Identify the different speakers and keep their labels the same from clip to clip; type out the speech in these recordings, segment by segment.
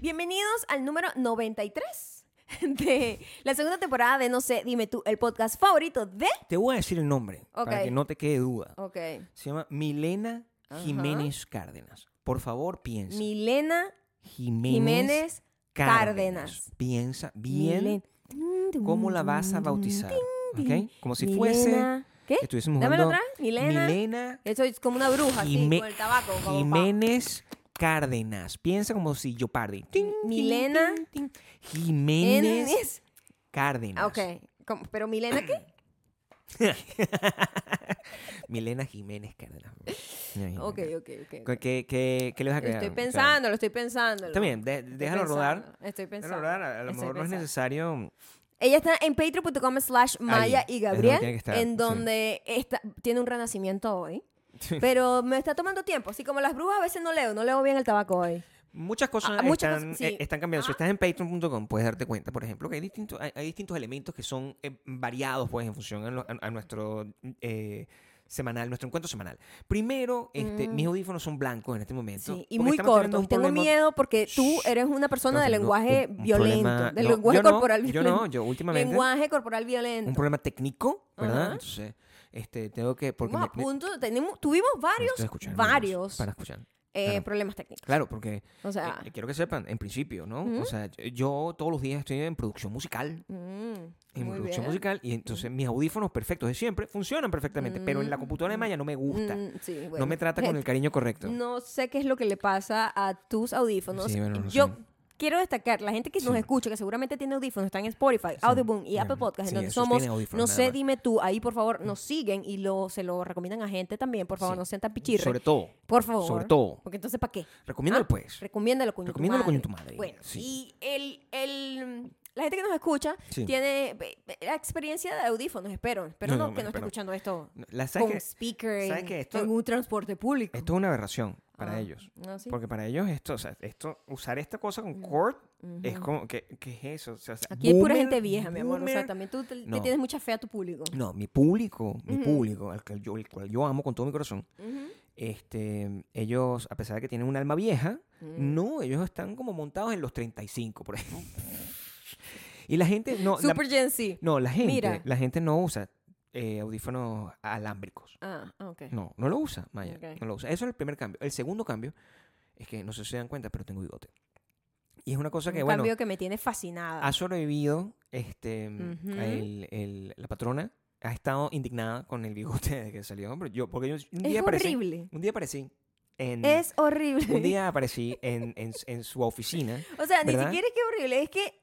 Speaker 1: Bienvenidos al número 93 de la segunda temporada de No sé, dime tú, el podcast favorito de...
Speaker 2: Te voy a decir el nombre para
Speaker 1: Ok.
Speaker 2: que no te quede duda.
Speaker 1: Ok.
Speaker 2: Se llama Milena
Speaker 1: Ajá.
Speaker 2: Jiménez Cárdenas. Por favor, piensa.
Speaker 1: Milena
Speaker 2: Jiménez,
Speaker 1: Jiménez Cárdenas.
Speaker 2: Cárdenas. Piensa bien
Speaker 1: Milen-
Speaker 2: cómo la vas a bautizar.
Speaker 1: tin.
Speaker 2: ¿ok? Como si
Speaker 1: Milena-
Speaker 2: fuese.
Speaker 1: ¿Qué?
Speaker 2: que Estuviésemos
Speaker 1: Dámelo
Speaker 2: jugando
Speaker 1: otra vez. Milena-
Speaker 2: Milena
Speaker 1: Eso es como una bruja, así,
Speaker 2: Jime-
Speaker 1: con el tabaco. como pa-
Speaker 2: Jiménez Cárdenas. Piensa como si yo pardi.
Speaker 1: Milena-
Speaker 2: Jiménez
Speaker 1: Enes-
Speaker 2: Cárdenas.
Speaker 1: Ah, Ok. ¿Cómo? ¿Pero Milena qué?
Speaker 2: Milena Jiménez Cárdenas.
Speaker 1: Ok, ok, ok. ok.
Speaker 2: ¿Qué, qué, qué- qué le vas a creer?
Speaker 1: Estoy pensando, lo estoy pensando.
Speaker 2: está bien, de- déjalo rodar.
Speaker 1: Estoy
Speaker 2: Déjalo
Speaker 1: pensando.
Speaker 2: rodar, a- a lo
Speaker 1: estoy
Speaker 2: mejor no es
Speaker 1: pensando.
Speaker 2: necesario.
Speaker 1: Ella está en patreon.com slash Maya
Speaker 2: Ahí,
Speaker 1: y
Speaker 2: es donde
Speaker 1: Gabriel,
Speaker 2: tiene que estar, sí.
Speaker 1: en donde está, tiene un renacimiento hoy. Pero me está tomando tiempo. Así como las brujas a veces no leo, no leo bien el tabaco hoy.
Speaker 2: Muchas cosas,
Speaker 1: Ah, muchas
Speaker 2: están,
Speaker 1: cosas,
Speaker 2: eh,
Speaker 1: sí.
Speaker 2: están cambiando. Si estás en patreon.com, puedes darte cuenta, por ejemplo, que hay distintos, hay, hay distintos elementos que son eh, variados pues, en función a, lo- a- a nuestro eh, semanal, nuestro encuentro semanal. Primero, este, mis audífonos son blancos en este momento.
Speaker 1: Mm. Sí, y
Speaker 2: porque
Speaker 1: muy
Speaker 2: estamos teniendo
Speaker 1: cortos.
Speaker 2: un
Speaker 1: Tengo
Speaker 2: problema-
Speaker 1: miedo porque tú
Speaker 2: Shh.
Speaker 1: eres una persona de
Speaker 2: Entonces, no,
Speaker 1: lenguaje
Speaker 2: un- un
Speaker 1: violento.
Speaker 2: problema-
Speaker 1: del
Speaker 2: no,
Speaker 1: lenguaje
Speaker 2: yo no,
Speaker 1: corporal
Speaker 2: yo
Speaker 1: violento.
Speaker 2: no, yo últimamente-
Speaker 1: Lenguaje corporal
Speaker 2: un
Speaker 1: violento.
Speaker 2: problema técnico, ¿verdad?
Speaker 1: Ajá.
Speaker 2: Entonces, este, tengo que... Porque
Speaker 1: Estuvimos
Speaker 2: me-
Speaker 1: a
Speaker 2: me-
Speaker 1: punto, tenemos- tuvimos varios,
Speaker 2: necesito escuchar,
Speaker 1: varios
Speaker 2: Para escuchar.
Speaker 1: eh,
Speaker 2: claro.
Speaker 1: problemas técnicos.
Speaker 2: Claro, porque
Speaker 1: O
Speaker 2: eh,
Speaker 1: sea,
Speaker 2: eh, quiero que sepan, en principio, ¿no? O sea, yo- yo todos los días estoy en producción musical.
Speaker 1: mm,
Speaker 2: En
Speaker 1: muy
Speaker 2: producción
Speaker 1: bien.
Speaker 2: musical, y entonces mis audífonos perfectos de siempre funcionan perfectamente, pero en la computadora de Maya no me gusta.
Speaker 1: Mm, sí,
Speaker 2: no
Speaker 1: bueno.
Speaker 2: me trata con el cariño correcto.
Speaker 1: No sé qué es lo que le pasa a tus audífonos.
Speaker 2: Sí, bueno, no
Speaker 1: Yo
Speaker 2: sé.
Speaker 1: quiero destacar, la gente que nos escucha, que seguramente tiene audífonos, está en Spotify, Audioboom y
Speaker 2: bueno,
Speaker 1: Apple Podcast,
Speaker 2: sí,
Speaker 1: en donde
Speaker 2: esos
Speaker 1: somos,
Speaker 2: tienen audífonos
Speaker 1: no
Speaker 2: nada
Speaker 1: sé,
Speaker 2: más. Mm.
Speaker 1: dime tú, ahí por favor nos siguen y lo, se lo recomiendan a gente también, por favor,
Speaker 2: Sí.
Speaker 1: no sean tan pichirres.
Speaker 2: Sobre todo.
Speaker 1: Por favor.
Speaker 2: Sobre todo.
Speaker 1: Porque entonces, ¿para qué?
Speaker 2: Recomiéndalo,
Speaker 1: Ah,
Speaker 2: pues.
Speaker 1: Recomiéndalo, coño. tu
Speaker 2: Recomiéndalo, coño, tu madre.
Speaker 1: Bueno,
Speaker 2: Sí.
Speaker 1: y el, el- la gente que nos escucha
Speaker 2: Sí.
Speaker 1: tiene eh, la experiencia de audífonos, espero. Espero
Speaker 2: No,
Speaker 1: no,
Speaker 2: no,
Speaker 1: que no esté
Speaker 2: espero.
Speaker 1: escuchando esto
Speaker 2: No, la- ¿sabes
Speaker 1: con
Speaker 2: qué?
Speaker 1: speaker
Speaker 2: ¿Sabes
Speaker 1: en,
Speaker 2: qué? Esto-
Speaker 1: en un transporte público.
Speaker 2: Esto es una aberración para
Speaker 1: Ah,
Speaker 2: ellos.
Speaker 1: no, sí. Mm.
Speaker 2: Porque para ellos esto, o sea, esto, usar esta cosa con cord es como, ¿qué, qué es eso? O sea,
Speaker 1: Aquí hay pura
Speaker 2: boomer-
Speaker 1: gente vieja, mi amor. O sea,
Speaker 2: boomer.
Speaker 1: también tú te- le
Speaker 2: No.
Speaker 1: tienes mucha fe a tu público.
Speaker 2: No, mi público, mi público, al que yo, el cual yo amo con todo mi corazón, este, ellos, a pesar de que tienen un alma vieja,
Speaker 1: Mm.
Speaker 2: no, ellos están como montados en los 35, por ejemplo. y la gente, no, la-
Speaker 1: Super Gen Z.
Speaker 2: no, la gente,
Speaker 1: Mira.
Speaker 2: la gente no usa eh, audífonos alámbricos.
Speaker 1: Ah, ah, ok.
Speaker 2: No, no lo usa, Maya.
Speaker 1: Ok.
Speaker 2: No lo usa. Eso es el primer cambio. El segundo cambio es que, no sé si se dan cuenta, pero tengo bigote. Y es una cosa
Speaker 1: Un
Speaker 2: que, bueno,
Speaker 1: cambio que me tiene fascinada.
Speaker 2: ha sobrevivido este
Speaker 1: Ujú.
Speaker 2: el- el- la patrona ha estado indignada con el bigote desde que salió pero yo porque yo un día
Speaker 1: es
Speaker 2: aparecí
Speaker 1: horrible.
Speaker 2: un día aparecí en
Speaker 1: Es horrible.
Speaker 2: un día aparecí en, en s- en su oficina
Speaker 1: o sea, ni
Speaker 2: ¿verdad?
Speaker 1: siquiera es que es horrible. Es que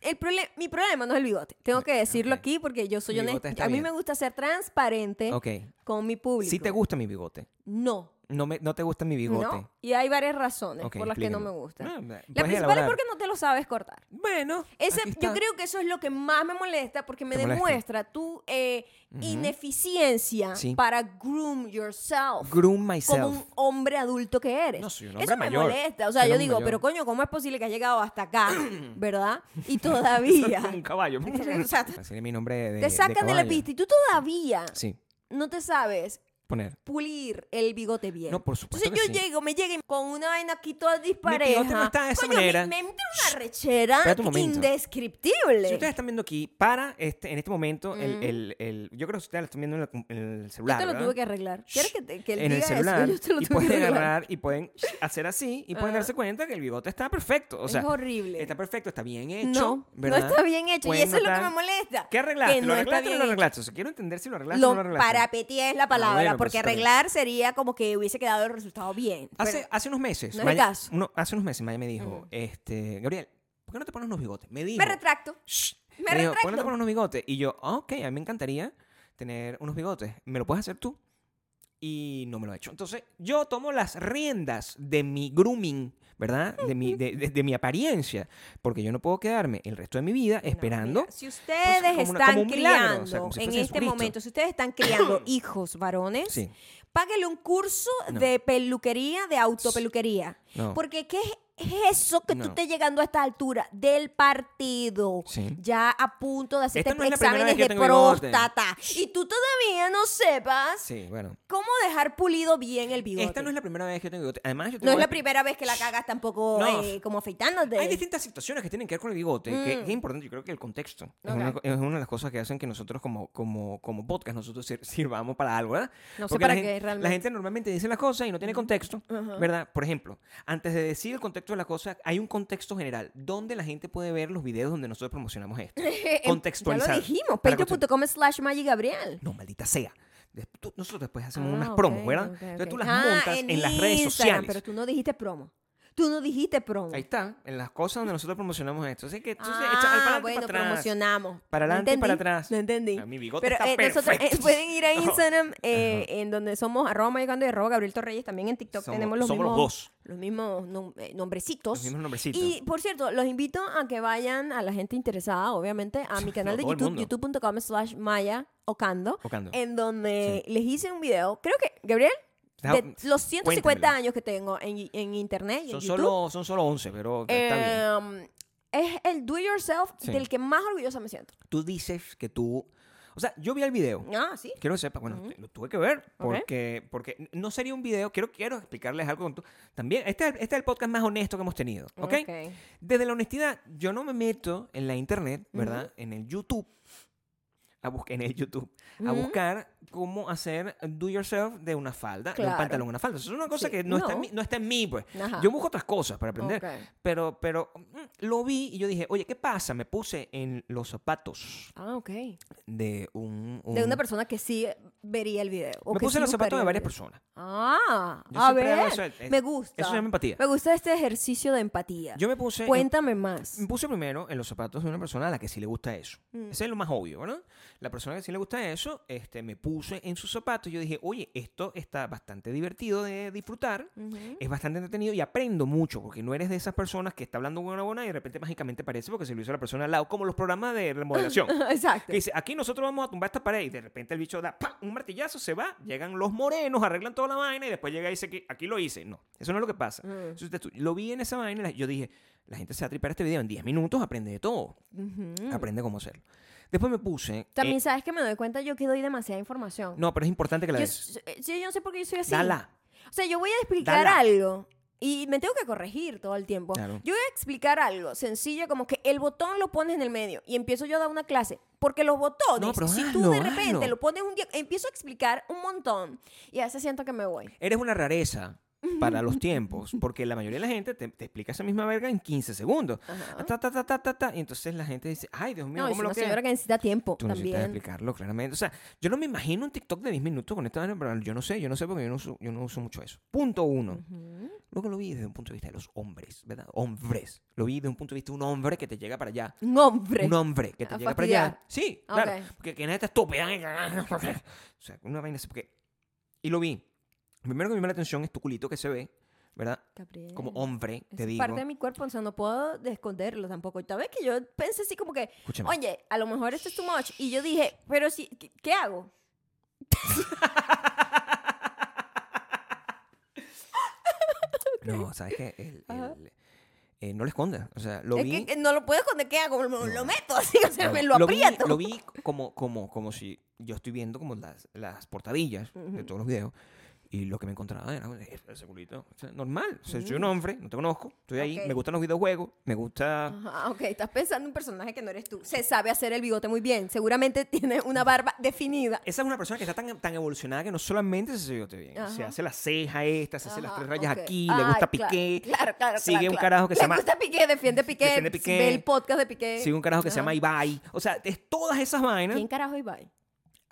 Speaker 1: el prole- mi problema no es el bigote. Tengo que decirlo
Speaker 2: ok.
Speaker 1: aquí porque yo soy
Speaker 2: Mi
Speaker 1: honesta.
Speaker 2: bigote está
Speaker 1: A mí
Speaker 2: bien.
Speaker 1: me gusta ser transparente
Speaker 2: ok
Speaker 1: con mi público.
Speaker 2: si te gusta mi bigote
Speaker 1: No.
Speaker 2: no me no te gusta mi bigote
Speaker 1: No. Y hay varias razones
Speaker 2: Ok,
Speaker 1: por las que no me
Speaker 2: explícame.
Speaker 1: gusta.
Speaker 2: No,
Speaker 1: La
Speaker 2: puedes
Speaker 1: principal es
Speaker 2: elaborar.
Speaker 1: porque no te lo sabes cortar.
Speaker 2: bueno
Speaker 1: Ese,
Speaker 2: aquí
Speaker 1: yo
Speaker 2: está.
Speaker 1: creo que eso es lo que más me molesta porque me
Speaker 2: Te molesta.
Speaker 1: demuestra tu eh, ineficiencia
Speaker 2: Sí.
Speaker 1: para groom yourself.
Speaker 2: groom
Speaker 1: como
Speaker 2: myself
Speaker 1: un hombre adulto que eres.
Speaker 2: No, soy un
Speaker 1: Eso
Speaker 2: hombre
Speaker 1: me
Speaker 2: mayor.
Speaker 1: molesta. O sea,
Speaker 2: Soy un
Speaker 1: yo
Speaker 2: hombre
Speaker 1: digo,
Speaker 2: mayor.
Speaker 1: pero coño, ¿cómo es posible que has llegado hasta acá? ¿Verdad? Y todavía.
Speaker 2: como un caballo
Speaker 1: O sea, te-
Speaker 2: Así es mi nombre de- de
Speaker 1: te sacan de, la
Speaker 2: caballo.
Speaker 1: pista y tú todavía
Speaker 2: sí
Speaker 1: no te sabes
Speaker 2: poner
Speaker 1: pulir el bigote bien.
Speaker 2: No, por supuesto
Speaker 1: Entonces
Speaker 2: que
Speaker 1: yo
Speaker 2: sí.
Speaker 1: llego, me lleguen con una vaina aquí toda dispareja.
Speaker 2: bigote no está de esa
Speaker 1: Coño, me-
Speaker 2: manera.
Speaker 1: Me, entra una rechera
Speaker 2: espérate un momento.
Speaker 1: indescriptible.
Speaker 2: Si ustedes están viendo aquí, para este, en este momento, el, el, el- yo creo que ustedes lo están viendo en, la com- en el
Speaker 1: Yo
Speaker 2: celular.
Speaker 1: te Mm. lo
Speaker 2: ¿verdad?
Speaker 1: tuve que arreglar. ¿Quieres que, te, que él
Speaker 2: en el
Speaker 1: diga eso?
Speaker 2: celular.
Speaker 1: Yo te lo
Speaker 2: y
Speaker 1: tuve que
Speaker 2: pueden
Speaker 1: arreglar.
Speaker 2: agarrar y pueden hacer así y pueden darse cuenta que el bigote está perfecto. O sea,
Speaker 1: es horrible.
Speaker 2: está perfecto, está bien hecho.
Speaker 1: no, no
Speaker 2: ¿verdad?
Speaker 1: está bien hecho.
Speaker 2: Pueden
Speaker 1: y eso es lo que
Speaker 2: notar-
Speaker 1: me molesta.
Speaker 2: ¿Qué arreglaste?
Speaker 1: Que no
Speaker 2: ¿Lo
Speaker 1: está
Speaker 2: arreglaste o no
Speaker 1: bien
Speaker 2: lo
Speaker 1: hecho.
Speaker 2: arreglaste? O sea, quiero entender si lo arreglaste o
Speaker 1: Lo
Speaker 2: no lo arreglaste.
Speaker 1: parapeteé es la palabra,
Speaker 2: bueno, pues
Speaker 1: porque
Speaker 2: está bien.
Speaker 1: arreglar sería como que hubiese quedado el resultado bien.
Speaker 2: Hace,
Speaker 1: pero-
Speaker 2: hace unos meses.
Speaker 1: no es el
Speaker 2: Maya,
Speaker 1: caso.
Speaker 2: uno- hace unos meses Maya me dijo, este, Gabriel, ¿por qué no te pones unos bigotes? Me dijo.
Speaker 1: me retracto.
Speaker 2: Shh.
Speaker 1: Me
Speaker 2: dijo, ¿por qué no te
Speaker 1: retracto.
Speaker 2: pones unos bigotes? Y yo, "Ah, ok, a mí me encantaría tener unos bigotes. ¿Me lo puedes hacer tú? Y no me lo ha hecho. Entonces, yo tomo las riendas de mi grooming, ¿verdad? De mi, de, de- de mi apariencia. Porque yo no puedo quedarme el resto de mi vida
Speaker 1: No,
Speaker 2: esperando.
Speaker 1: mira, si ustedes
Speaker 2: Pues, como una-
Speaker 1: están
Speaker 2: como un milagro,
Speaker 1: criando
Speaker 2: o sea, como si
Speaker 1: en
Speaker 2: fuese
Speaker 1: este
Speaker 2: Jesucristo.
Speaker 1: momento, si ustedes están criando hijos varones,
Speaker 2: Sí.
Speaker 1: páguenle un curso
Speaker 2: No.
Speaker 1: de peluquería, de autopeluquería.
Speaker 2: No.
Speaker 1: Porque ¿qué es es eso que tú
Speaker 2: No.
Speaker 1: estés llegando a esta altura del partido?
Speaker 2: Sí.
Speaker 1: Ya a punto de hacerte
Speaker 2: Esta no es la primera
Speaker 1: exámenes
Speaker 2: vez que yo
Speaker 1: de
Speaker 2: tengo bigote.
Speaker 1: próstata. Y tú todavía no sepas
Speaker 2: Sí, bueno.
Speaker 1: cómo dejar pulido bien el bigote.
Speaker 2: Esta no es la primera vez que tengo bigote. Además, yo tengo
Speaker 1: No es la primera vez que la cagas tampoco
Speaker 2: No.
Speaker 1: eh, como afeitándote.
Speaker 2: Hay distintas situaciones que tienen que ver con el bigote, que, que es importante, yo creo que el contexto. Es, una,
Speaker 1: Mm. Ok.
Speaker 2: co- es una de las cosas que hacen que nosotros como, como, como podcast, nosotros sir- sirvamos para algo, ¿verdad?
Speaker 1: No sé
Speaker 2: Porque la
Speaker 1: para
Speaker 2: gen-
Speaker 1: qué, realmente.
Speaker 2: La gente normalmente dice las cosas y no tiene contexto, ¿verdad? Por ejemplo, antes de decir el contexto de las cosas, hay un contexto general, donde la gente puede ver los videos donde nosotros promocionamos esto.
Speaker 1: Eh,
Speaker 2: contextualizar.
Speaker 1: Ya lo dijimos,
Speaker 2: Para
Speaker 1: patreon.com slash Maggie Gabriel.
Speaker 2: No, maldita sea. Des- tú- nosotros después hacemos
Speaker 1: Ah,
Speaker 2: unas
Speaker 1: ok,
Speaker 2: promos, ¿verdad?
Speaker 1: ok,
Speaker 2: Entonces tú
Speaker 1: ok.
Speaker 2: las
Speaker 1: Ah,
Speaker 2: montas en, las redes
Speaker 1: Instagram,
Speaker 2: sociales.
Speaker 1: Pero tú no dijiste promo. Tú no dijiste promo.
Speaker 2: Ahí está, en las cosas donde nosotros promocionamos esto. Así que entonces,
Speaker 1: ah,
Speaker 2: echa- para adelante y
Speaker 1: bueno,
Speaker 2: para atrás.
Speaker 1: promocionamos.
Speaker 2: Para
Speaker 1: No
Speaker 2: adelante y para
Speaker 1: entendí,
Speaker 2: atrás.
Speaker 1: No entendí.
Speaker 2: Ah, mi bigote
Speaker 1: Pero
Speaker 2: está
Speaker 1: eh, nosotros, eh,
Speaker 2: perfecto.
Speaker 1: pueden ir a Instagram, eh, en donde somos arroba mayocando y arroba Gabriel Torreyes. También en TikTok
Speaker 2: Somos-
Speaker 1: tenemos los
Speaker 2: somos los
Speaker 1: mismos,
Speaker 2: dos.
Speaker 1: los mismos nom- eh, nombrecitos.
Speaker 2: Los mismos nombrecitos.
Speaker 1: Y por cierto, los invito a que vayan a la gente interesada, obviamente, a mi canal de
Speaker 2: todo el
Speaker 1: YouTube,
Speaker 2: mundo.
Speaker 1: youtube.com slash maya ocando,
Speaker 2: Ocando.
Speaker 1: en donde les hice un video, creo que, Gabriel,
Speaker 2: Deja-
Speaker 1: de los 150
Speaker 2: cuéntamelo.
Speaker 1: años que tengo en, en internet y en
Speaker 2: Son
Speaker 1: YouTube.
Speaker 2: solo, son solo 11, pero está bien.
Speaker 1: Em, es el do it yourself
Speaker 2: Sí.
Speaker 1: del que más orgullosa me siento.
Speaker 2: Tú dices que tú... O sea, yo vi el video.
Speaker 1: Ah, sí.
Speaker 2: Quiero que sepas, bueno, lo tuve que ver
Speaker 1: Ok.
Speaker 2: porque, porque no sería un video. Quiero, quiero explicarles algo. Con tu- También, este, es- este es el podcast más honesto que hemos tenido, ¿ok?
Speaker 1: Ok.
Speaker 2: Desde la honestidad, yo no me meto en la internet, ¿verdad? En el YouTube. A buscar en el YouTube. A
Speaker 1: Ujú.
Speaker 2: buscar cómo hacer do yourself de una falda, de
Speaker 1: Claro.
Speaker 2: un pantalón, una falda. Eso es una cosa
Speaker 1: Sí,
Speaker 2: que no, Está en
Speaker 1: no.
Speaker 2: mí, no está en mí, pues.
Speaker 1: Ajá.
Speaker 2: Yo busco otras cosas para aprender.
Speaker 1: Ok.
Speaker 2: Pero, pero mm, lo vi y yo dije, oye, ¿qué pasa? Me puse en los zapatos
Speaker 1: Ah, ok.
Speaker 2: de un. un-
Speaker 1: De una persona que sí vería el video. o
Speaker 2: Me
Speaker 1: que
Speaker 2: puse
Speaker 1: sí
Speaker 2: en los zapatos
Speaker 1: buscaría
Speaker 2: de
Speaker 1: el
Speaker 2: varias
Speaker 1: video.
Speaker 2: personas.
Speaker 1: Ah,
Speaker 2: Yo
Speaker 1: a
Speaker 2: siempre hago
Speaker 1: ver.
Speaker 2: eso, eh,
Speaker 1: me gusta.
Speaker 2: eso se llama empatía.
Speaker 1: Me gusta este ejercicio de empatía.
Speaker 2: Yo me puse. en-
Speaker 1: Cuéntame más.
Speaker 2: Me puse primero en los zapatos de una persona a la que sí le gusta eso. Ese es lo más obvio, ¿verdad? La persona que sí le gusta eso, este, me puse en sus zapatos y yo dije, oye, esto está bastante divertido de disfrutar, es bastante entretenido y aprendo mucho, porque no eres de esas personas que está hablando buena buena y de repente mágicamente parece porque se lo hizo la persona al lado, como los programas de remodelación.
Speaker 1: Exacto.
Speaker 2: Que dice, aquí nosotros vamos a tumbar esta pared y de repente el bicho da ¡pam! un martillazo, se va, llegan los morenos, arreglan toda la vaina y después llega y dice, que aquí lo hice. No, eso no es lo que pasa. Entonces, tú- lo vi en esa vaina, la- yo dije, la gente se va a tripar este video en 10 minutos, aprende de todo, aprende cómo hacerlo. Después me puse...
Speaker 1: Mm. También
Speaker 2: eh,
Speaker 1: sabes que me doy cuenta yo que doy demasiada información.
Speaker 2: no, pero es importante que la
Speaker 1: Yo,
Speaker 2: des.
Speaker 1: s- eh, sí, yo no sé por qué yo soy así.
Speaker 2: Dala.
Speaker 1: O sea, yo voy a explicar
Speaker 2: Dala.
Speaker 1: algo y me tengo que corregir todo el tiempo.
Speaker 2: Claro.
Speaker 1: Yo voy a explicar algo sencillo, como que el botón lo pones en el medio y empiezo yo a dar una clase. Porque los botones,
Speaker 2: No, pero
Speaker 1: si tú
Speaker 2: hazlo,
Speaker 1: de repente
Speaker 2: hazlo.
Speaker 1: lo pones un día, empiezo a explicar un montón y a veces siento que me voy.
Speaker 2: Eres una rareza para los tiempos, porque la mayoría de la gente te, te explica esa misma verga en 15 segundos. Ah, ta, ta, ta, ta, ta, ta, y entonces la gente dice, ay, Dios mío,
Speaker 1: no, es
Speaker 2: ¿cómo lo
Speaker 1: una
Speaker 2: que es?"
Speaker 1: señora que necesita tiempo
Speaker 2: Tú necesitas
Speaker 1: también.
Speaker 2: explicarlo claramente. O sea, yo no me imagino un TikTok de 10 minutos con esta vaina, pero yo no sé, yo no sé porque yo no uso, yo no uso mucho eso. Punto uno. Luego lo vi desde un punto de vista de los hombres, ¿verdad? Hombres. Lo vi desde un punto de vista de un hombre que te llega para allá.
Speaker 1: Un hombre.
Speaker 2: Un hombre que te
Speaker 1: A
Speaker 2: llega para
Speaker 1: fastidiar.
Speaker 2: allá. Sí,
Speaker 1: Ah,
Speaker 2: claro.
Speaker 1: ok.
Speaker 2: Porque que nadie está estúpida. O sea, una vaina así. Porque... Y lo vi. Lo Primero que me llamó la atención es tu culito que se ve, ¿verdad?
Speaker 1: Gabriel,
Speaker 2: Como hombre,
Speaker 1: esa
Speaker 2: te
Speaker 1: es
Speaker 2: digo.
Speaker 1: parte de mi cuerpo, o sea, no puedo de- esconderlo tampoco. Esta vez que yo pensé así como que,
Speaker 2: Escúchame.
Speaker 1: oye, a lo mejor esto es too much. Y yo dije, pero si, ¿qué, qué hago?
Speaker 2: No, ¿sabes qué? El- el- eh, no lo escondas. O sea, lo
Speaker 1: es
Speaker 2: vi...
Speaker 1: que- que no lo puedo esconder, ¿qué hago? Lo, lo
Speaker 2: No.
Speaker 1: meto así, o sea,
Speaker 2: Claro,
Speaker 1: me lo,
Speaker 2: vi-
Speaker 1: aprieto.
Speaker 2: Lo vi, como, como, como si yo estoy viendo como las, las portadillas de todos los videos. Y lo que me encontraba era eh, ese culito. O sea, normal. O sea, Soy un hombre, no te conozco, estoy ahí,
Speaker 1: Ok. Ah.
Speaker 2: me gustan los videojuegos, me gusta...
Speaker 1: Ajá, ok, estás pensando en un personaje que no eres tú. Se sabe hacer el bigote muy bien, seguramente tiene una barba definida.
Speaker 2: Esa es una persona que está tan, tan evolucionada que no solamente se hace bigote bien. Se
Speaker 1: Ajá.
Speaker 2: hace la ceja esta, se hace las
Speaker 1: Ajá,
Speaker 2: tres rayas
Speaker 1: ok.
Speaker 2: aquí,
Speaker 1: Ay,
Speaker 2: le gusta
Speaker 1: claro,
Speaker 2: Piqué.
Speaker 1: Claro, claro.
Speaker 2: Sigue
Speaker 1: claro,
Speaker 2: un
Speaker 1: claro.
Speaker 2: carajo que se llama...
Speaker 1: Le gusta Piqué, defiende Piqué.
Speaker 2: Defiende Piqué.
Speaker 1: Ve el podcast de Piqué.
Speaker 2: Sigue un carajo que se
Speaker 1: Ajá.
Speaker 2: llama Ibai. O sea, es todas esas vainas,
Speaker 1: ¿Quién carajo es Ibai?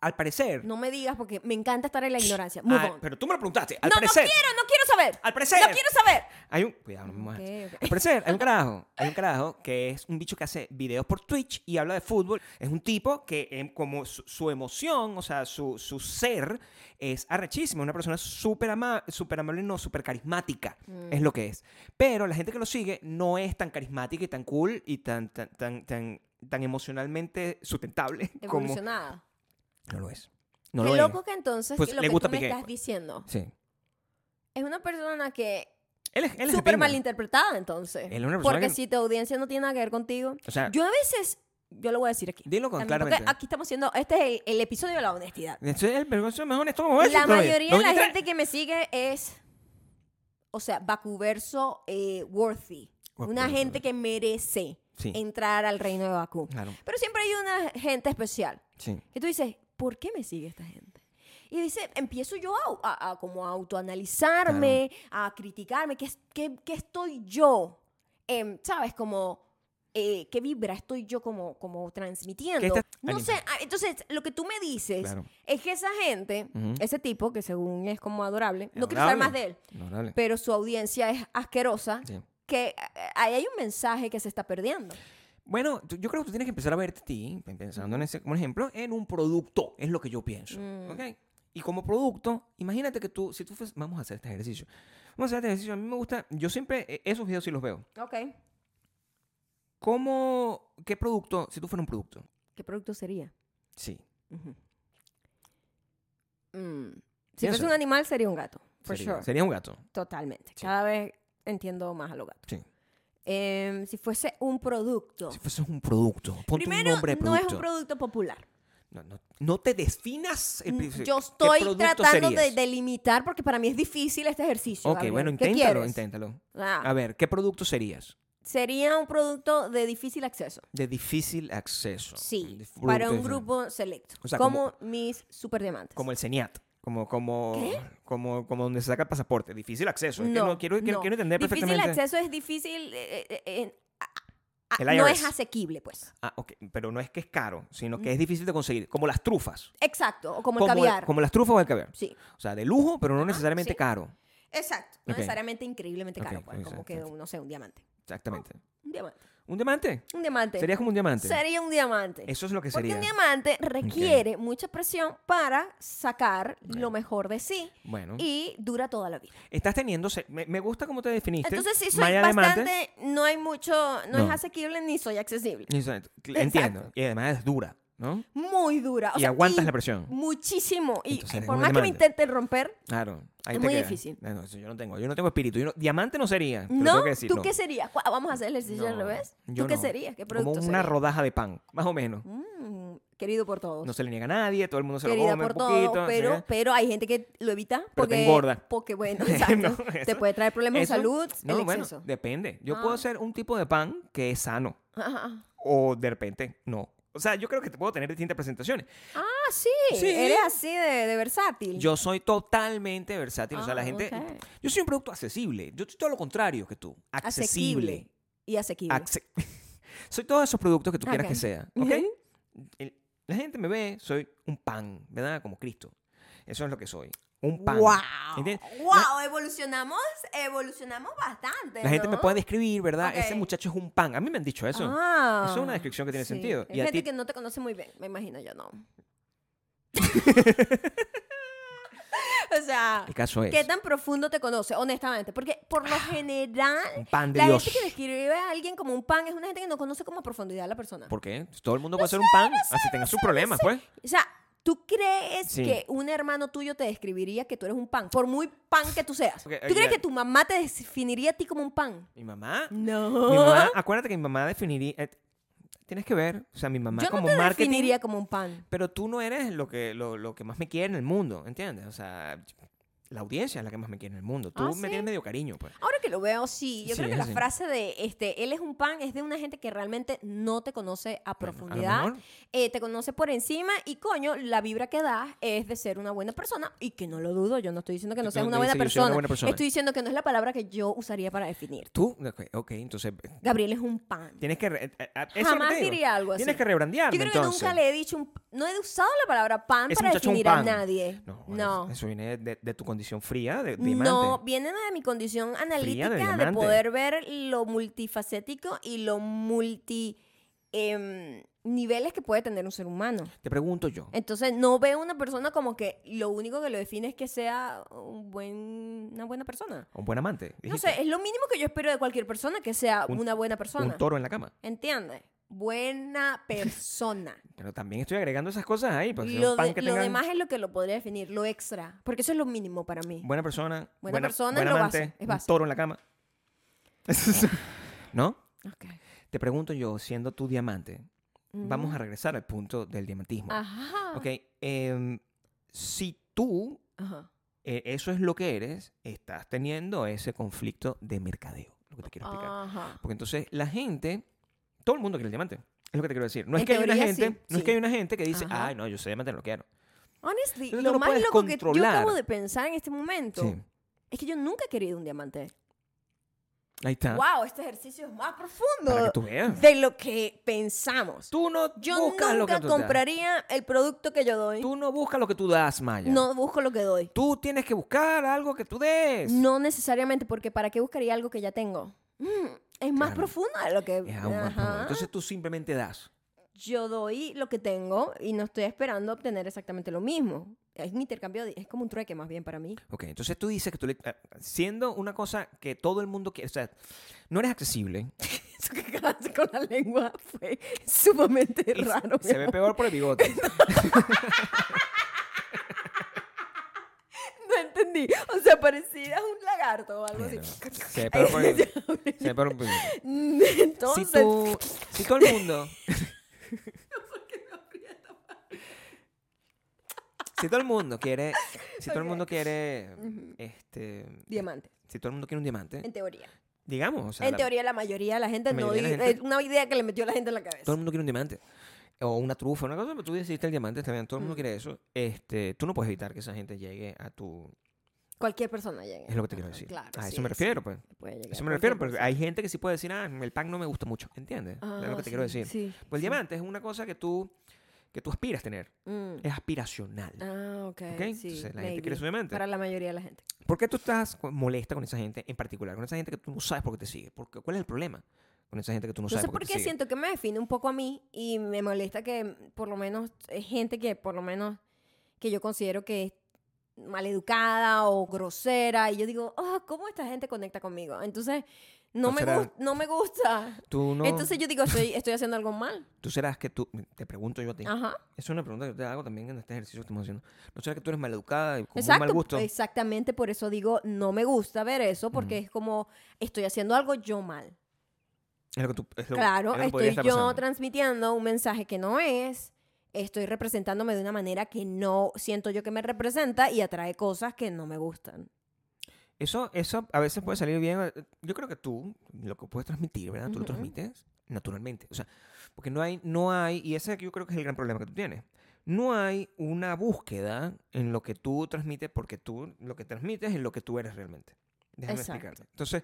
Speaker 2: al parecer...
Speaker 1: No me digas porque me encanta estar en la ignorancia. Move
Speaker 2: al-
Speaker 1: on.
Speaker 2: Ah, pero tú me lo preguntaste. Al
Speaker 1: no,
Speaker 2: parecer...
Speaker 1: no quiero, no quiero saber.
Speaker 2: Al parecer.
Speaker 1: No quiero saber.
Speaker 2: Hay un. Cuidado, no me muevas.
Speaker 1: Ok, ok.
Speaker 2: Al parecer, hay un carajo. Hay un carajo que es un bicho que hace videos por Twitch y habla de fútbol. Es un tipo que, em, como su, su emoción, o sea, su, su ser, es arrechísimo. Una persona súper ama súper amable, no, súper carismática.
Speaker 1: Mm.
Speaker 2: Es lo que es. Pero la gente que lo sigue no es tan carismática y tan cool y tan, tan, tan, tan, tan emocionalmente sustentable como.
Speaker 1: Evolucionada.
Speaker 2: No lo es. Pues No
Speaker 1: Qué
Speaker 2: lo Él es, él es
Speaker 1: Súper
Speaker 2: pinga.
Speaker 1: malinterpretada, entonces.
Speaker 2: Él es una persona
Speaker 1: Porque
Speaker 2: que-
Speaker 1: si tu audiencia no tiene nada que ver contigo.
Speaker 2: O sea,
Speaker 1: Yo a veces, yo lo voy a decir aquí.
Speaker 2: dilo con
Speaker 1: también, porque
Speaker 2: claramente.
Speaker 1: aquí estamos haciendo, este es el, el episodio de la honestidad.
Speaker 2: Ese es el vergonzoso mejor en estos
Speaker 1: la
Speaker 2: momentos, todavía.
Speaker 1: mayoría de la
Speaker 2: 93.
Speaker 1: gente que me sigue es, o sea, Bakuverso eh, worthy. Una
Speaker 2: Bakuverso,
Speaker 1: gente
Speaker 2: ¿verdad?
Speaker 1: que merece
Speaker 2: Sí.
Speaker 1: entrar al reino de Bakú.
Speaker 2: Claro,
Speaker 1: Pero siempre hay una gente especial.
Speaker 2: sí.
Speaker 1: Y tú dices, ¿por qué me sigue esta gente? Y dice, empiezo yo a, a- a como a autoanalizarme, a criticarme, ¿qué, es- qué, qué estoy yo? Em, ¿Sabes? Como, eh, ¿qué vibra estoy yo como, como transmitiendo?
Speaker 2: ¿Qué estás-
Speaker 1: No
Speaker 2: Anima.
Speaker 1: sé, ah, entonces lo que tú me dices
Speaker 2: Claro.
Speaker 1: es que esa gente,
Speaker 2: Ujú.
Speaker 1: ese tipo que según es como adorable, no quiero saber
Speaker 2: Adorable.
Speaker 1: más de él,
Speaker 2: Adorable.
Speaker 1: pero su audiencia es asquerosa,
Speaker 2: Sí.
Speaker 1: que eh, ahí hay un mensaje que se está perdiendo.
Speaker 2: Bueno, tú- yo creo que tú tienes que empezar a verte a ti, pensando en ese como ejemplo, en un producto, es lo que yo pienso.
Speaker 1: Mm.
Speaker 2: ¿ok? Y como producto, imagínate que tú, si tú fues- vamos a hacer este ejercicio. Vamos a hacer este ejercicio, a mí me gusta, yo siempre eh, esos videos sí los veo.
Speaker 1: Ok,
Speaker 2: ¿Cómo, qué producto, si tú fueras un producto?
Speaker 1: ¿qué producto sería?
Speaker 2: Sí.
Speaker 1: Ujú. Mm, Si
Speaker 2: Piensa.
Speaker 1: fuese un animal, sería un gato. For
Speaker 2: sería,
Speaker 1: sure.
Speaker 2: sería un gato.
Speaker 1: Totalmente.
Speaker 2: Sí.
Speaker 1: Cada vez entiendo más a los gatos.
Speaker 2: Sí.
Speaker 1: Em, si fuese un producto.
Speaker 2: Si fueses un producto, ponte
Speaker 1: Primero,
Speaker 2: un nombre de
Speaker 1: no
Speaker 2: producto.
Speaker 1: es un producto popular.
Speaker 2: No, no- no te definas. el pri-
Speaker 1: Mm, Yo
Speaker 2: ¿qué
Speaker 1: estoy
Speaker 2: producto
Speaker 1: tratando de
Speaker 2: serías?
Speaker 1: delimitar porque para mí es difícil este ejercicio.
Speaker 2: Ok,
Speaker 1: Gabriel.
Speaker 2: bueno,
Speaker 1: ¿Qué
Speaker 2: inténtalo,
Speaker 1: quieres?
Speaker 2: inténtalo.
Speaker 1: Ah,
Speaker 2: A ver, ¿qué producto serías?
Speaker 1: sería un producto de difícil acceso.
Speaker 2: De difícil acceso.
Speaker 1: Sí,
Speaker 2: Dif-
Speaker 1: para
Speaker 2: producto
Speaker 1: un
Speaker 2: difícil.
Speaker 1: grupo selecto.
Speaker 2: O sea,
Speaker 1: como, mis superdiamantes.
Speaker 2: Como el CENIAT. Como, como,
Speaker 1: ¿Qué?
Speaker 2: como, como donde se saca el pasaporte. Difícil acceso. Es que no, quiero, quiero,
Speaker 1: no.
Speaker 2: quiero entender perfectamente.
Speaker 1: Difícil acceso es difícil. eh, eh, eh, a- a-
Speaker 2: El
Speaker 1: no
Speaker 2: IRS.
Speaker 1: es asequible, pues.
Speaker 2: Ah, ok. Pero no es que es caro, sino que es difícil de conseguir. Como las trufas.
Speaker 1: Exacto, o Mm. como,
Speaker 2: como,
Speaker 1: el caviar.
Speaker 2: como las trufas o el caviar.
Speaker 1: Sí.
Speaker 2: O sea, de lujo, pero no necesariamente
Speaker 1: sí.
Speaker 2: caro.
Speaker 1: Exacto, no
Speaker 2: Ok.
Speaker 1: necesariamente increíblemente
Speaker 2: Ok,
Speaker 1: caro, pues,
Speaker 2: ok,
Speaker 1: como que,
Speaker 2: exacto.
Speaker 1: no sé, un diamante.
Speaker 2: Exactamente.
Speaker 1: Un diamante.
Speaker 2: ¿Un diamante?
Speaker 1: Un diamante.
Speaker 2: Sería como un diamante.
Speaker 1: Sería un diamante.
Speaker 2: Eso es lo que
Speaker 1: Porque
Speaker 2: sería.
Speaker 1: un diamante requiere mucha presión para sacar lo mejor de sí
Speaker 2: Bueno.
Speaker 1: y dura toda la vida.
Speaker 2: Estás teniendo. se- Me, me gusta cómo te definiste.
Speaker 1: Entonces, sí, soy
Speaker 2: Maya
Speaker 1: bastante,
Speaker 2: Diamante.
Speaker 1: no hay mucho, no, es
Speaker 2: No.
Speaker 1: asequible ni soy accesible.
Speaker 2: Exacto.
Speaker 1: Exacto.
Speaker 2: Entiendo. Y además es dura, ¿no?
Speaker 1: Muy dura. O
Speaker 2: y
Speaker 1: sea,
Speaker 2: aguantas
Speaker 1: y
Speaker 2: la presión.
Speaker 1: Muchísimo. Y
Speaker 2: Entonces, eres
Speaker 1: por
Speaker 2: un
Speaker 1: más que lo
Speaker 2: diamante.
Speaker 1: intenten romper,
Speaker 2: Claro. Ahí
Speaker 1: Es
Speaker 2: te
Speaker 1: muy
Speaker 2: queda.
Speaker 1: difícil.
Speaker 2: No, no, eso yo no tengo. Yo no tengo espíritu. Yo no- diamante no sería. te lo
Speaker 1: ¿no?
Speaker 2: tengo que decir,
Speaker 1: ¿Tú
Speaker 2: no.
Speaker 1: qué serías? Cu- Vamos a hacer el ejercicio al
Speaker 2: No,
Speaker 1: revés. ¿Tú
Speaker 2: yo
Speaker 1: qué
Speaker 2: no.
Speaker 1: serías? ¿Qué
Speaker 2: Como
Speaker 1: producto
Speaker 2: una
Speaker 1: serías?
Speaker 2: rodaja de pan, más o menos.
Speaker 1: Mm, querido por todos.
Speaker 2: No se le niega a nadie, todo el mundo se
Speaker 1: Querida
Speaker 2: lo come
Speaker 1: por
Speaker 2: un poquito.
Speaker 1: todos,
Speaker 2: ¿sí?
Speaker 1: pero, pero hay gente que lo evita
Speaker 2: Pero
Speaker 1: porque
Speaker 2: te engorda.
Speaker 1: Porque bueno, exacto,
Speaker 2: No,
Speaker 1: te
Speaker 2: eso-
Speaker 1: puede traer problemas de
Speaker 2: Eso-
Speaker 1: salud,
Speaker 2: No,
Speaker 1: el
Speaker 2: bueno,
Speaker 1: exceso.
Speaker 2: depende. Yo
Speaker 1: Ah.
Speaker 2: puedo hacer un tipo de pan que es sano
Speaker 1: Ajá.
Speaker 2: o de repente no. O sea, yo creo que te puedo tener distintas presentaciones.
Speaker 1: Ah, sí,
Speaker 2: Sí.
Speaker 1: eres así de, de versátil.
Speaker 2: Yo soy totalmente versátil. o sea, la
Speaker 1: Ah,
Speaker 2: gente.
Speaker 1: ok.
Speaker 2: Yo soy un producto accesible. Yo soy todo lo contrario que tú. Accesible.
Speaker 1: asequible y asequible.
Speaker 2: Acce- soy todos esos productos que tú quieras
Speaker 1: Ok.
Speaker 2: que sea. ¿ok? El- la gente me ve, soy un pan, ¿verdad? Como Cristo. Eso es lo que soy. Un pan.
Speaker 1: Wow.
Speaker 2: ¿entiendes?
Speaker 1: Wow, evolucionamos, evolucionamos bastante.
Speaker 2: La gente me
Speaker 1: ¿no?
Speaker 2: puede describir, ¿verdad? Ese
Speaker 1: Ok.
Speaker 2: muchacho es un pan. A mí me han dicho eso.
Speaker 1: Ah,
Speaker 2: Eso es una descripción que tiene
Speaker 1: sí.
Speaker 2: sentido.
Speaker 1: Hay
Speaker 2: Y a
Speaker 1: gente
Speaker 2: ti-
Speaker 1: que no te conoce muy bien, me imagino yo no. o sea,
Speaker 2: El caso es Ah,
Speaker 1: ¿Qué tan profundo te conoce, honestamente? Porque por lo general,
Speaker 2: un pan de
Speaker 1: la
Speaker 2: Dios.
Speaker 1: gente que describe a alguien como un pan es una gente que no conoce como a profundidad a la persona.
Speaker 2: ¿Por qué? Todo el mundo puede ser un pan, así tenga sus problemas, pues.
Speaker 1: O sea, ¿tú crees
Speaker 2: Sí.
Speaker 1: que un hermano tuyo te describiría que tú eres un pan? Por muy pan que tú seas.
Speaker 2: Ok,
Speaker 1: ¿Tú crees
Speaker 2: ya.
Speaker 1: que tu mamá te definiría a ti como un pan?
Speaker 2: Mi mamá,
Speaker 1: No.
Speaker 2: mi mamá, acuérdate que mi mamá definiría, eh, tienes que ver, o sea, mi mamá
Speaker 1: Yo no
Speaker 2: como
Speaker 1: te
Speaker 2: marketing,
Speaker 1: definiría como un pan.
Speaker 2: pero tú no eres lo que, lo, lo que más me quiere en el mundo, ¿entiendes? O sea, la audiencia es la que más me quiere en el mundo. Tú
Speaker 1: Ah,
Speaker 2: me
Speaker 1: ¿sí?
Speaker 2: tienes medio cariño, pues.
Speaker 1: Ahora que lo veo, sí. Yo
Speaker 2: Sí,
Speaker 1: creo que
Speaker 2: es
Speaker 1: la
Speaker 2: así.
Speaker 1: frase de este, él es un pan es de una gente que realmente no te conoce a
Speaker 2: Bueno, a lo
Speaker 1: profundidad.
Speaker 2: mejor.
Speaker 1: eh, te conoce por encima y coño, la vibra que das es de ser una buena persona y que no lo dudo. Yo no estoy diciendo que no
Speaker 2: Yo
Speaker 1: seas
Speaker 2: no
Speaker 1: una
Speaker 2: te
Speaker 1: buena,
Speaker 2: dice que yo sea una
Speaker 1: persona.
Speaker 2: buena persona.
Speaker 1: Estoy diciendo que no es la palabra que yo usaría para definir.
Speaker 2: Tú, ok, ok, entonces, eh,
Speaker 1: Gabriel es un pan.
Speaker 2: tienes que... re- eh, eh, eso es lo que
Speaker 1: Jamás
Speaker 2: te digo.
Speaker 1: diría algo así.
Speaker 2: Tienes que rebrandearme,
Speaker 1: Yo creo que
Speaker 2: entonces.
Speaker 1: nunca le he dicho un p- No he usado la palabra pan
Speaker 2: Ese
Speaker 1: para
Speaker 2: muchacho es un
Speaker 1: definir a
Speaker 2: pan.
Speaker 1: nadie.
Speaker 2: No,
Speaker 1: No.
Speaker 2: Eso viene de, de tu condición fría, de, de
Speaker 1: No,
Speaker 2: diamante.
Speaker 1: viene de mi condición analítica de,
Speaker 2: diamante.
Speaker 1: poder ver lo multifacético y lo multi em, niveles que puede tener un ser humano.
Speaker 2: Te pregunto yo.
Speaker 1: Entonces no veo una persona como que lo único que lo define es que sea un buen, una buena persona.
Speaker 2: Un buen amante.
Speaker 1: No
Speaker 2: dijiste.
Speaker 1: sé, es lo mínimo que yo espero de cualquier persona que sea
Speaker 2: Un-
Speaker 1: una buena persona.
Speaker 2: Un toro en la cama.
Speaker 1: ¿Entiendes? buena persona.
Speaker 2: Pero también estoy agregando esas cosas ahí. Para hacer
Speaker 1: lo,
Speaker 2: Pues un pan
Speaker 1: de-
Speaker 2: que
Speaker 1: lo
Speaker 2: tengan
Speaker 1: demás es lo que lo podría definir, lo extra. Porque eso es lo mínimo para mí.
Speaker 2: Buena persona.
Speaker 1: Buena persona es
Speaker 2: buen
Speaker 1: lo
Speaker 2: amante,
Speaker 1: base, es
Speaker 2: un
Speaker 1: base.
Speaker 2: toro en la cama. ¿No?
Speaker 1: Ok.
Speaker 2: Te pregunto yo, siendo tu diamante, vamos a regresar al punto del diamantismo.
Speaker 1: Mm. Ajá.
Speaker 2: Ok. em, si tú
Speaker 1: Ajá.
Speaker 2: eh, eso es lo que eres, estás teniendo ese conflicto de mercadeo. Lo que te quiero explicar.
Speaker 1: Ajá.
Speaker 2: Porque entonces la gente, todo el mundo quiere el diamante. Es lo que te quiero decir. No es
Speaker 1: En
Speaker 2: que haya una
Speaker 1: teoría,
Speaker 2: gente,
Speaker 1: sí,
Speaker 2: no es
Speaker 1: sí.
Speaker 2: que haya una gente que dice,
Speaker 1: Ajá.
Speaker 2: ay, no, yo sé diamante, no lo quiero.
Speaker 1: Honestly,
Speaker 2: Entonces tú
Speaker 1: lo
Speaker 2: no
Speaker 1: más
Speaker 2: puedes
Speaker 1: loco que yo
Speaker 2: controlar.
Speaker 1: acabo de pensar en este momento
Speaker 2: Sí.
Speaker 1: es que yo nunca he querido un diamante.
Speaker 2: Ahí está.
Speaker 1: Wow, este ejercicio es más
Speaker 2: Para que
Speaker 1: profundo
Speaker 2: tú veas.
Speaker 1: de lo que pensamos.
Speaker 2: Tú no
Speaker 1: Yo
Speaker 2: buscas lo que
Speaker 1: nunca
Speaker 2: tú das.
Speaker 1: compraría el producto que yo doy.
Speaker 2: Tú no buscas lo que tú das, Maya.
Speaker 1: No busco lo que doy.
Speaker 2: Tú tienes que buscar algo que tú des.
Speaker 1: No necesariamente, porque ¿para qué buscaría algo que ya tengo? Mm, es más
Speaker 2: Claro.
Speaker 1: profundo de lo que...
Speaker 2: Es aún más
Speaker 1: Ajá.
Speaker 2: profundo. Entonces tú simplemente das.
Speaker 1: yo doy lo que tengo y no estoy esperando obtener exactamente lo mismo. Es un intercambio, de- es como un trueque más bien para mí.
Speaker 2: Ok, entonces tú dices que tú le... eh, Siendo una cosa que todo el mundo quiere... O sea, no eres accesible.
Speaker 1: Eso que acabaste con la lengua fue sumamente
Speaker 2: Y se-
Speaker 1: raro.
Speaker 2: se
Speaker 1: mi
Speaker 2: ve
Speaker 1: amor.
Speaker 2: peor por el bigote.
Speaker 1: No entendí. O sea, parecía un lagarto o algo así.
Speaker 2: Bueno, se ve peor por el bigote. Se ve peor por el bigote. Si,
Speaker 1: Entonces,
Speaker 2: tú, si todo el mundo... Si todo el mundo quiere... Si todo el
Speaker 1: Ok.
Speaker 2: mundo quiere... Este...
Speaker 1: diamante,
Speaker 2: Si todo el mundo quiere un diamante,
Speaker 1: en teoría.
Speaker 2: digamos, o sea,
Speaker 1: en
Speaker 2: la-
Speaker 1: teoría, la mayoría de la gente
Speaker 2: la
Speaker 1: no
Speaker 2: mayoría de la
Speaker 1: di-
Speaker 2: gente-
Speaker 1: es una idea que le metió la gente en la cabeza.
Speaker 2: todo el mundo quiere un diamante o una trufa, una cosa, pero tú decidiste el diamante, está bien, todo el mundo
Speaker 1: Mm.
Speaker 2: quiere eso. Este, tú no puedes evitar que esa gente llegue a tu
Speaker 1: Cualquier persona llega.
Speaker 2: es lo que te quiero decir. a eso me refiero, pues.
Speaker 1: Puede llegar
Speaker 2: A eso me
Speaker 1: cualquier
Speaker 2: refiero, porque
Speaker 1: persona.
Speaker 2: hay gente que sí puede decir, "Ah, el pan no me gusta mucho", ¿entiendes? es lo
Speaker 1: Ah,
Speaker 2: que te quiero
Speaker 1: sí,
Speaker 2: decir.
Speaker 1: sí,
Speaker 2: Pues el
Speaker 1: sí.
Speaker 2: diamante es una cosa que tú que tú aspiras a tener,
Speaker 1: Mm.
Speaker 2: es aspiracional.
Speaker 1: Ah, ok.
Speaker 2: ¿Ok?
Speaker 1: Sí,
Speaker 2: Entonces la gente
Speaker 1: maybe.
Speaker 2: quiere su diamante.
Speaker 1: Para la mayoría de la gente.
Speaker 2: ¿Por qué tú estás co- molesta con esa gente en particular? Con esa gente que tú no sabes por qué te sigue. Porque, ¿Cuál es el problema? Con esa gente que tú no,
Speaker 1: No,
Speaker 2: sabes
Speaker 1: sé
Speaker 2: por qué te sigue.
Speaker 1: siento que me define un poco a mí y me molesta que mm, por lo menos eh, gente que por lo menos que yo considero que es maleducada o grosera y yo digo, "Ah, ¿cómo esta gente conecta conmigo? Entonces, no,
Speaker 2: ¿No
Speaker 1: me,
Speaker 2: será-
Speaker 1: gus- no me gusta.
Speaker 2: Tú no
Speaker 1: Entonces yo digo, estoy, estoy haciendo algo mal.
Speaker 2: tú serás que tú te pregunto yo a ti.
Speaker 1: Ajá.
Speaker 2: Es una pregunta que te hago también en este ejercicio que estamos haciendo. ¿No será que tú eres maleducada y con un
Speaker 1: Exacto,
Speaker 2: mal gusto?
Speaker 1: exactamente por eso digo, no me gusta ver eso porque es como estoy haciendo algo yo mal.
Speaker 2: Es lo que tú, es lo-
Speaker 1: Claro,
Speaker 2: es lo que podría
Speaker 1: estoy
Speaker 2: estar
Speaker 1: yo
Speaker 2: pasando.
Speaker 1: transmitiendo un mensaje que no es, estoy representándome de una manera que no siento yo que me representa y atrae cosas que no me gustan.
Speaker 2: Eso, eso a veces puede salir bien. eh, Yo creo que tú, lo que puedes transmitir, ¿verdad? Tú lo
Speaker 1: Ujú.
Speaker 2: transmites naturalmente. O sea, porque no hay, no hay, y ese yo creo que es el gran problema que tú tienes. No hay una búsqueda en lo que tú transmites, porque tú lo que transmites es lo que tú eres realmente. Déjame
Speaker 1: Exacto.
Speaker 2: explicarte. Entonces,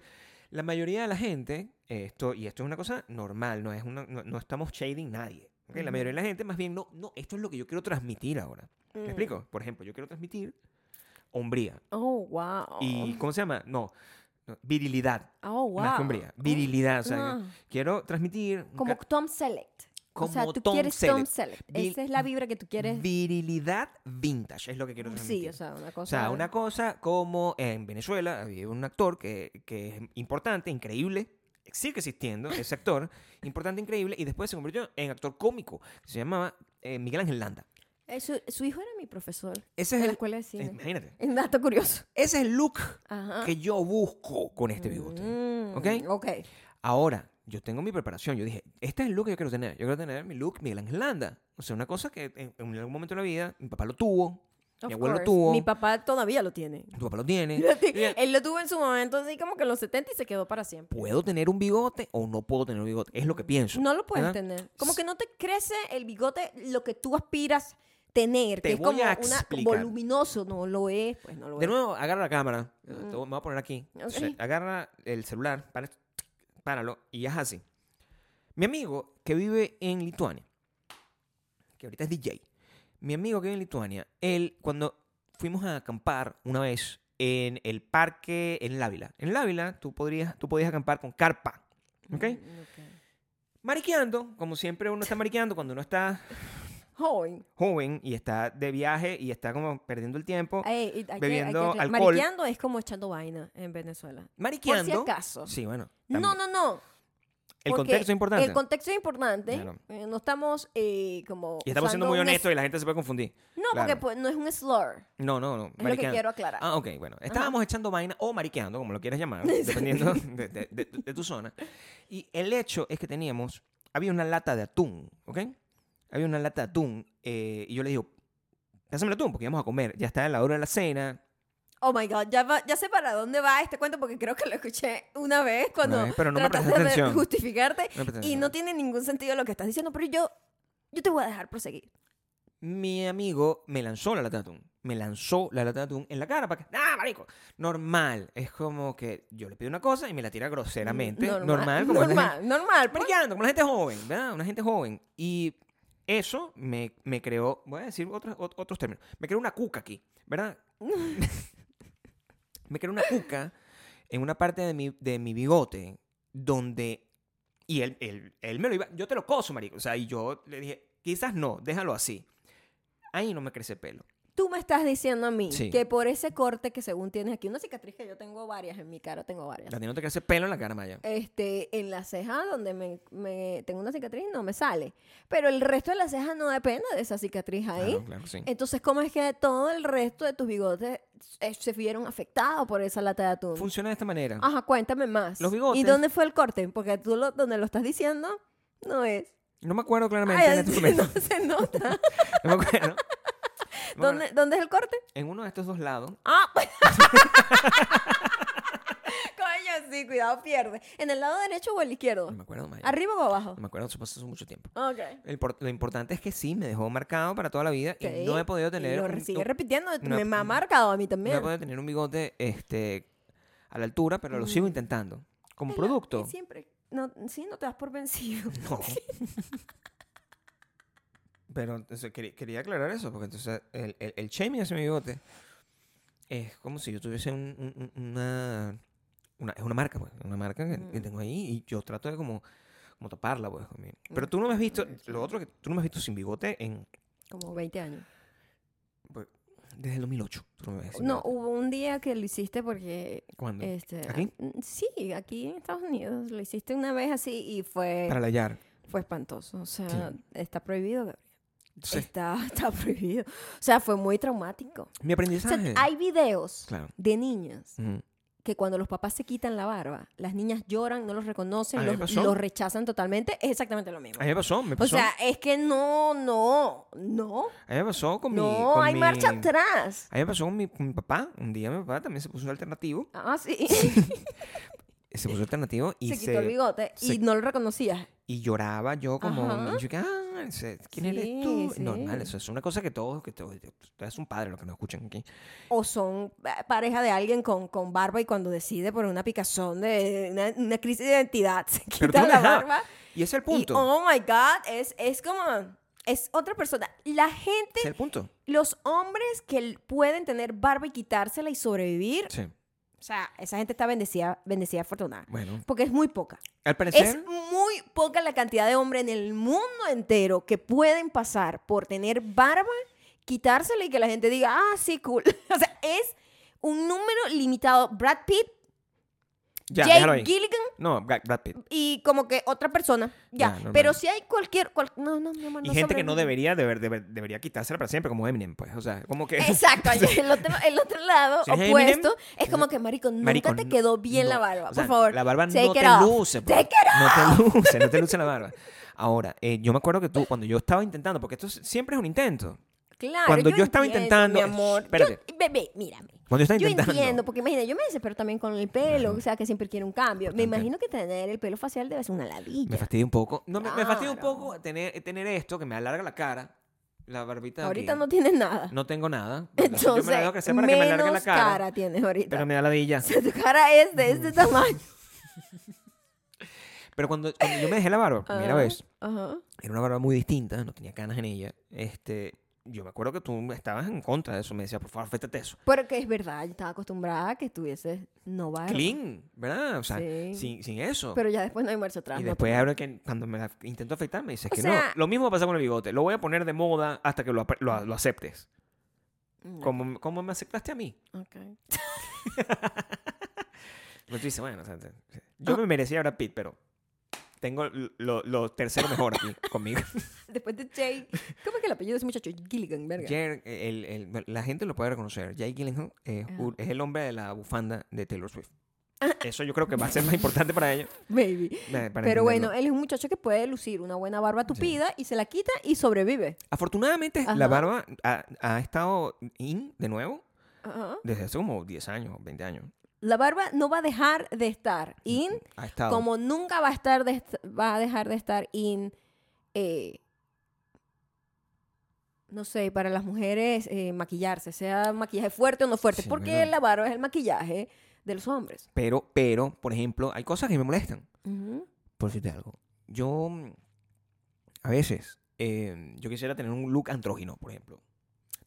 Speaker 2: la mayoría de la gente, esto, y esto es una cosa normal, no, es una, no, no estamos shading nadie. ¿ok? La
Speaker 1: Ujú.
Speaker 2: mayoría de la gente, más bien, no, no, esto es lo que yo quiero transmitir ahora. ¿Me
Speaker 1: Mm.
Speaker 2: explico? Por ejemplo, yo quiero transmitir hombría.
Speaker 1: Oh, wow.
Speaker 2: ¿Y cómo se llama? No, no, virilidad.
Speaker 1: oh, wow.
Speaker 2: Más que hombría. Virilidad. O sea,
Speaker 1: Ah.
Speaker 2: quiero transmitir un
Speaker 1: Como
Speaker 2: ca-
Speaker 1: Tom Select. o sea,
Speaker 2: como
Speaker 1: tú
Speaker 2: Tom
Speaker 1: quieres Tom
Speaker 2: Selleck.
Speaker 1: Select.
Speaker 2: Vil-
Speaker 1: Esa es la vibra que tú quieres. Mm,
Speaker 2: virilidad vintage. Es lo que quiero transmitir.
Speaker 1: Sí, o sea, una cosa.
Speaker 2: O sea, una cosa como en Venezuela había un actor que, que es importante, increíble, sigue existiendo ese actor, importante, increíble, y después se convirtió en actor cómico, que se llamaba eh, Miguel Ángel Landa.
Speaker 1: Eh, su, su hijo era mi profesor
Speaker 2: Ese es
Speaker 1: en la
Speaker 2: el...
Speaker 1: escuela de cine.
Speaker 2: Imagínate.
Speaker 1: Un dato curioso.
Speaker 2: Ese es el look
Speaker 1: Ajá.
Speaker 2: que yo busco con este bigote.
Speaker 1: Mm,
Speaker 2: ¿ok?
Speaker 1: Ok.
Speaker 2: Ahora, yo tengo mi preparación. Yo dije, este es el look que yo quiero tener. Yo quiero tener mi look Miguel Ángel Landa. O sea, una cosa que en, en algún momento de la vida mi papá lo tuvo, mi
Speaker 1: Of
Speaker 2: abuelo
Speaker 1: course.
Speaker 2: tuvo,
Speaker 1: Mi papá todavía lo tiene.
Speaker 2: tu papá lo tiene.
Speaker 1: Él lo tuvo en su momento así como que en los 70 y se quedó para siempre.
Speaker 2: ¿Puedo tener un bigote o no puedo tener un bigote? Es lo que pienso.
Speaker 1: No lo puedes
Speaker 2: ¿verdad?
Speaker 1: tener. Como que no te crece el bigote lo que tú aspiras tener,
Speaker 2: Te
Speaker 1: que es
Speaker 2: voy
Speaker 1: como una
Speaker 2: a explicar.
Speaker 1: voluminoso, no lo es, pues no lo
Speaker 2: De
Speaker 1: es. Mm.
Speaker 2: nuevo, agarra la cámara. Te voy- Me voy a poner aquí. Entonces,
Speaker 1: Ok.
Speaker 2: agarra el celular, para, páralo y haz así. Mi amigo que vive en Lituania, que ahorita es DJ, mi amigo que vive en Lituania, él cuando fuimos a acampar una vez en el parque en el Ávila. En el Ávila tú, podrías, tú podías acampar con carpa, ¿ok?
Speaker 1: Mm, ok.
Speaker 2: Mariqueando, como siempre uno está mariqueando cuando uno está
Speaker 1: Joven.
Speaker 2: joven y está de viaje y está como perdiendo el tiempo.
Speaker 1: Ey, y hay que- hay que
Speaker 2: Oh, Bebiendo
Speaker 1: aclarar.
Speaker 2: alcohol.
Speaker 1: Mariqueando es como echando vaina en Venezuela. Por si
Speaker 2: Mariqueando.
Speaker 1: acaso.
Speaker 2: Sí, bueno.
Speaker 1: No,
Speaker 2: también.
Speaker 1: no, no.
Speaker 2: El
Speaker 1: porque
Speaker 2: contexto es importante.
Speaker 1: El contexto es importante.
Speaker 2: Claro.
Speaker 1: Eh, no estamos eh, como.
Speaker 2: y estamos
Speaker 1: usando
Speaker 2: siendo muy
Speaker 1: un es-
Speaker 2: honestos y la gente se puede confundir.
Speaker 1: No,
Speaker 2: Claro.
Speaker 1: porque pues, no es un slur.
Speaker 2: No, no, no.
Speaker 1: que
Speaker 2: mariqueando.
Speaker 1: quiero aclarar.
Speaker 2: Ah, ok, bueno. Estábamos echando vaina o mariqueando, como lo quieras llamar, dependiendo de, de- de- de tu zona. Y el hecho es que teníamos, había una lata de atún, ¿ok? Había una lata de atún eh, y yo le digo, pásame el atún porque vamos a comer. Ya está la hora de la cena.
Speaker 1: Oh my God, ya, va- ya sé para dónde va este cuento porque creo que lo escuché una vez cuando
Speaker 2: vez, pero no me
Speaker 1: trataste
Speaker 2: prestaste
Speaker 1: de
Speaker 2: atención.
Speaker 1: justificarte
Speaker 2: No me prestaste
Speaker 1: y no
Speaker 2: atención.
Speaker 1: tiene ningún sentido lo que estás diciendo, pero yo, yo te voy a dejar proseguir.
Speaker 2: Mi amigo me lanzó la lata de atún. Me lanzó la lata de atún en la cara. Para que, ¡Ah, marico! Normal. Es como que yo le pido una cosa y me la tira groseramente. Normal. como es la gente-
Speaker 1: normal, normal. pues.
Speaker 2: Parqueando, como la gente joven, ¿verdad? Una gente joven. Y eso me, me creó, voy a decir otros, ot- otros términos, me creó una cuca aquí, ¿verdad? me creó una cuca en una parte de mi, de mi bigote donde... Y él, él, él me lo iba, yo te lo coso, marico. O sea, y yo le dije, quizás no, déjalo así. Ahí no me crece pelo.
Speaker 1: Tú me estás diciendo a mí
Speaker 2: Sí.
Speaker 1: que por ese corte que según tienes aquí, una cicatriz que yo tengo varias en mi cara, tengo varias.
Speaker 2: A ti no te crece pelo en la cara, Maya.
Speaker 1: Este, en la ceja donde me, me- tengo una cicatriz no me sale. Pero el resto de la ceja no depende de esa cicatriz ahí.
Speaker 2: Claro, claro, sí.
Speaker 1: Entonces, ¿cómo es que todo el resto de tus bigotes eh, se vieron afectados por esa lata de atún?
Speaker 2: Funciona de esta manera.
Speaker 1: Ajá, cuéntame más.
Speaker 2: Los bigotes.
Speaker 1: ¿Y dónde fue el corte? Porque tú lo- donde lo estás diciendo no es.
Speaker 2: No me acuerdo claramente en
Speaker 1: Ay,
Speaker 2: este
Speaker 1: no
Speaker 2: momento.
Speaker 1: se nota.
Speaker 2: No me acuerdo. No me acuerdo.
Speaker 1: ¿Dónde, ¿Dónde es el corte?
Speaker 2: En uno de estos dos lados.
Speaker 1: Ah. Coño, sí, cuidado, pierde. ¿En el lado derecho o el izquierdo?
Speaker 2: No me acuerdo, Maya.
Speaker 1: ¿Arriba o abajo?
Speaker 2: No me acuerdo, eso pasó hace mucho tiempo.
Speaker 1: Ok.
Speaker 2: El por- lo importante es que sí, me dejó marcado para toda la vida y no he
Speaker 1: Ok.
Speaker 2: podido
Speaker 1: Y
Speaker 2: tener.
Speaker 1: lo
Speaker 2: un-
Speaker 1: sigue
Speaker 2: un-
Speaker 1: repitiendo,
Speaker 2: no-
Speaker 1: me, me ha marcado a mí
Speaker 2: no he
Speaker 1: también.
Speaker 2: podido tener un bigote este, a la altura, pero lo sigo intentando. Como
Speaker 1: Mm. Ay, no,
Speaker 2: producto.
Speaker 1: y Siempre. No, sí, no te das por vencido.
Speaker 2: No. pero entonces, quería, quería aclarar eso, porque entonces el, el, el shaming hacia mi bigote es como si yo tuviese un- un- un- una, una. Es una marca, pues. Una marca que,
Speaker 1: Mm.
Speaker 2: que tengo ahí y yo trato de como. Como taparla, pues. con mi-
Speaker 1: Mm.
Speaker 2: Pero tú no me has visto. Lo otro que tú no me has visto sin bigote en
Speaker 1: Como 20 años.
Speaker 2: Pues, Desde el 2008, tú no me ves.
Speaker 1: No, hubo un día que lo hiciste porque...
Speaker 2: ¿Cuándo?
Speaker 1: Este,
Speaker 2: ¿Aquí?
Speaker 1: mm, Sí, aquí en Estados Unidos. Lo hiciste una vez así y fue,
Speaker 2: Para la Yar.
Speaker 1: fue espantoso. O sea,
Speaker 2: Sí.
Speaker 1: está prohibido. Gabriel.
Speaker 2: Sí.
Speaker 1: Está, está prohibido. O sea, fue muy traumático. O
Speaker 2: Mi
Speaker 1: sea,
Speaker 2: aprendizaje.
Speaker 1: hay videos
Speaker 2: Claro. mm,
Speaker 1: de niñas
Speaker 2: Ujú.
Speaker 1: que cuando los papás se quitan la barba, las niñas lloran, no los
Speaker 2: A
Speaker 1: reconocen,
Speaker 2: mí me
Speaker 1: los,
Speaker 2: pasó.
Speaker 1: los rechazan totalmente. Es exactamente lo mismo.
Speaker 2: A mí me pasó, me
Speaker 1: O
Speaker 2: pasó.
Speaker 1: sea, es que no, no, no.
Speaker 2: a mí me pasó con mi.
Speaker 1: No,
Speaker 2: con
Speaker 1: hay
Speaker 2: mi-
Speaker 1: marcha atrás.
Speaker 2: A mí me pasó con mi, con mi papá. Un día mi papá también se puso alternativo.
Speaker 1: Ah, sí.
Speaker 2: Se puso alternativo y
Speaker 1: se
Speaker 2: se,
Speaker 1: quitó el bigote y
Speaker 2: se-
Speaker 1: no lo reconocías.
Speaker 2: y lloraba yo como un
Speaker 1: Ajá.
Speaker 2: niño que, ah, se- ¿quién
Speaker 1: Sí,
Speaker 2: eres tú?
Speaker 1: sí.
Speaker 2: Normal, eso es una cosa que todos, que todos, es un padre lo que nos escuchan aquí.
Speaker 1: O son eh, pareja de alguien con, con barba y cuando decide por una picazón de una, una crisis de identidad se
Speaker 2: Pero
Speaker 1: quita
Speaker 2: tú
Speaker 1: la
Speaker 2: dejabas-
Speaker 1: barba.
Speaker 2: Y ese es el
Speaker 1: Y
Speaker 2: punto.
Speaker 1: oh my God, es, es como, es otra persona. La gente,
Speaker 2: Ese es el punto.
Speaker 1: los hombres que l- pueden tener barba y quitársela y sobrevivir,
Speaker 2: Sí.
Speaker 1: o sea, esa gente está bendecida, bendecida afortunada.
Speaker 2: Bueno,
Speaker 1: Porque es muy poca.
Speaker 2: al
Speaker 1: Es
Speaker 2: parecer.
Speaker 1: muy poca la cantidad de hombres en el mundo entero que pueden pasar por tener barba, quitársela y que la gente diga, ah, sí, cool. O sea, es un número limitado. Brad Pitt,
Speaker 2: ya, déjalo ahí.
Speaker 1: Jake Gilligan
Speaker 2: No, Brad Brad Pitt.
Speaker 1: y como que otra persona.
Speaker 2: Ya,
Speaker 1: Ya,
Speaker 2: normal.
Speaker 1: pero si hay cualquier... cual- No, no, mi amor,
Speaker 2: Y
Speaker 1: no
Speaker 2: gente que no
Speaker 1: sobrevive.
Speaker 2: debería, deber- deber- debería quitársela para siempre, como Eminem, pues. O sea, como que.
Speaker 1: Exacto, el otro, el otro lado
Speaker 2: Si es Eminem,
Speaker 1: opuesto es como que, marico, nunca
Speaker 2: Marico,
Speaker 1: te
Speaker 2: no-
Speaker 1: quedó bien
Speaker 2: no,
Speaker 1: la barba.
Speaker 2: o sea,
Speaker 1: por favor,
Speaker 2: La barba
Speaker 1: take
Speaker 2: no
Speaker 1: it
Speaker 2: te
Speaker 1: off.
Speaker 2: luce. pues". bro.
Speaker 1: Take it
Speaker 2: no te luce, no te luce la barba. Ahora, eh, yo me acuerdo que tú, cuando yo estaba intentando, porque esto es- siempre es un intento.
Speaker 1: Claro,
Speaker 2: Cuando yo estaba
Speaker 1: entiendo,
Speaker 2: intentando-
Speaker 1: Mi amor,
Speaker 2: Shh, espérate.
Speaker 1: Yo- bebé, mírame.
Speaker 2: Cuando yo estaba
Speaker 1: Yo
Speaker 2: intentando.
Speaker 1: entiendo, porque imagina, yo me desespero también con el pelo, o sea, que siempre quiero un cambio. Me
Speaker 2: Importante.
Speaker 1: imagino que tener el pelo facial debe ser una ladilla.
Speaker 2: Me fastidia un poco. No, me, me fastidia un
Speaker 1: Claro.
Speaker 2: poco tener, tener esto que me alarga la cara. La barbita. de
Speaker 1: Ahorita
Speaker 2: aquí.
Speaker 1: no tienes nada.
Speaker 2: No tengo nada. yo me la dejo
Speaker 1: Entonces,
Speaker 2: crecer para que me alargue la
Speaker 1: menos
Speaker 2: cara.
Speaker 1: cara tienes ahorita.
Speaker 2: Pero me da la villa.
Speaker 1: O sea, tu cara es de este tamaño.
Speaker 2: Pero cuando, cuando yo me dejé la barba, por primera
Speaker 1: Ajá,
Speaker 2: vez,
Speaker 1: Ajá.
Speaker 2: era una barba muy distinta, no tenía canas en ella. Este, yo me acuerdo que tú estabas en contra de eso, me decías, por favor, afétate eso.
Speaker 1: Porque es verdad, yo estaba acostumbrada a que estuvieses no barba.
Speaker 2: Clean, ¿verdad? O sea,
Speaker 1: Sí.
Speaker 2: sin, sin eso.
Speaker 1: Pero ya después no hay marcha atrás.
Speaker 2: y
Speaker 1: no
Speaker 2: después ahora que cuando me la intento afeitar me dices
Speaker 1: O
Speaker 2: que
Speaker 1: sea-
Speaker 2: no. Lo mismo pasa con el bigote. Lo voy a poner de moda hasta que lo, apre- lo- lo aceptes.
Speaker 1: Mm,
Speaker 2: Como, como me aceptaste a mí.
Speaker 1: ok.
Speaker 2: Pues
Speaker 1: Ah.
Speaker 2: Pero tú dices, bueno, o sea, te- yo me merecía ahora Pitt, pero tengo lo, lo tercero mejor aquí conmigo.
Speaker 1: Después de Jay. ¿Cómo es que el apellido de ese muchacho? Gilligan, verga.
Speaker 2: Jer- el- el- la gente lo puede reconocer. Jay Gyllenhaal es,
Speaker 1: Ah.
Speaker 2: un- es el hombre de la bufanda de Taylor Swift. Eso yo creo que va a ser más importante para ellos.
Speaker 1: Maybe.
Speaker 2: eh, para
Speaker 1: Pero
Speaker 2: entenderlo.
Speaker 1: bueno, él es un muchacho que puede lucir una buena barba tupida y se la quita y sobrevive.
Speaker 2: afortunadamente
Speaker 1: Ajá.
Speaker 2: la barba ha, ha estado in de nuevo
Speaker 1: Ajá.
Speaker 2: desde hace como 10 años, 20 años.
Speaker 1: La barba no va a dejar de estar in,
Speaker 2: Ha estado.
Speaker 1: como nunca va a estar de est- va a dejar de estar in. eh, no sé, para las mujeres eh, maquillarse, sea maquillaje fuerte o no fuerte,
Speaker 2: Sí,
Speaker 1: porque
Speaker 2: bueno.
Speaker 1: la barba es el maquillaje de los hombres.
Speaker 2: Pero, pero, por ejemplo, hay cosas que me molestan.
Speaker 1: Ujú.
Speaker 2: Por decirte algo. Yo, mm, a veces, eh, yo quisiera tener un look andrógino, por ejemplo.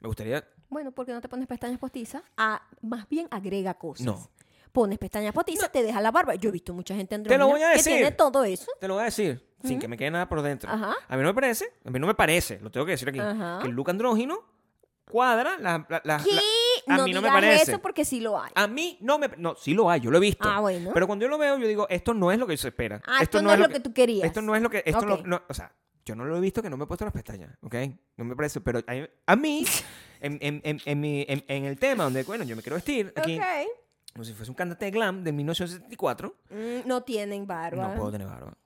Speaker 2: Me gustaría...
Speaker 1: Bueno, porque no te pones pestañas postizas, Ah, más bien agrega cosas.
Speaker 2: No.
Speaker 1: Pones pestañas postizas, te deja la barba. Yo he visto mucha gente
Speaker 2: Te lo voy a
Speaker 1: andrógina que
Speaker 2: decir.
Speaker 1: tiene todo eso.
Speaker 2: Te lo voy a decir, sin que me quede nada por dentro.
Speaker 1: Ajá.
Speaker 2: A mí no me parece, a mí no me parece, lo tengo que decir aquí,
Speaker 1: Ah. Ajá.
Speaker 2: que el look andrógino cuadra la... la- la-
Speaker 1: ¿Qué?
Speaker 2: la- a
Speaker 1: no
Speaker 2: mí no me
Speaker 1: digas
Speaker 2: parece.
Speaker 1: eso porque sí lo hay.
Speaker 2: a mí no me... No, sí lo hay, yo lo he visto.
Speaker 1: Ah, bueno.
Speaker 2: Pero cuando yo lo veo, yo digo, esto no es lo que se espera.
Speaker 1: Ah, esto, no es lo que, tú querías.
Speaker 2: Esto no es lo que... Esto no-
Speaker 1: Ok.
Speaker 2: no- o sea, yo no lo he visto que no me he puesto las pestañas, ¿ok? No me parece, pero a, a mí, en, en- en- en mi- en- en el tema donde, bueno, yo me quiero vestir, aquí,
Speaker 1: Ok.
Speaker 2: como si fuese un cantante de glam de 1974,
Speaker 1: Mm, no tienen barba.
Speaker 2: no puedo tener barba.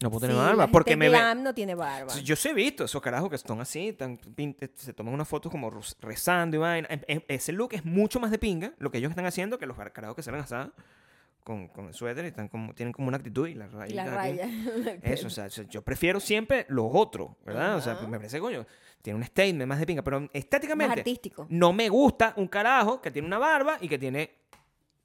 Speaker 2: No puedo tener
Speaker 1: Sí, la
Speaker 2: barba
Speaker 1: gente
Speaker 2: porque me ve-
Speaker 1: glam no tiene barba.
Speaker 2: Sí, Yo sí he visto esos carajos que son así, tan pin- eh, se toman unas fotos como ruz- rezando y vaina. Em- em- Ese look es mucho más de pinga lo que ellos están haciendo que los car- carajos que salen asados con, con el suéter y están como, tienen como una actitud y las
Speaker 1: Y
Speaker 2: rayas.
Speaker 1: la raya.
Speaker 2: Eso, o sea, yo- yo prefiero siempre los otros, ¿verdad? O sea,
Speaker 1: Ajá.
Speaker 2: me parece, coño, tiene un statement más de pinga, pero
Speaker 1: Más
Speaker 2: estéticamente
Speaker 1: artístico.
Speaker 2: no me gusta un carajo que tiene una barba y que tiene...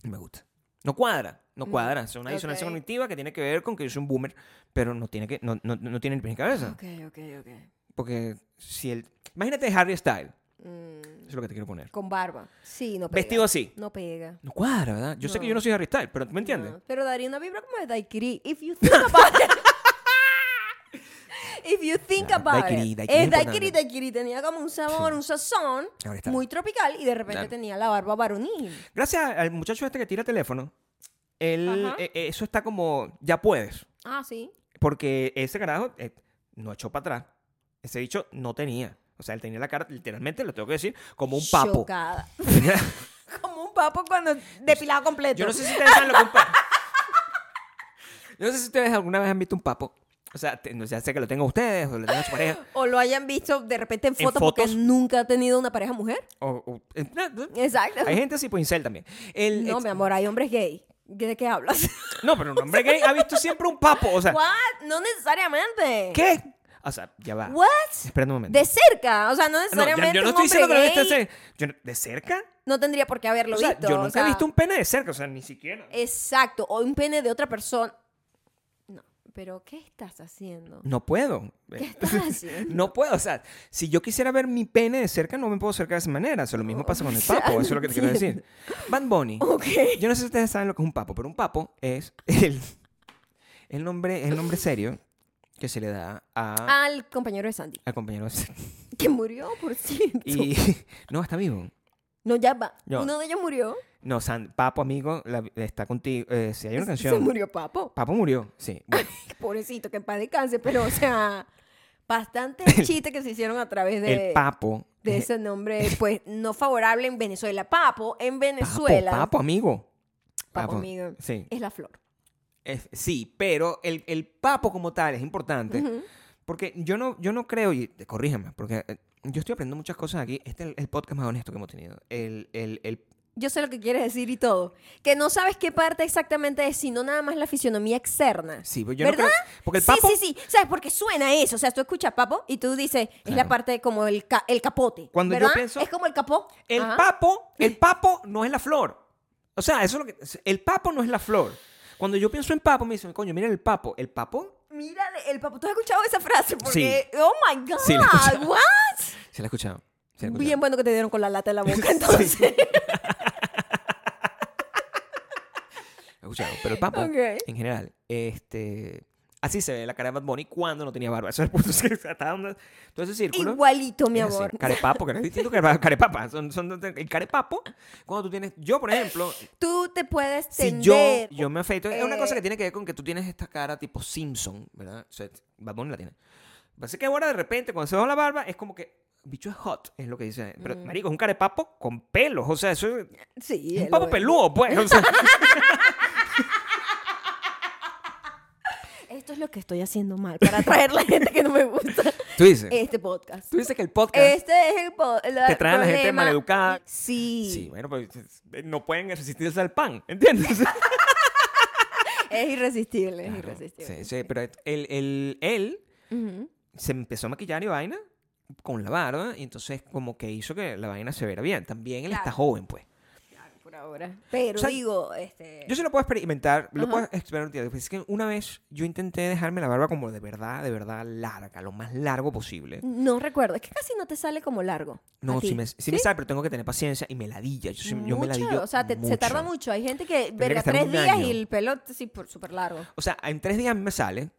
Speaker 2: No me gusta. No cuadra, no cuadra. Es una disonancia
Speaker 1: Mm. ok.
Speaker 2: cognitiva que tiene que ver con que yo soy un boomer, pero no tiene, que, no, no, no tiene ni pies ni cabeza.
Speaker 1: Ok, ok, ok.
Speaker 2: Porque si el. Imagínate Harry Styles.
Speaker 1: Mm,
Speaker 2: Eso es lo que te quiero poner.
Speaker 1: con barba. Sí, no pega.
Speaker 2: Vestido así.
Speaker 1: No pega.
Speaker 2: No cuadra, ¿verdad? Yo sé que yo no soy Harry Styles, pero tú me entiendes.
Speaker 1: No, pero daría una vibra como de Daiquiri. If you think about it. If you think
Speaker 2: Claro,
Speaker 1: about
Speaker 2: daiquiri,
Speaker 1: it.
Speaker 2: daiquiri
Speaker 1: es Daiquiri,
Speaker 2: importante.
Speaker 1: Daiquiri. Tenía como un sabor, un sazón
Speaker 2: Ahora está.
Speaker 1: muy tropical y de repente
Speaker 2: Claro.
Speaker 1: tenía la barba varonil.
Speaker 2: Gracias al muchacho este que tira teléfono. Él,
Speaker 1: Ajá.
Speaker 2: eh, eh, eso está como. Ya puedes.
Speaker 1: Ah, sí.
Speaker 2: Porque ese carajo eh, no echó para atrás. Ese bicho no tenía. O sea, él tenía la cara, literalmente, lo tengo que decir, como un papo.
Speaker 1: Chocada. Como un papo cuando depilado completo.
Speaker 2: Yo no sé si ustedes saben lo que un papo. Yo no sé si ustedes alguna vez han visto un papo. O sea, te- ya sé que lo tengan ustedes o lo tengan su pareja.
Speaker 1: O lo hayan visto de repente en
Speaker 2: En
Speaker 1: fotos, porque
Speaker 2: fotos.
Speaker 1: nunca ha tenido una pareja mujer.
Speaker 2: O, o- eh, no, no.
Speaker 1: Exacto.
Speaker 2: Hay gente así, pues incel también. El,
Speaker 1: no,
Speaker 2: ex-
Speaker 1: mi amor, hay hombres gay. ¿De qué hablas?
Speaker 2: no, pero un hombre gay ha visto siempre un papo. O sea,
Speaker 1: What? No necesariamente.
Speaker 2: ¿qué? O sea, ya va.
Speaker 1: What?
Speaker 2: Espera un momento.
Speaker 1: De cerca. O sea, no
Speaker 2: Ah, No, ya-
Speaker 1: necesariamente.
Speaker 2: yo
Speaker 1: un
Speaker 2: no estoy diciendo que
Speaker 1: hombre
Speaker 2: lo viste de
Speaker 1: gay
Speaker 2: cerca. Yo no- ¿De cerca?
Speaker 1: No tendría por qué haberlo
Speaker 2: O sea,
Speaker 1: visto.
Speaker 2: yo
Speaker 1: o
Speaker 2: nunca
Speaker 1: sea,
Speaker 2: he visto un pene de cerca, o sea, ni siquiera.
Speaker 1: Exacto. O un pene de otra persona. No. Pero, ¿qué estás haciendo?
Speaker 2: No puedo. Eh,
Speaker 1: ¿Qué estás haciendo?
Speaker 2: No puedo, o sea, si yo quisiera ver mi pene de cerca, no me puedo acercar de esa manera. O sea, lo mismo pasa con el
Speaker 1: sea,
Speaker 2: papo, eso es lo que te quiero
Speaker 1: entiendo.
Speaker 2: decir. Bad Bunny.
Speaker 1: Ok.
Speaker 2: Yo no sé si ustedes saben lo que es un papo, pero un papo es el, el, nombre, el nombre serio que se le da a,
Speaker 1: Al compañero de Sandy.
Speaker 2: al compañero de
Speaker 1: Que murió, por cierto.
Speaker 2: Y no, está vivo.
Speaker 1: No, ya va.
Speaker 2: Yo-
Speaker 1: Uno de ellos murió.
Speaker 2: No, San, Papo, amigo, la- está contigo. Eh, si hay una
Speaker 1: Se
Speaker 2: canción.
Speaker 1: murió Papo.
Speaker 2: Papo murió, sí. Bueno,
Speaker 1: Pobrecito, que en paz descanse, pero o sea, bastante chiste que se hicieron a través de,
Speaker 2: el Papo.
Speaker 1: de
Speaker 2: eh,
Speaker 1: ese nombre, pues no favorable en Venezuela. Papo en
Speaker 2: papo,
Speaker 1: Venezuela.
Speaker 2: Papo, amigo.
Speaker 1: Papo, amigo.
Speaker 2: Sí,
Speaker 1: Es la flor.
Speaker 2: es- sí, pero el, el Papo como tal es importante.
Speaker 1: Ujú.
Speaker 2: Porque yo no, yo no creo, y corríjame, porque eh, yo estoy aprendiendo muchas cosas aquí. Este es el, el podcast más honesto que hemos tenido. El, el, el-
Speaker 1: Yo sé lo que quieres decir y todo. Que no sabes qué parte exactamente es, sino nada más la fisionomía externa.
Speaker 2: sí, pero yo
Speaker 1: ¿Verdad?
Speaker 2: no creo. Porque el Papo.
Speaker 1: Sí, sí, sí. ¿Sabes? Porque suena eso. O sea, tú escuchas papo y tú dices, es la
Speaker 2: Claro.
Speaker 1: parte como el, ca- el capote.
Speaker 2: Cuando yo
Speaker 1: ¿verdad?
Speaker 2: pienso-
Speaker 1: Es como el capó.
Speaker 2: El
Speaker 1: Ajá.
Speaker 2: papo, el papo no es la flor. O sea, eso es lo que. El papo no es la flor. Cuando yo pienso en papo, me dicen, coño, mira el papo. El papo,
Speaker 1: Mira, el papo. ¿Tú has escuchado esa frase? Porque, oh my God,
Speaker 2: Sí, la he escuchado.
Speaker 1: what?
Speaker 2: se la he escuchado. se la he
Speaker 1: Bien
Speaker 2: escuchado.
Speaker 1: bueno que te dieron con la lata de la boca, entonces.
Speaker 2: La he escuchado. Pero el papo,
Speaker 1: Ok.
Speaker 2: en general, este. Así se ve la cara de Bad Bunny cuando no tenía barba. Eso es el punto. Es que está dando todo ese círculo.
Speaker 1: Igualito, mi
Speaker 2: Es así,
Speaker 1: amor.
Speaker 2: Carepapo, que no es distinto que el carepapa. Son, son- el careppapo, cuando tú tienes. Yo, por ejemplo,
Speaker 1: Tú te puedes
Speaker 2: si yo,
Speaker 1: tender.
Speaker 2: yo me afeito. Es una
Speaker 1: eh,
Speaker 2: cosa que tiene que ver con que tú tienes esta cara tipo Simpson, ¿verdad? O sea, Bad Bunny la tiene. Así que ahora de repente, cuando se va la barba, es como que. Bicho es hot, es lo que dice. Pero, marico, es un carepapo con pelos. O sea, eso es.
Speaker 1: Sí,
Speaker 2: Es
Speaker 1: él
Speaker 2: un papo
Speaker 1: lo-
Speaker 2: peludo, pues. o sea.
Speaker 1: Esto es lo que estoy haciendo mal para atraer la gente que no me gusta
Speaker 2: tú dices.
Speaker 1: este podcast.
Speaker 2: Tú dices que el podcast.
Speaker 1: Este es el po- el
Speaker 2: Te trae a la gente
Speaker 1: problema.
Speaker 2: maleducada.
Speaker 1: Sí.
Speaker 2: Sí, bueno, pues eh, no pueden resistirse al pan, ¿entiendes?
Speaker 1: Es irresistible, es
Speaker 2: Claro,
Speaker 1: irresistible.
Speaker 2: Sí, sí, pero et- él, él, él
Speaker 1: Ujú.
Speaker 2: se empezó a maquillar y vaina con la barba, y entonces como que hizo que la vaina se viera bien. También él está
Speaker 1: Claro.
Speaker 2: joven, pues.
Speaker 1: Claro, por ahora. Pero
Speaker 2: O sea,
Speaker 1: digo, este.
Speaker 2: Yo sí lo puedo experimentar, lo
Speaker 1: Ajá.
Speaker 2: puedo experimentar. Es que una vez yo intenté dejarme la barba como de verdad, de verdad larga, lo más largo posible.
Speaker 1: No recuerdo, es que casi no te sale como largo.
Speaker 2: No,
Speaker 1: Mm, a
Speaker 2: sí
Speaker 1: ti.
Speaker 2: me, sí me sale, pero tengo que tener paciencia y meladilla. Yo, sí- yo me
Speaker 1: Mucho,
Speaker 2: ladillo
Speaker 1: o sea, te- se tarda mucho. Hay gente que, verga,
Speaker 2: estar
Speaker 1: tres
Speaker 2: un
Speaker 1: días
Speaker 2: año.
Speaker 1: y el pelo t- sí, por- súper largo.
Speaker 2: O sea, en tres días me sale,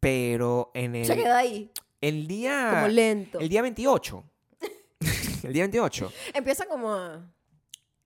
Speaker 2: pero en el,
Speaker 1: Se queda ahí,
Speaker 2: el día...
Speaker 1: como lento.
Speaker 2: Eh, ah, El día 28. el día 28.
Speaker 1: Empieza como a...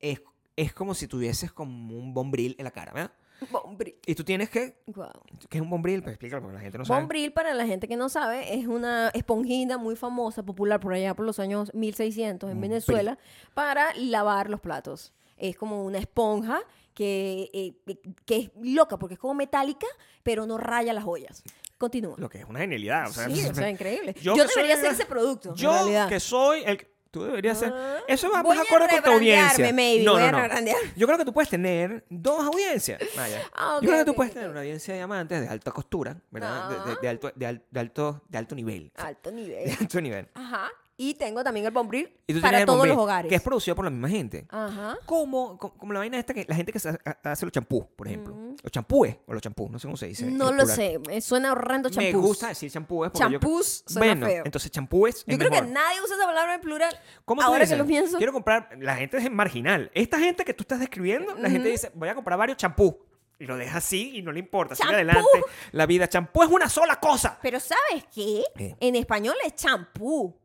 Speaker 2: Es, es como si tuvieses como un bombril en la cara, ¿verdad?
Speaker 1: Bombril.
Speaker 2: Y tú tienes que...
Speaker 1: Guau.
Speaker 2: ¿Qué es un bombril? Pues explícalo porque la gente no sabe.
Speaker 1: Bombril, para la gente que no sabe, es una esponjita muy famosa, popular por allá por los años 1600 en
Speaker 2: Un
Speaker 1: Venezuela, para lavar los platos. Es como una esponja que, eh, que es loca porque es como metálica, pero no raya las joyas. Continúa.
Speaker 2: Lo que es una genialidad. O sea,
Speaker 1: sí, o sea, increíble.
Speaker 2: yo
Speaker 1: Yo,
Speaker 2: que soy
Speaker 1: debería
Speaker 2: el-
Speaker 1: hacer ese producto. en
Speaker 2: yo
Speaker 1: realidad.
Speaker 2: que soy el... que- Tú deberías ser...
Speaker 1: Ah,
Speaker 2: Eso va
Speaker 1: voy
Speaker 2: más
Speaker 1: a
Speaker 2: acorde con tu audiencia.
Speaker 1: rebrandearme, maybe,
Speaker 2: No,
Speaker 1: voy
Speaker 2: no,
Speaker 1: a
Speaker 2: no.
Speaker 1: rebrandear.
Speaker 2: Yo creo que tú puedes tener dos audiencias. Vaya.
Speaker 1: Ah, ok,
Speaker 2: Yo creo que tú
Speaker 1: ok,
Speaker 2: puedes
Speaker 1: ok,
Speaker 2: tener
Speaker 1: ok.
Speaker 2: una audiencia de diamantes de alta costura, ¿verdad? De- De,
Speaker 1: Ah.
Speaker 2: de alto, de, al- de alto, de alto nivel.
Speaker 1: Alto
Speaker 2: De
Speaker 1: nivel.
Speaker 2: alto nivel.
Speaker 1: Ajá. Y tengo también el bombril
Speaker 2: Y tú tienes
Speaker 1: para
Speaker 2: el
Speaker 1: todos
Speaker 2: bombril,
Speaker 1: los hogares.
Speaker 2: Que es producido por la misma gente.
Speaker 1: Ajá.
Speaker 2: como, co- como la vaina esta que la gente que se ha- hace los champús, por ejemplo. Los champúes o los champús, Mm. no sé cómo se dice. en
Speaker 1: No lo
Speaker 2: plural.
Speaker 1: sé. Me suena horrendo champús.
Speaker 2: Me gusta decir champúes porque
Speaker 1: Champús
Speaker 2: yo...
Speaker 1: suena
Speaker 2: Bueno,
Speaker 1: feo.
Speaker 2: entonces champúes es
Speaker 1: Yo creo
Speaker 2: mejor.
Speaker 1: que nadie usa esa palabra en plural.
Speaker 2: ¿Cómo tú
Speaker 1: ahora
Speaker 2: dices?
Speaker 1: que lo pienso.
Speaker 2: Quiero comprar... La gente es marginal. Esta gente que tú estás describiendo, la gente dice, voy a comprar varios champús. Y lo deja así y no le importa. Sigue
Speaker 1: ¡Champú!
Speaker 2: adelante. La vida champú es una sola cosa.
Speaker 1: Pero ¿sabes qué?
Speaker 2: ¿Qué?
Speaker 1: En español es champú.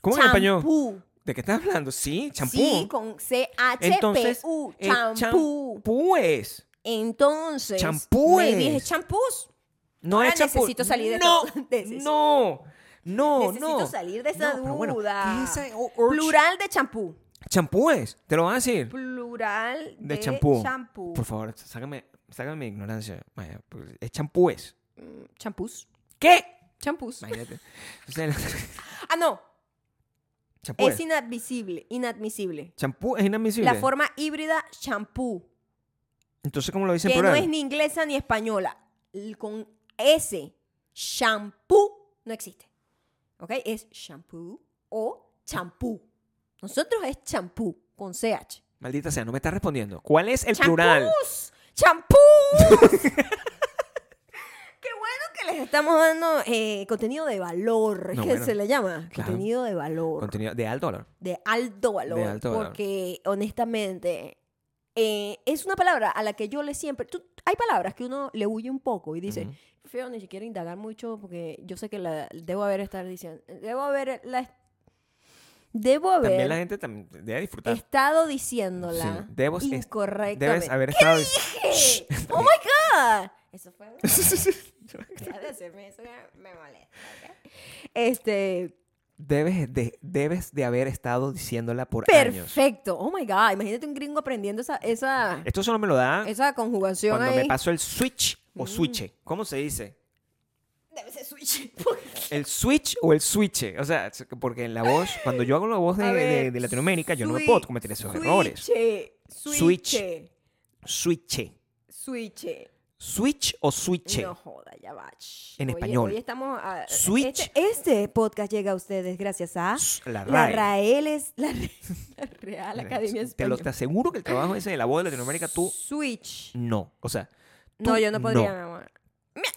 Speaker 2: ¿Cómo en español?
Speaker 1: Champú.
Speaker 2: ¿De qué estás hablando? Sí, champú.
Speaker 1: Sí, con
Speaker 2: Entonces,
Speaker 1: C-H-P-U.
Speaker 2: eh,
Speaker 1: champú.
Speaker 2: champúes.
Speaker 1: Entonces.
Speaker 2: Champúes.
Speaker 1: me dije champús.
Speaker 2: No
Speaker 1: Ahora
Speaker 2: es champú.
Speaker 1: necesito salir de
Speaker 2: no,
Speaker 1: esta- de ese-
Speaker 2: no, no,
Speaker 1: Necesito
Speaker 2: no.
Speaker 1: salir de esa
Speaker 2: No, pero bueno,
Speaker 1: duda.
Speaker 2: ¿qué es esa o- urge?
Speaker 1: Plural de champú.
Speaker 2: Champúes, te lo van a decir.
Speaker 1: Plural de,
Speaker 2: De champú.
Speaker 1: champú.
Speaker 2: Por favor, sácame, sácame mi ignorancia. Maya, porque Es champúes.
Speaker 1: Mm, Champús.
Speaker 2: ¿Qué?
Speaker 1: Champús.
Speaker 2: Imagínate. O sea,
Speaker 1: Ah, no.
Speaker 2: champúes.
Speaker 1: Es inadmisible. Inadmisible.
Speaker 2: Champú es inadmisible.
Speaker 1: La forma híbrida champú.
Speaker 2: Entonces, ¿cómo lo dicen
Speaker 1: que
Speaker 2: por
Speaker 1: no
Speaker 2: ahí?
Speaker 1: es ni inglesa ni española. L- Con S, shampoo, no existe. ¿Ok? Es shampoo o champú. Nosotros es champú con CH.
Speaker 2: Maldita sea, no me estás respondiendo. ¿Cuál es el plural?
Speaker 1: ¡Champús! ¡Champús! Qué bueno que les estamos dando eh, contenido de valor.
Speaker 2: No,
Speaker 1: ¿Qué
Speaker 2: bueno.
Speaker 1: se le llama?
Speaker 2: Claro.
Speaker 1: Contenido de valor.
Speaker 2: Contenido de alto valor.
Speaker 1: de alto valor.
Speaker 2: De alto valor.
Speaker 1: Porque, honestamente, eh, es una palabra a la que yo le siempre. tú- hay palabras que uno le huye un poco y dice,
Speaker 2: Ujú.
Speaker 1: feo, ni siquiera indagar mucho porque yo sé que la debo haber estar diciendo. Debo haber. La, debo haber
Speaker 2: También la gente también debe disfrutar.
Speaker 1: estado diciéndola.
Speaker 2: Sí, debo- es-
Speaker 1: incorrectamente.
Speaker 2: Debes haber estado.
Speaker 1: ¡Eh! ¡Oh my God! Eso fue. una- Deja de hacerme eso, ya me molesta. ¿ok? Este.
Speaker 2: debes, de, debes de haber estado diciéndola por años.
Speaker 1: Perfecto. Oh my God. Imagínate un gringo aprendiendo esa, esa,
Speaker 2: Esto solo me lo da
Speaker 1: esa conjugación
Speaker 2: cuando
Speaker 1: ahí. Mm.
Speaker 2: me paso el switch o switch. ¿Cómo se dice?
Speaker 1: Debe ser switch.
Speaker 2: ¿El switch o el switch? O sea, es que- porque en la voz, cuando yo hago la voz de,
Speaker 1: A
Speaker 2: de-
Speaker 1: ver,
Speaker 2: de Latinoamérica, yo no me
Speaker 1: swi-
Speaker 2: puedo cometer esos errores.
Speaker 1: switche,
Speaker 2: Switch.
Speaker 1: Switch.
Speaker 2: Switch.
Speaker 1: Switch.
Speaker 2: Switch o switch.
Speaker 1: No joda, ya va. Shh.
Speaker 2: En
Speaker 1: Oye,
Speaker 2: español.
Speaker 1: Hoy estamos a,
Speaker 2: Switch.
Speaker 1: Este, este podcast llega a ustedes gracias a
Speaker 2: La
Speaker 1: la
Speaker 2: RAE. Eh,
Speaker 1: Rael es la, Re- la Real Academia
Speaker 2: Te lo
Speaker 1: Española.
Speaker 2: te aseguro que el trabajo ese de la voz de Latinoamérica, tú
Speaker 1: Switch.
Speaker 2: no. O sea,
Speaker 1: No,
Speaker 2: tú
Speaker 1: yo no podría, mi
Speaker 2: no.
Speaker 1: amor.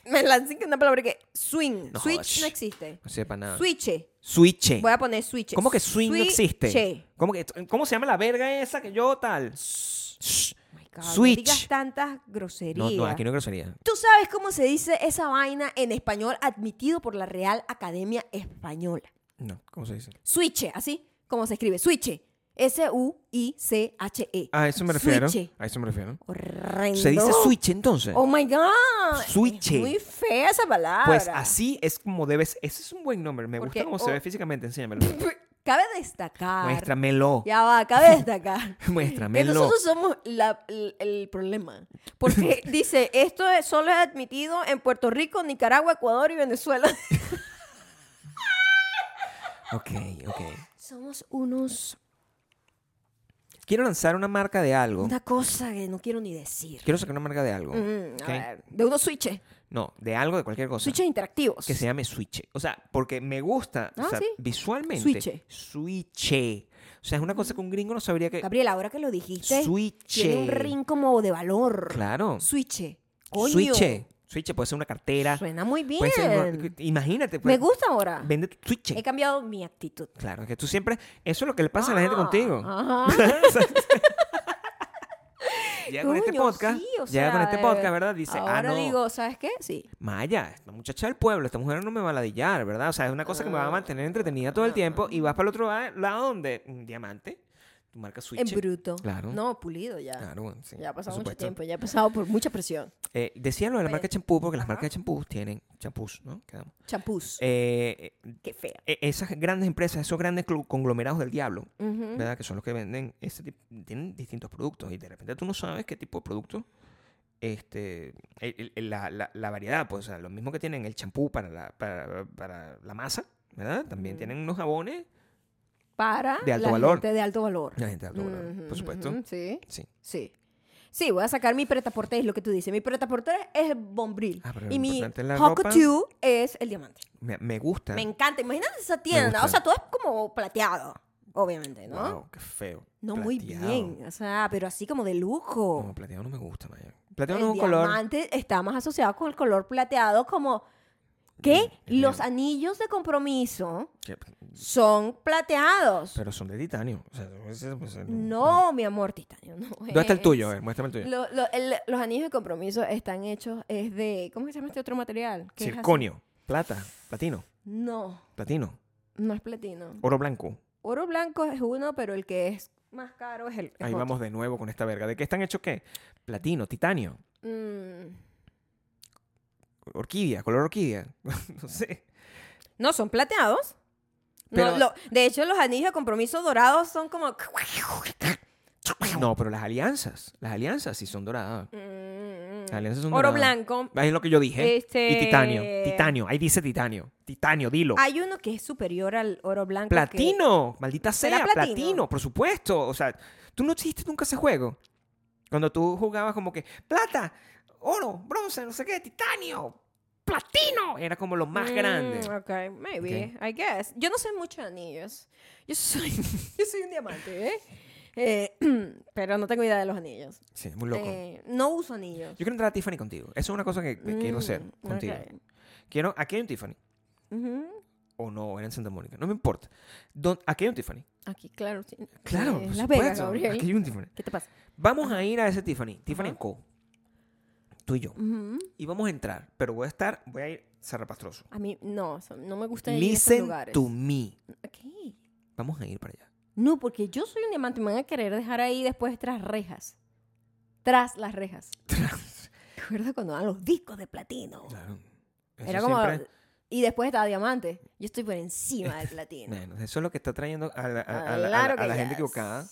Speaker 1: Me, me lancé con una palabra que swing.
Speaker 2: No
Speaker 1: switch
Speaker 2: jodas, shh.
Speaker 1: no existe.
Speaker 2: No sepa nada.
Speaker 1: Switche.
Speaker 2: Switch.
Speaker 1: Voy a poner switch.
Speaker 2: ¿Cómo que swing no existe?
Speaker 1: Switche.
Speaker 2: ¿Cómo, que, ¿Cómo se llama la verga esa que yo tal? Shh.
Speaker 1: Cabo,
Speaker 2: Switch.
Speaker 1: Oh No digas tantas groserías.
Speaker 2: No, no, aquí no hay grosería.
Speaker 1: ¿Tú sabes cómo se dice esa vaina en español admitido por la Real Academia Española?
Speaker 2: No, ¿cómo se dice?
Speaker 1: Switche, así como se escribe, switche. S-U-I-C-H-E.
Speaker 2: A eso me refiero.
Speaker 1: E. Switche.
Speaker 2: A eso me refiero.
Speaker 1: Horrendo.
Speaker 2: ¿Se dice switch entonces?
Speaker 1: Oh my God.
Speaker 2: Switche.
Speaker 1: Es muy fea esa palabra.
Speaker 2: Pues así es como debes. Ese es un buen nombre. Me
Speaker 1: Porque,
Speaker 2: gusta cómo
Speaker 1: oh.
Speaker 2: se ve físicamente. Enséñamelo.
Speaker 1: Cabe destacar.
Speaker 2: Muéstramelo.
Speaker 1: Ya va, cabe destacar. Que
Speaker 2: Muéstramelo.
Speaker 1: nosotros somos la- el, el problema. Porque dice, esto es- solo es admitido en Puerto Rico, Nicaragua, Ecuador y Venezuela.
Speaker 2: Ok, ok.
Speaker 1: Somos unos...
Speaker 2: Quiero lanzar una marca de algo.
Speaker 1: Una cosa que no quiero ni decir.
Speaker 2: Quiero sacar una marca de algo.
Speaker 1: Mm, a
Speaker 2: ¿ok?
Speaker 1: ver, de unos switches.
Speaker 2: No, de algo, de cualquier cosa.
Speaker 1: Switches interactivos.
Speaker 2: Que se llame Switch. O sea, porque me gusta o
Speaker 1: Ah,
Speaker 2: sea,
Speaker 1: sí.
Speaker 2: visualmente.
Speaker 1: Switche.
Speaker 2: Switche. O sea, es una cosa que un gringo no sabría que.
Speaker 1: Gabriela, ahora que lo dijiste,
Speaker 2: Switche.
Speaker 1: tiene un ring como de valor.
Speaker 2: Claro.
Speaker 1: Switche. Coño.
Speaker 2: Switche. Switche puede ser una cartera.
Speaker 1: Suena muy bien.
Speaker 2: Puede ser una- imagínate.
Speaker 1: Me
Speaker 2: pues,
Speaker 1: gusta ahora.
Speaker 2: Vende tu Switche.
Speaker 1: He cambiado mi actitud.
Speaker 2: Claro, que tú siempre. Eso es lo que le pasa a la gente contigo.
Speaker 1: Ajá.
Speaker 2: Llega con este
Speaker 1: Coño,
Speaker 2: podcast.
Speaker 1: sí, o
Speaker 2: llega con
Speaker 1: sea,
Speaker 2: este
Speaker 1: de-
Speaker 2: podcast, ¿verdad? Dice,
Speaker 1: ahora
Speaker 2: ah, no.
Speaker 1: digo, ¿sabes qué? Sí.
Speaker 2: Maya, esta muchacha del pueblo, esta mujer no me va a ladillar, ¿verdad? O sea, es una cosa que me va
Speaker 1: Ah.
Speaker 2: a mantener entretenida todo el tiempo y vas para el otro la- lado donde un diamante, tu marca Switch.
Speaker 1: En bruto.
Speaker 2: Claro.
Speaker 1: No, pulido ya.
Speaker 2: Claro, sí,
Speaker 1: Ya ha
Speaker 2: por
Speaker 1: pasado mucho
Speaker 2: supuesto.
Speaker 1: tiempo, ya ha pasado por mucha presión.
Speaker 2: Eh, decía lo de la
Speaker 1: Pero-
Speaker 2: marca champú, porque las marcas de champús tienen champús, ¿no? Quedamos.
Speaker 1: Champús.
Speaker 2: Eh, eh,
Speaker 1: Qué fea.
Speaker 2: eh, esas grandes empresas, esos grandes clu- conglomerados del diablo,
Speaker 1: Ujú.
Speaker 2: ¿verdad? Que son los que venden ese tipo, tienen distintos productos y de repente tú no sabes qué tipo de producto, este, el- el- la, la- la variedad, pues, o sea, lo mismo que tienen el champú para la, para, para la masa, ¿verdad? También tienen unos jabones,
Speaker 1: Para
Speaker 2: de alto
Speaker 1: la
Speaker 2: valor.
Speaker 1: gente de alto valor.
Speaker 2: la gente de alto valor,
Speaker 1: Ujú,
Speaker 2: por supuesto.
Speaker 1: ujú, Sí,
Speaker 2: Sí.
Speaker 1: sí. Sí, voy a sacar mi pretaporte, es lo que tú dices. Mi pretaporte es el bombril.
Speaker 2: Ah, pero lo
Speaker 1: y mi
Speaker 2: importante es la
Speaker 1: Hot
Speaker 2: ropa.
Speaker 1: Couture es el diamante.
Speaker 2: Me, me gusta.
Speaker 1: Me encanta. Imagínate esa tienda.
Speaker 2: gusta.
Speaker 1: O sea, todo es como plateado, obviamente, ¿no?
Speaker 2: Wow, qué feo.
Speaker 1: No muy
Speaker 2: Plateado.
Speaker 1: bien. O sea, pero así como de lujo.
Speaker 2: No, plateado no me gusta, Maya. Plateado
Speaker 1: El
Speaker 2: no es un color.
Speaker 1: diamante está más asociado con el color plateado como que
Speaker 2: Mm, el
Speaker 1: los
Speaker 2: diam-
Speaker 1: anillos de compromiso
Speaker 2: que-
Speaker 1: son plateados.
Speaker 2: Pero son de titanio. O sea, ese- pues,
Speaker 1: no, mi amor, titanio. No
Speaker 2: ¿Dónde está el
Speaker 1: es.
Speaker 2: tuyo? eh. A ver, muéstrame el tuyo.
Speaker 1: Lo- lo- el- los anillos de compromiso están hechos es de ¿cómo que se llama este otro material? Que es así.
Speaker 2: Circonio. Plata. Platino.
Speaker 1: No,
Speaker 2: Platino.
Speaker 1: no es platino.
Speaker 2: Oro blanco.
Speaker 1: Oro blanco es uno, pero el que es más caro es el. es
Speaker 2: Ahí
Speaker 1: otro.
Speaker 2: vamos de nuevo con esta verga. ¿De qué están hechos qué? Platino, titanio,
Speaker 1: Mm,
Speaker 2: orquídea, color orquídea. no sé.
Speaker 1: No son plateados. No,
Speaker 2: Pero-
Speaker 1: lo- de hecho, los anillos de compromiso dorados son como
Speaker 2: Ah, No, pero las alianzas. Las alianzas sí son doradas.
Speaker 1: Mm,
Speaker 2: Las alianzas son
Speaker 1: Oro
Speaker 2: doradas.
Speaker 1: blanco.
Speaker 2: Ahí es lo que yo dije.
Speaker 1: Este-
Speaker 2: Y titanio. Titanio. Ahí dice titanio. Titanio, dilo.
Speaker 1: Hay uno que es superior al oro blanco. que-
Speaker 2: Platino. Maldita
Speaker 1: ¿Será
Speaker 2: sea.
Speaker 1: platino?
Speaker 2: Platino? por supuesto. O sea, tú no hiciste nunca ese juego. Cuando tú jugabas como que plata, oro, bronce, no sé qué, titanio, platino. Era como lo más
Speaker 1: Mm,
Speaker 2: grande.
Speaker 1: Ok, maybe, I guess. Yo no sé mucho de anillos. Yo soy, yo soy un diamante, ¿eh? Eh, pero no tengo idea de los anillos.
Speaker 2: Sí, muy loco.
Speaker 1: Eh, no uso anillos.
Speaker 2: Yo quiero entrar a Tiffany contigo. Eso es una cosa que, que quiero hacer
Speaker 1: Mm,
Speaker 2: contigo.
Speaker 1: ok.
Speaker 2: Quiero, aquí hay un Tiffany.
Speaker 1: Ujú.
Speaker 2: O no, era en Santa Mónica. No me importa. Don- aquí hay un Tiffany.
Speaker 1: Aquí, claro. sí.
Speaker 2: Claro,
Speaker 1: Eh,
Speaker 2: por
Speaker 1: Las Vegas,
Speaker 2: supuesto.
Speaker 1: Gabriel.
Speaker 2: Aquí hay un Tiffany.
Speaker 1: ¿Qué te pasa?
Speaker 2: Vamos a ir a ese Tiffany. Tiffany Co. Tú y yo.
Speaker 1: Ujú.
Speaker 2: Y vamos a entrar. Pero voy a estar, voy a ir zarrapastroso.
Speaker 1: A mí, no, o sea, no me gusta ir a esos
Speaker 2: Listen
Speaker 1: lugares.
Speaker 2: to me.
Speaker 1: Ok.
Speaker 2: Vamos a ir para allá.
Speaker 1: No, porque yo soy un diamante. Me van a querer dejar ahí después tras rejas. Tras las rejas. Recuerdo cuando daban los discos de platino.
Speaker 2: Claro. Eso
Speaker 1: Era como.
Speaker 2: siempre-
Speaker 1: Y después estaba diamante. Yo estoy por encima del platino. Ah,
Speaker 2: Bueno, eso es lo que está trayendo a la, a- a la- a la-
Speaker 1: Claro
Speaker 2: a la
Speaker 1: que
Speaker 2: gente
Speaker 1: yes.
Speaker 2: equivocada. que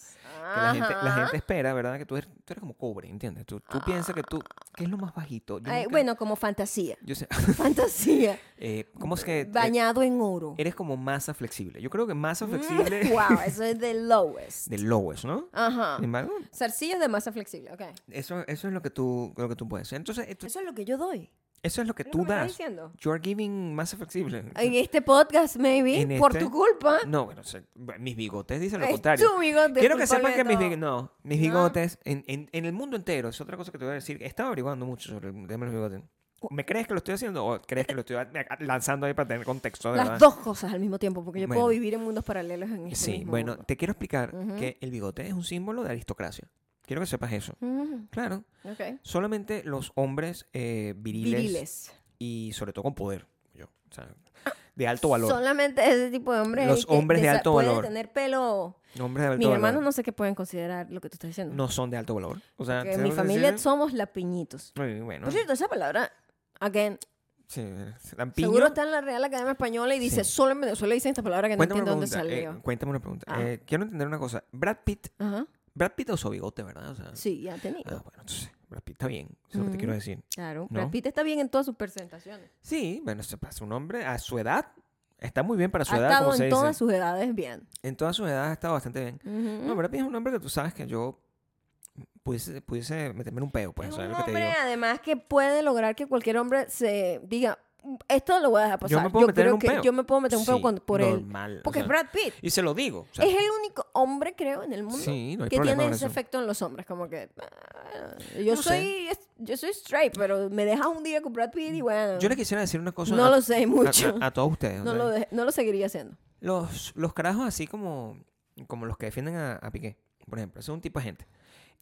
Speaker 2: la gente, la
Speaker 1: Ajá.
Speaker 2: gente espera, ¿verdad? Que tú eres, tú eres como cobre, ¿entiendes? Tú, tú piensas que tú, ¿qué es lo más bajito? Yo
Speaker 1: Ay,
Speaker 2: nunca-
Speaker 1: bueno, como fantasía.
Speaker 2: yo sé-
Speaker 1: Fantasía.
Speaker 2: eh, ¿Cómo es que eh,
Speaker 1: bañado en oro.
Speaker 2: eres como masa flexible? Yo creo que masa
Speaker 1: Mm,
Speaker 2: flexible
Speaker 1: wow, eso es the lowest.
Speaker 2: del lowest, ¿no?
Speaker 1: Ajá.
Speaker 2: Sin embargo,
Speaker 1: Zarcillos de masa flexible, ok.
Speaker 2: eso, eso es lo que tú, lo que tú puedes. Entonces, esto-
Speaker 1: Eso es lo que yo doy.
Speaker 2: eso es lo que
Speaker 1: ¿Es
Speaker 2: tú
Speaker 1: lo que me estás
Speaker 2: das.
Speaker 1: diciendo?
Speaker 2: You are giving masa flexible.
Speaker 1: En este podcast, maybe,
Speaker 2: En
Speaker 1: por
Speaker 2: este-
Speaker 1: tu culpa.
Speaker 2: No, bueno, o sea, bueno, mis bigotes dicen lo
Speaker 1: Es
Speaker 2: contrario.
Speaker 1: tu bigote
Speaker 2: Quiero
Speaker 1: culpable
Speaker 2: que sepan
Speaker 1: de
Speaker 2: que mis
Speaker 1: todo.
Speaker 2: bigotes, no, mis
Speaker 1: No.
Speaker 2: bigotes en, en- en el mundo entero, es otra cosa que te voy a decir, he estado averiguando mucho sobre el tema de los bigotes. ¿Me crees que lo estoy haciendo o crees que lo estoy a- lanzando ahí para tener contexto? de
Speaker 1: Las
Speaker 2: verdad?
Speaker 1: dos cosas al mismo tiempo, porque yo
Speaker 2: Bueno.
Speaker 1: puedo vivir en mundos paralelos en este
Speaker 2: Sí,
Speaker 1: mismo
Speaker 2: bueno,
Speaker 1: mundo.
Speaker 2: te quiero explicar
Speaker 1: Ujú.
Speaker 2: que el bigote es un símbolo de aristocracia. Quiero que sepas eso.
Speaker 1: Mm,
Speaker 2: Claro.
Speaker 1: ok.
Speaker 2: Solamente los hombres eh, viriles,
Speaker 1: Viriles.
Speaker 2: y sobre todo con poder. Yo, o sea, de
Speaker 1: Ah,
Speaker 2: alto valor.
Speaker 1: Solamente ese tipo de hombres.
Speaker 2: Los
Speaker 1: que
Speaker 2: hombres de
Speaker 1: desa-
Speaker 2: alto
Speaker 1: pueden
Speaker 2: valor.
Speaker 1: tener pelo.
Speaker 2: Hombres de alto
Speaker 1: Mis
Speaker 2: valor.
Speaker 1: hermanos no sé qué pueden considerar lo que tú estás diciendo.
Speaker 2: no son de alto valor. O sea,
Speaker 1: Porque
Speaker 2: ¿te
Speaker 1: en mi
Speaker 2: debo
Speaker 1: familia
Speaker 2: decir?
Speaker 1: somos lapiñitos.
Speaker 2: Muy bueno.
Speaker 1: Por cierto, esa palabra, again,
Speaker 2: Sí, lampiño.
Speaker 1: seguro está en la Real Academia Española y dice,
Speaker 2: Sí.
Speaker 1: solo en Venezuela dicen esta palabra que no
Speaker 2: Cuéntame
Speaker 1: entiendo
Speaker 2: una
Speaker 1: dónde
Speaker 2: pregunta. eh,
Speaker 1: salió.
Speaker 2: cuéntame una pregunta.
Speaker 1: Ah.
Speaker 2: Eh, quiero entender una cosa. Brad Pitt,
Speaker 1: Ajá.
Speaker 2: Brad Pitt usó bigote, ¿verdad? O sea,
Speaker 1: Sí, ya tenía.
Speaker 2: ah, bueno, entonces, Brad Pitt está bien. Eso es lo que te
Speaker 1: Ujú.
Speaker 2: quiero decir.
Speaker 1: Claro,
Speaker 2: ¿No?
Speaker 1: Brad Pitt está bien en todas sus presentaciones.
Speaker 2: Sí, bueno, se- para un hombre, a su edad, está muy bien para su
Speaker 1: Ha
Speaker 2: edad,
Speaker 1: estado
Speaker 2: como se
Speaker 1: en
Speaker 2: dice.
Speaker 1: todas sus edades bien.
Speaker 2: En toda su edad ha estado bastante bien.
Speaker 1: Ujú.
Speaker 2: No, Brad Pitt es un hombre que tú sabes que yo pudiese, pudiese meterme en un peo, pues,
Speaker 1: es
Speaker 2: ¿sabes
Speaker 1: un
Speaker 2: lo que te
Speaker 1: hombre,
Speaker 2: digo?
Speaker 1: además, que puede lograr que cualquier hombre se diga, esto lo voy a dejar pasar.
Speaker 2: Yo me puedo meter en
Speaker 1: creo
Speaker 2: un
Speaker 1: que
Speaker 2: peo.
Speaker 1: yo me puedo meter un peo
Speaker 2: Sí,
Speaker 1: con- por él.
Speaker 2: normal, o
Speaker 1: Porque
Speaker 2: sea,
Speaker 1: es Brad Pitt.
Speaker 2: Y se lo digo. o sea,
Speaker 1: es el único hombre, creo, en el mundo
Speaker 2: Sí, no hay
Speaker 1: que
Speaker 2: problema
Speaker 1: tiene
Speaker 2: con
Speaker 1: ese
Speaker 2: eso.
Speaker 1: efecto en los hombres. Como que. ah, yo,
Speaker 2: No sé. Mm,
Speaker 1: soy, es- yo soy straight, pero me dejas un día con Brad Pitt y bueno.
Speaker 2: Yo le quisiera decir una cosa
Speaker 1: no
Speaker 2: a,
Speaker 1: lo sé
Speaker 2: a-
Speaker 1: mucho.
Speaker 2: a- a todos ustedes. o
Speaker 1: no,
Speaker 2: sea,
Speaker 1: lo de- no lo seguiría haciendo.
Speaker 2: los, los carajos así como, como los que defienden a, a Piqué, por ejemplo. Son un tipo de gente.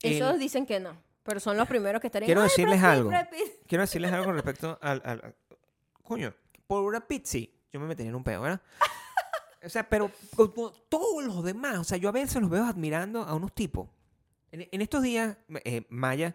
Speaker 1: Esos
Speaker 2: El-
Speaker 1: dicen que no, pero son los primeros que estarían.
Speaker 2: Quiero
Speaker 1: "Ay,
Speaker 2: decirles
Speaker 1: Brad Pitt,
Speaker 2: algo.
Speaker 1: Brad Pitt".
Speaker 2: Quiero decirles algo con respecto al... al- al- coño, por una pizza yo me metería en un pedo, ¿verdad? O sea, pero como todos los demás, o sea, yo a veces los veo admirando a unos tipos. En, en estos días, eh, Maya,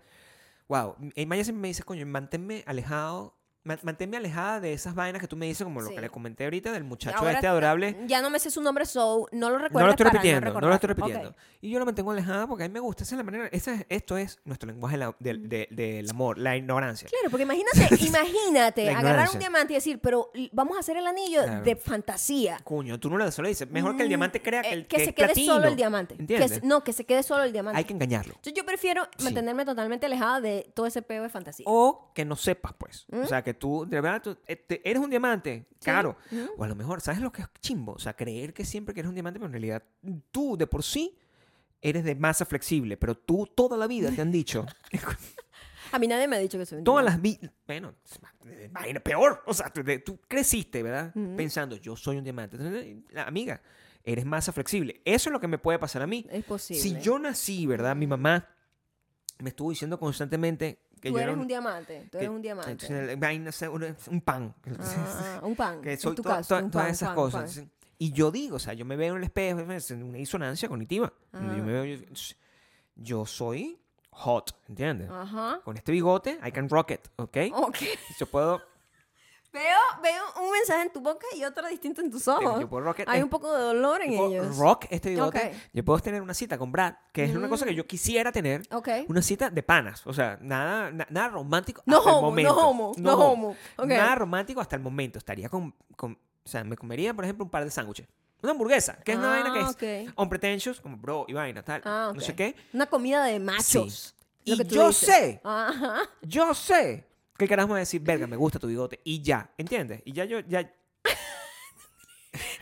Speaker 2: wow, eh, Maya siempre me dice, coño, manténme alejado, man- manténme alejada de esas vainas que tú me dices, como lo
Speaker 1: Sí.
Speaker 2: que le comenté ahorita del muchacho
Speaker 1: Ahora
Speaker 2: este
Speaker 1: ta-
Speaker 2: adorable.
Speaker 1: Ya no me sé su nombre, so no lo recuerdo.
Speaker 2: No lo estoy repitiendo, no, lo estoy repitiendo. Y yo lo mantengo alejada porque a mí me gusta, esa es la manera, esa es- esto es nuestro lenguaje la- del, de- del amor, la ignorancia.
Speaker 1: Mm. Claro, porque imagínate, imagínate
Speaker 2: La
Speaker 1: agarrar un
Speaker 2: ignorancia.
Speaker 1: diamante y decir, pero l- vamos a hacer el anillo
Speaker 2: Claro.
Speaker 1: de fantasía.
Speaker 2: Coño, tú no lo solo dices. Mejor que el
Speaker 1: Mm,
Speaker 2: diamante crea que
Speaker 1: eh,
Speaker 2: el
Speaker 1: que,
Speaker 2: es
Speaker 1: se quede solo
Speaker 2: platino.
Speaker 1: el diamante. Que
Speaker 2: ¿Entiendes?
Speaker 1: se- no, que se quede solo el diamante.
Speaker 2: Hay que engañarlo.
Speaker 1: Entonces yo prefiero
Speaker 2: Sí. Oh,
Speaker 1: mantenerme totalmente alejada de todo ese peo de fantasía.
Speaker 2: O que no sepas, pues.
Speaker 1: Mm.
Speaker 2: O sea, que tú, de verdad, tú, eh, te- eres un diamante. Claro. O a lo mejor, ¿sabes lo que es chimbo? O sea, creer que siempre que eres un diamante, pero en realidad tú de por sí eres de masa flexible. Pero tú toda la vida te han dicho.
Speaker 1: A mí nadie me ha dicho que soy un
Speaker 2: todas
Speaker 1: diamante.
Speaker 2: las vidas. Bueno, imagina, peor. O sea, tú, de- tú creciste, ¿verdad? Pensando, yo soy un diamante. Entonces, la amiga, eres masa flexible. Eso es lo que me puede pasar a mí.
Speaker 1: Es posible.
Speaker 2: Si yo nací, ¿verdad? Mi mamá me estuvo diciendo constantemente que
Speaker 1: tú
Speaker 2: yo
Speaker 1: eres
Speaker 2: era
Speaker 1: un diamante, tú
Speaker 2: que-
Speaker 1: eres un diamante.
Speaker 2: entonces, vaina, o sea, un, un pan.
Speaker 1: Ah, un pan.
Speaker 2: que
Speaker 1: en
Speaker 2: soy
Speaker 1: tu
Speaker 2: to-
Speaker 1: caso,
Speaker 2: to-
Speaker 1: un
Speaker 2: todas
Speaker 1: pan,
Speaker 2: esas
Speaker 1: pan,
Speaker 2: cosas.
Speaker 1: pan.
Speaker 2: Entonces, Y yo digo, o sea, yo me veo en el espejo, es una disonancia cognitiva. Donde Yo,
Speaker 1: Ah.
Speaker 2: me veo, yo, yo soy hot, ¿entiendes?
Speaker 1: Ajá.
Speaker 2: Con este bigote, I can rock it, ¿ok?
Speaker 1: Ok.
Speaker 2: Yo puedo...
Speaker 1: Veo, veo un mensaje en tu boca y otro distinto en tus ojos.
Speaker 2: yo puedo rocket-
Speaker 1: Oh, Hay
Speaker 2: eh,
Speaker 1: un poco de dolor en
Speaker 2: yo puedo
Speaker 1: ellos.
Speaker 2: rock este bigote.
Speaker 1: Ok. Mm.
Speaker 2: Yo puedo tener una cita con Brad, que es una cosa que yo quisiera tener.
Speaker 1: Ok.
Speaker 2: Una cita de panas, o sea, nada, na- nada romántico
Speaker 1: No
Speaker 2: hasta
Speaker 1: homo,
Speaker 2: el
Speaker 1: no
Speaker 2: momento.
Speaker 1: homo, no homo. Ok.
Speaker 2: Nada romántico hasta el momento. Estaría con, con- o sea, me comería, por ejemplo, un par de sándwiches. Una hamburguesa, que es una
Speaker 1: Ah,
Speaker 2: vaina que es
Speaker 1: ok.
Speaker 2: on pretentious, como bro y vaina, tal,
Speaker 1: Ah, ok.
Speaker 2: no sé qué.
Speaker 1: Una comida de machos.
Speaker 2: Y
Speaker 1: lo que tú
Speaker 2: yo
Speaker 1: dices.
Speaker 2: sé.
Speaker 1: Ajá.
Speaker 2: Yo sé que el carajo me va a decir, verga, me gusta tu bigote y ya, ¿entiendes? Y ya yo, ya,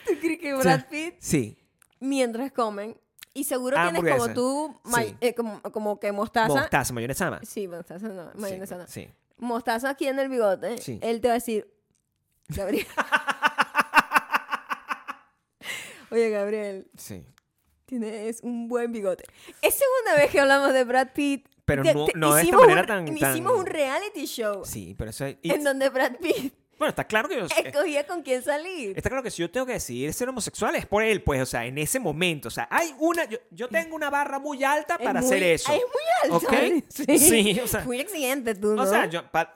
Speaker 1: ¿Tú crees que Brad
Speaker 2: Sí.
Speaker 1: Pitt,
Speaker 2: sí,
Speaker 1: mientras comen, y seguro tienes como
Speaker 2: Ah, Hamburguesa.
Speaker 1: tú, may-
Speaker 2: Sí.
Speaker 1: eh, como, como que mostaza.
Speaker 2: mostaza, mayonesa sama.
Speaker 1: Sí, mostaza no,
Speaker 2: Sí,
Speaker 1: mayonesa no.
Speaker 2: Sí.
Speaker 1: Mostaza aquí en el bigote.
Speaker 2: Sí.
Speaker 1: Él te va a decir, Gabriel. Oye, Gabriel,
Speaker 2: Sí.
Speaker 1: Tienes un buen bigote. Es segunda vez que hablamos de Brad Pitt.
Speaker 2: Pero
Speaker 1: Te-
Speaker 2: no-
Speaker 1: te-
Speaker 2: no de esta
Speaker 1: hicimos
Speaker 2: manera
Speaker 1: un-
Speaker 2: tan-
Speaker 1: Hicimos
Speaker 2: tan-
Speaker 1: un reality show
Speaker 2: Sí, pero eso es- y-
Speaker 1: en donde Brad Pitt
Speaker 2: bueno, está claro que yo eh,
Speaker 1: escogía con quién salir.
Speaker 2: Está claro que si yo tengo que decidir ser homosexual es por él, pues, o sea, en ese momento. O sea, hay una. Yo, yo tengo una barra muy alta
Speaker 1: Mm. Es
Speaker 2: para
Speaker 1: muy-
Speaker 2: hacer eso.
Speaker 1: Es muy alto.
Speaker 2: ¿Ok?
Speaker 1: Sí.
Speaker 2: Sí, o sea.
Speaker 1: Muy exigente tú, ¿no?
Speaker 2: O sea, yo. pa-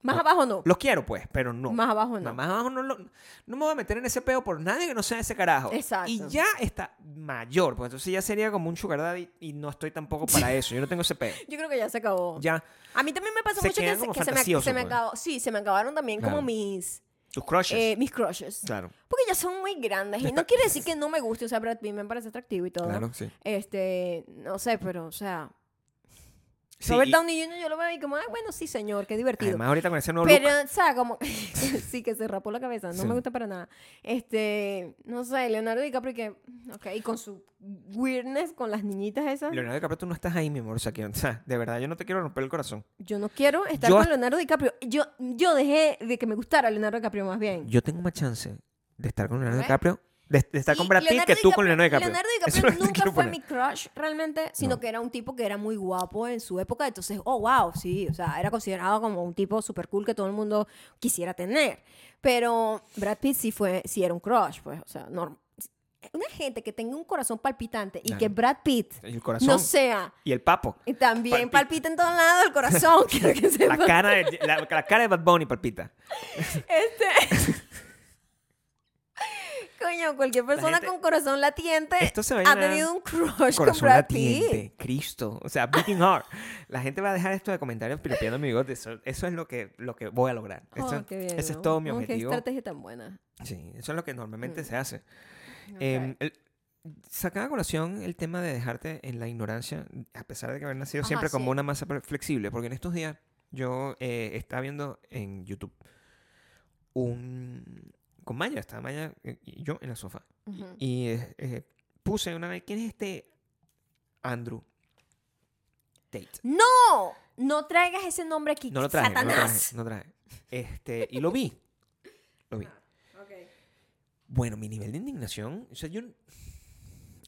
Speaker 1: Más abajo no.
Speaker 2: los quiero, pues, pero no.
Speaker 1: Más abajo no.
Speaker 2: Más abajo no, lo- no me voy a meter en ese peo por nadie que no sea ese carajo.
Speaker 1: Exacto.
Speaker 2: Y ya está mayor, pues entonces ya sería como un sugar daddy y no estoy tampoco para eso. Yo no tengo ese peo.
Speaker 1: Yo creo que ya se acabó.
Speaker 2: Ya,
Speaker 1: A mí también me pasó
Speaker 2: Se
Speaker 1: mucho que,
Speaker 2: quedan
Speaker 1: se-
Speaker 2: como
Speaker 1: que se, me, que se me
Speaker 2: fantasiosos, pues.
Speaker 1: acabó. Sí, se me acabaron también
Speaker 2: Claro.
Speaker 1: como mis,
Speaker 2: tus crushes.
Speaker 1: eh, mis crushes.
Speaker 2: claro.
Speaker 1: Porque ya son muy grandes. Y no quiere decir que no me guste. O sea, Brad Pitt me parece atractivo y todo.
Speaker 2: Claro, sí.
Speaker 1: Este, no sé, pero, o sea.
Speaker 2: Sí,
Speaker 1: Robert
Speaker 2: y
Speaker 1: Downey Jr. yo lo veo y como, ay, bueno, sí, señor, qué divertido.
Speaker 2: además, ahorita con ese nuevo
Speaker 1: pero,
Speaker 2: look.
Speaker 1: o sea, como, sí, que se rapó la cabeza, no
Speaker 2: Sí.
Speaker 1: me gusta para nada. Este, no sé, Leonardo DiCaprio que, ok, y con su weirdness con las niñitas esas,
Speaker 2: Leonardo DiCaprio, tú no estás ahí, mi amor. O sea, que- o sea, de verdad, yo no te quiero romper el corazón.
Speaker 1: yo no quiero estar
Speaker 2: Yo-
Speaker 1: con Leonardo DiCaprio. Yo, yo dejé de que me gustara Leonardo DiCaprio más bien.
Speaker 2: Yo tengo más chance de estar con Leonardo
Speaker 1: ¿Ves?
Speaker 2: DiCaprio De, de estar con Brad Pitt que tú con Leonardo DiCaprio.
Speaker 1: Leonardo
Speaker 2: Eso
Speaker 1: DiCaprio
Speaker 2: es lo que te
Speaker 1: nunca
Speaker 2: quiero
Speaker 1: fue
Speaker 2: poner.
Speaker 1: mi crush realmente, sino
Speaker 2: No.
Speaker 1: que era un tipo que era muy guapo en su época. Entonces, oh, wow, sí. O sea, era considerado como un tipo super cool que todo el mundo quisiera tener. Pero Brad Pitt sí, fue, sí era un crush, pues. O sea, norm- una gente que tenga un corazón palpitante y
Speaker 2: Claro.
Speaker 1: que Brad Pitt
Speaker 2: El corazón.
Speaker 1: no sea...
Speaker 2: Y el papo.
Speaker 1: y También
Speaker 2: Palpita.
Speaker 1: palpita en todos lados el corazón. quiero que
Speaker 2: La
Speaker 1: sepa.
Speaker 2: cara, de, la, la cara de Bad Bunny palpita.
Speaker 1: Este. Coño, cualquier persona
Speaker 2: gente-
Speaker 1: con corazón latiente
Speaker 2: Esto se va a
Speaker 1: ha
Speaker 2: llenar-
Speaker 1: tenido un crush con
Speaker 2: Corazón
Speaker 1: Brad
Speaker 2: latiente. Cristo. O sea, beating heart. La gente va a dejar esto de comentarios piropeando mi bigote. Eso, eso es lo que, lo que voy a lograr.
Speaker 1: Pitt.
Speaker 2: Eso-
Speaker 1: Oh, qué bien,
Speaker 2: ese
Speaker 1: ¿no?
Speaker 2: es todo mi
Speaker 1: Oh,
Speaker 2: objetivo.
Speaker 1: Qué estrategia tan buena.
Speaker 2: Sí, eso es lo que
Speaker 1: Mm.
Speaker 2: normalmente se hace.
Speaker 1: Ok.
Speaker 2: Eh, el- sacaba a colación el tema de dejarte en la ignorancia, a pesar de que haber nacido
Speaker 1: Ajá,
Speaker 2: siempre como
Speaker 1: sí.
Speaker 2: una masa pre- flexible, porque en estos días yo eh, estaba viendo en YouTube un... con Maya, estaba Maya eh, y yo en la sofá,
Speaker 1: Ujú.
Speaker 2: y eh, eh, puse una vez, ¿quién es este Andrew Tate?
Speaker 1: No, no traigas ese nombre aquí.
Speaker 2: No lo traje, no lo
Speaker 1: Satanás.
Speaker 2: traje, no traje. Este, y lo vi, lo vi. Bueno, mi nivel de indignación, o sea, yo...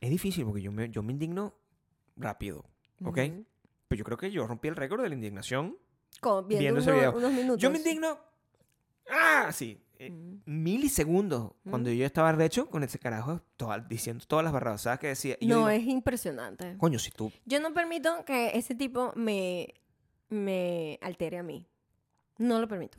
Speaker 2: Es difícil porque yo me, yo me indigno rápido, ¿ok?
Speaker 1: Ujú.
Speaker 2: Pero yo creo que yo rompí el récord de la indignación.
Speaker 1: Con- viendo
Speaker 2: Viendo ese
Speaker 1: uno-
Speaker 2: video.
Speaker 1: unos minutos.
Speaker 2: Yo me indigno... ¡Ah! Sí. eh,
Speaker 1: Ujú.
Speaker 2: milisegundos cuando
Speaker 1: Mm.
Speaker 2: yo estaba arrecho con ese carajo toda- diciendo todas las barrabasadas que decía. Y yo
Speaker 1: No,
Speaker 2: digo,
Speaker 1: es impresionante.
Speaker 2: coño, si tú...
Speaker 1: Yo no permito que ese tipo me, me altere a mí. No lo permito.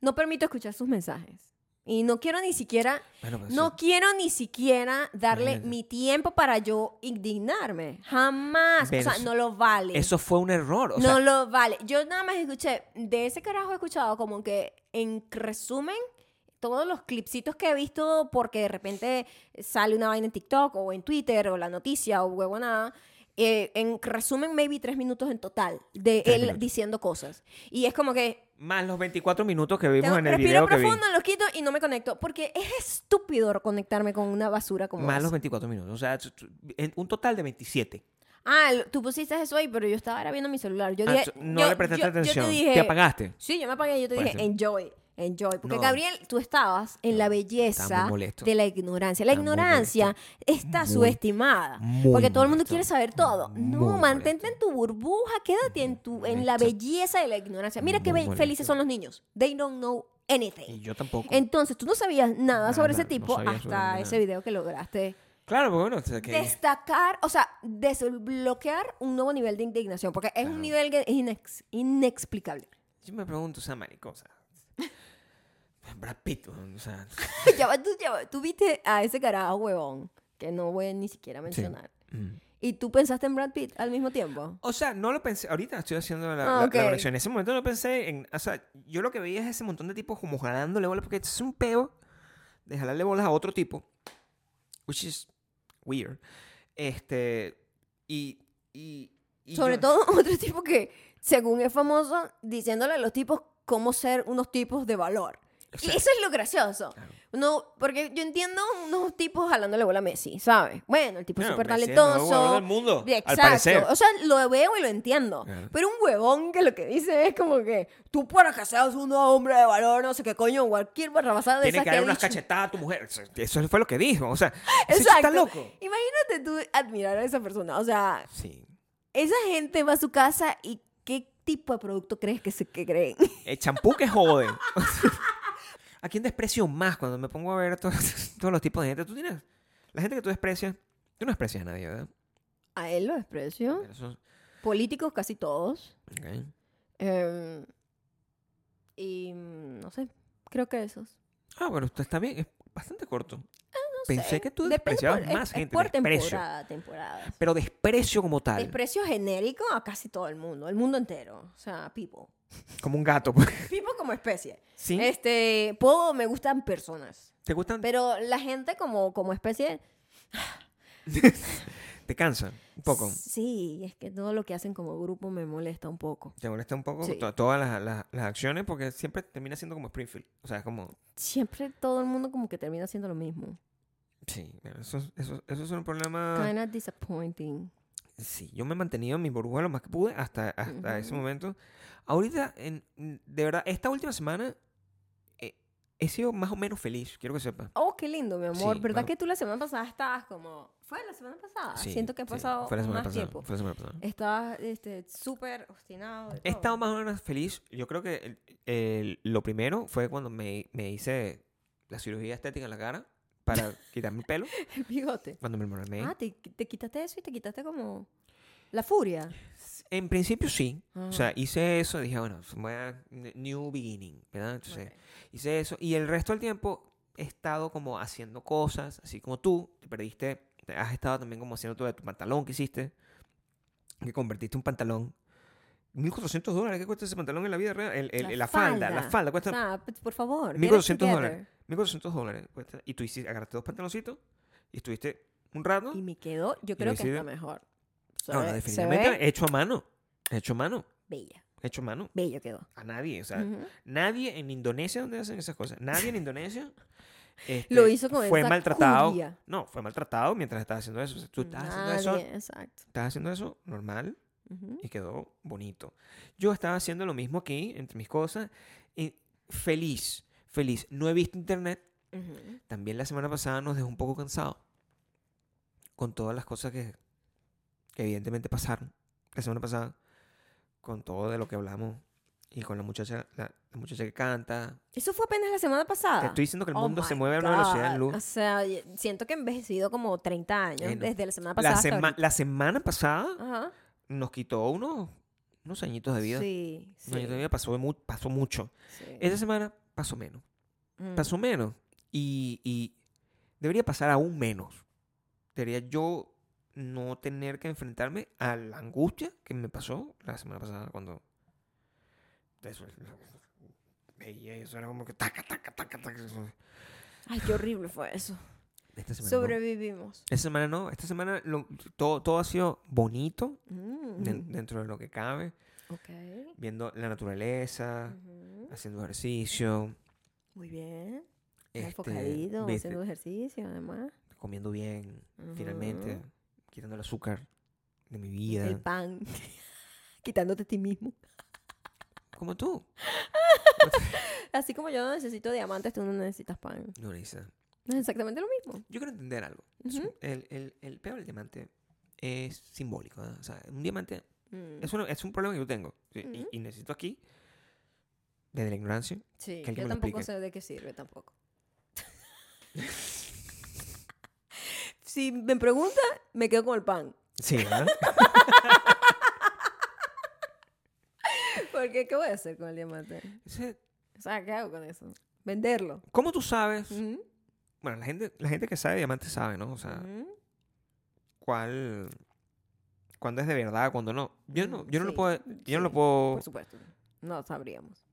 Speaker 1: No permito escuchar sus mensajes. Y no quiero ni siquiera,
Speaker 2: Bueno, pues,
Speaker 1: no quiero ni siquiera darle
Speaker 2: Imagínate.
Speaker 1: mi tiempo para yo indignarme. Jamás.
Speaker 2: Pero
Speaker 1: o sea,
Speaker 2: eso-
Speaker 1: no lo vale.
Speaker 2: Eso fue un error. O
Speaker 1: no
Speaker 2: sea,
Speaker 1: lo vale. Yo nada más escuché, de ese carajo he escuchado como que en resumen todos los clipsitos que he visto porque de repente sale una vaina en TikTok o en Twitter o la noticia o huevo nada. en resumen, maybe tres minutos en total de
Speaker 2: Tres
Speaker 1: él
Speaker 2: minutos.
Speaker 1: diciendo cosas. Y es como que
Speaker 2: más los 24 minutos que vimos
Speaker 1: tengo-
Speaker 2: en el
Speaker 1: respiro
Speaker 2: video que vi.
Speaker 1: profundo, los quito y no me conecto. Porque es estúpido conectarme con una basura como
Speaker 2: Más los
Speaker 1: esa.
Speaker 2: 24 minutos. O sea, tú- tú- en un total de 27.
Speaker 1: Ah, el- tú pusiste eso ahí, pero yo estaba ahora viendo mi celular. Yo
Speaker 2: Ah,
Speaker 1: dije,
Speaker 2: tú- no
Speaker 1: yo-
Speaker 2: le prestaste
Speaker 1: yo- yo te
Speaker 2: atención.
Speaker 1: dije-
Speaker 2: te apagaste.
Speaker 1: Sí, yo me apagué y yo te
Speaker 2: Por
Speaker 1: dije,
Speaker 2: eso.
Speaker 1: enjoy, enjoy. Porque
Speaker 2: No.
Speaker 1: Gabriel, tú estabas en la
Speaker 2: estaba
Speaker 1: belleza
Speaker 2: muy molesto.
Speaker 1: de la ignorancia. La
Speaker 2: Estaba muy
Speaker 1: ignorancia está
Speaker 2: Muy,
Speaker 1: subestimada.
Speaker 2: muy
Speaker 1: porque todo el mundo
Speaker 2: molesto.
Speaker 1: quiere saber todo. No,
Speaker 2: Muy
Speaker 1: mantente en tu burbuja, quédate en, tu, en la
Speaker 2: molesto.
Speaker 1: belleza de la ignorancia. Mira qué
Speaker 2: Muy
Speaker 1: be-
Speaker 2: molesto.
Speaker 1: felices son los niños. They don't know
Speaker 2: Y
Speaker 1: anything.
Speaker 2: yo tampoco.
Speaker 1: Entonces, tú no sabías nada sobre ese
Speaker 2: Nada, no
Speaker 1: tipo
Speaker 2: sabía sobre
Speaker 1: hasta
Speaker 2: nada.
Speaker 1: ese video que lograste
Speaker 2: Claro, porque bueno, o sea, que-
Speaker 1: destacar, o sea, desbloquear un nuevo nivel de indignación, porque es un
Speaker 2: Claro.
Speaker 1: nivel que es inex- inexplicable.
Speaker 2: yo me pregunto, o sea, marico, o sea, Brad Pitt, weón, o sea,
Speaker 1: Ya va, tú, ya va, tú viste a ese carajo huevón, que no voy ni siquiera a mencionar.
Speaker 2: mm.
Speaker 1: ¿Y tú pensaste en Brad Pitt al mismo tiempo?
Speaker 2: o sea, no lo pensé, ahorita estoy haciendo la,
Speaker 1: Ah,
Speaker 2: la- la
Speaker 1: ok.
Speaker 2: conexión, en ese momento no pensé en, o sea, yo lo que veía es ese montón de tipos como jalándole bolas, porque es un peo de jalarle bolas a otro tipo, which is weird, este, y, y, y
Speaker 1: Sobre
Speaker 2: yo-
Speaker 1: todo otro tipo que, según es famoso, diciéndole a los tipos cómo ser unos tipos de valor.
Speaker 2: o
Speaker 1: Y
Speaker 2: sea,
Speaker 1: eso es lo gracioso.
Speaker 2: claro.
Speaker 1: No, porque yo entiendo unos tipos jalándole bola a Messi, ¿sabes? Bueno, el tipo es
Speaker 2: No,
Speaker 1: pues, súper
Speaker 2: Messi es el mejor
Speaker 1: talentoso.
Speaker 2: jugador del mundo, al
Speaker 1: Exacto.
Speaker 2: parecer.
Speaker 1: O sea, lo veo y lo entiendo.
Speaker 2: Claro.
Speaker 1: Pero un huevón que lo que dice es como que tú para que seas un hombre de valor, no sé qué coño, cualquier barrabasada de
Speaker 2: Tiene
Speaker 1: esas
Speaker 2: que
Speaker 1: que
Speaker 2: dar
Speaker 1: he
Speaker 2: unas
Speaker 1: dicho.
Speaker 2: cachetadas a tu mujer. Eso fue lo que dijo. O sea, ese chico
Speaker 1: Exacto.
Speaker 2: está loco.
Speaker 1: Imagínate tú admirar a esa persona. O sea,
Speaker 2: Sí.
Speaker 1: esa gente va a su casa y ¿qué tipo de producto crees que, se, que creen?
Speaker 2: El champú que jode. ¿A quién desprecio más cuando me pongo a ver todos, todos los tipos de gente? Tú tienes. La gente que tú desprecias. Tú no desprecias a nadie, ¿verdad?
Speaker 1: A él lo desprecio.
Speaker 2: Eso-
Speaker 1: Políticos casi todos.
Speaker 2: ok.
Speaker 1: Em, y mm, no sé, creo que esos.
Speaker 2: Ah, bueno, esto está bien. Es bastante corto.
Speaker 1: Ah, No
Speaker 2: Pensé
Speaker 1: sé,
Speaker 2: que tú
Speaker 1: Em, depende
Speaker 2: despreciabas
Speaker 1: por- es-
Speaker 2: más
Speaker 1: es
Speaker 2: gente.
Speaker 1: por
Speaker 2: desprecio.
Speaker 1: temporada, temporada.
Speaker 2: Pero desprecio como tal.
Speaker 1: Desprecio genérico a casi todo el mundo, el mundo entero. O sea, people.
Speaker 2: como un gato. pues.
Speaker 1: People como especie.
Speaker 2: ¿Sí?
Speaker 1: Este, puedo, me gustan personas.
Speaker 2: ¿Te gustan?
Speaker 1: Pero la gente como, como especie.
Speaker 2: ¿Te cansan? Un poco.
Speaker 1: Sí, es que todo lo que hacen como grupo me molesta un poco.
Speaker 2: ¿Te molesta un poco
Speaker 1: Sí.
Speaker 2: to- todas las, las- las acciones? Porque siempre termina siendo como Springfield. O sea, como.
Speaker 1: Siempre todo el mundo como que termina haciendo lo mismo.
Speaker 2: Sí, bueno, eso, es- eso, eso es un problema.
Speaker 1: Kinda disappointing.
Speaker 2: Sí, yo me he mantenido en mi burbuja lo más que pude hasta, hasta ese
Speaker 1: Ujú.
Speaker 2: momento. Ahorita, en, de verdad, esta última semana, eh, he sido más o menos feliz, quiero que sepa.
Speaker 1: Oh, qué lindo, mi amor.
Speaker 2: Sí,
Speaker 1: ¿Verdad
Speaker 2: bueno.
Speaker 1: que tú la semana pasada estabas como... ¿Fue la semana pasada?
Speaker 2: Sí,
Speaker 1: Ah, Siento que ha
Speaker 2: sí,
Speaker 1: pasado
Speaker 2: fue la semana
Speaker 1: más
Speaker 2: pasada,
Speaker 1: tiempo. Eh,
Speaker 2: Fue la semana pasada.
Speaker 1: Estabas este, súper obstinado. de
Speaker 2: He
Speaker 1: todo.
Speaker 2: estado más o menos feliz. Yo creo que el- el- lo primero fue cuando me, me hice la cirugía estética en la cara para quitarme el pelo.
Speaker 1: El bigote.
Speaker 2: Cuando me lo armé.
Speaker 1: Ah, te, te quitaste eso y te quitaste como... La furia. Ah,
Speaker 2: En principio sí.
Speaker 1: Ajá.
Speaker 2: O sea, hice eso. Dije, bueno, voy a new beginning, ¿verdad? Entonces, hice eso. Y el resto del tiempo he estado como haciendo cosas, así como tú. Te perdiste. te- Has estado también como haciendo todo de tu pantalón que hiciste. Que convertiste un pantalón. 1.400 dólares. ¿Qué cuesta ese pantalón en la vida real? El- el- la, falda. La falda cuesta
Speaker 1: O sea, p- por favor. get it
Speaker 2: 1.400 dólares.
Speaker 1: together.
Speaker 2: 1.400 dólares cuesta. Y tú hiciste, agarraste dos pantaloncitos y estuviste un rato.
Speaker 1: Y me quedó, yo creo que
Speaker 2: hice-
Speaker 1: está mejor. Se
Speaker 2: Ahora,
Speaker 1: ve-
Speaker 2: definitivamente,
Speaker 1: Se ve
Speaker 2: hecho a mano. Hecho a mano.
Speaker 1: bella.
Speaker 2: Hecho a mano.
Speaker 1: Bello quedó.
Speaker 2: A nadie. O sea,
Speaker 1: Ujú.
Speaker 2: nadie en Indonesia donde hacen esas cosas. Nadie en Indonesia. este,
Speaker 1: Lo hizo con
Speaker 2: Fue
Speaker 1: esa
Speaker 2: maltratado.
Speaker 1: curia.
Speaker 2: No, fue maltratado mientras estaba haciendo eso. O sea, tú estás haciendo eso.
Speaker 1: Nadie, Exacto.
Speaker 2: Estás haciendo eso normal
Speaker 1: Ujú.
Speaker 2: y quedó bonito. Yo estaba haciendo lo mismo aquí, entre mis cosas. y feliz, feliz. No he visto internet.
Speaker 1: Ujú.
Speaker 2: También la semana pasada nos dejó un poco cansado con todas las cosas que, que evidentemente pasaron la semana pasada, con todo de lo que hablamos y con la muchacha, la, la muchacha que canta.
Speaker 1: Eso fue apenas la semana pasada.
Speaker 2: Te estoy diciendo que el
Speaker 1: Oh
Speaker 2: mundo se
Speaker 1: my
Speaker 2: mueve a una velocidad de
Speaker 1: God. O
Speaker 2: luz.
Speaker 1: sea, y- eh, siento que he envejecido como 30 años
Speaker 2: Bueno,
Speaker 1: desde la semana pasada.
Speaker 2: La,
Speaker 1: hasta
Speaker 2: sema-
Speaker 1: ahorita.
Speaker 2: la semana pasada
Speaker 1: Ajá.
Speaker 2: nos quitó unos, unos añitos de vida.
Speaker 1: Sí, sí.
Speaker 2: Unos añitos de vida pasó, mu- pasó mucho.
Speaker 1: sí.
Speaker 2: Esta semana pasó menos.
Speaker 1: Mm.
Speaker 2: pasó menos. Y, y debería pasar aún menos. Debería yo no tener que enfrentarme a la angustia que me pasó la semana pasada cuando... Eso, veía eso, era como que... Taca, taca, taca, taca.
Speaker 1: Ay, qué horrible fue eso.
Speaker 2: Esta semana no.
Speaker 1: Sobrevivimos.
Speaker 2: Esta semana no. Esta semana lo- todo, todo ha sido bonito
Speaker 1: Mm.
Speaker 2: den- dentro de lo que cabe.
Speaker 1: Ok.
Speaker 2: Viendo la naturaleza,
Speaker 1: Ujú.
Speaker 2: haciendo ejercicio.
Speaker 1: Muy bien.
Speaker 2: este,
Speaker 1: enfocadito,
Speaker 2: viste,
Speaker 1: haciendo ejercicio, además.
Speaker 2: comiendo bien.
Speaker 1: Ujú.
Speaker 2: finalmente, quitando el azúcar de mi
Speaker 1: El
Speaker 2: vida.
Speaker 1: pan. Quitándote a ti mismo.
Speaker 2: Como tú.
Speaker 1: Así como yo no necesito diamantes, tú no necesitas pan.
Speaker 2: No, Lisa.
Speaker 1: Es exactamente lo mismo.
Speaker 2: Yo quiero entender algo. Es un- El, el, el peor del diamante es simbólico. ¿eh? O sea, un diamante
Speaker 1: Mm.
Speaker 2: es, una- es un problema que yo tengo. Sí, y-
Speaker 1: Ujú.
Speaker 2: y, necesito aquí, desde la ignorancia,
Speaker 1: Sí,
Speaker 2: que alguien me
Speaker 1: yo
Speaker 2: lo
Speaker 1: tampoco
Speaker 2: explique.
Speaker 1: sé de qué sirve tampoco. si me pregunta, me quedo con el pan.
Speaker 2: sí, ¿verdad?
Speaker 1: Porque, ¿qué voy a hacer con el diamante?
Speaker 2: Ese-
Speaker 1: O sea, ¿qué hago con eso? Venderlo.
Speaker 2: ¿Cómo tú sabes?
Speaker 1: Ujú,
Speaker 2: Bueno, la gente, la gente que sabe de diamante sabe, ¿no? O sea,
Speaker 1: ujú.
Speaker 2: cuál. Cuándo es de verdad, cuándo no. Yo no,
Speaker 1: Mm,
Speaker 2: yo no lo
Speaker 1: sí,
Speaker 2: puedo. Yo no lo
Speaker 1: sí,
Speaker 2: puedo.
Speaker 1: Por supuesto. No sabríamos.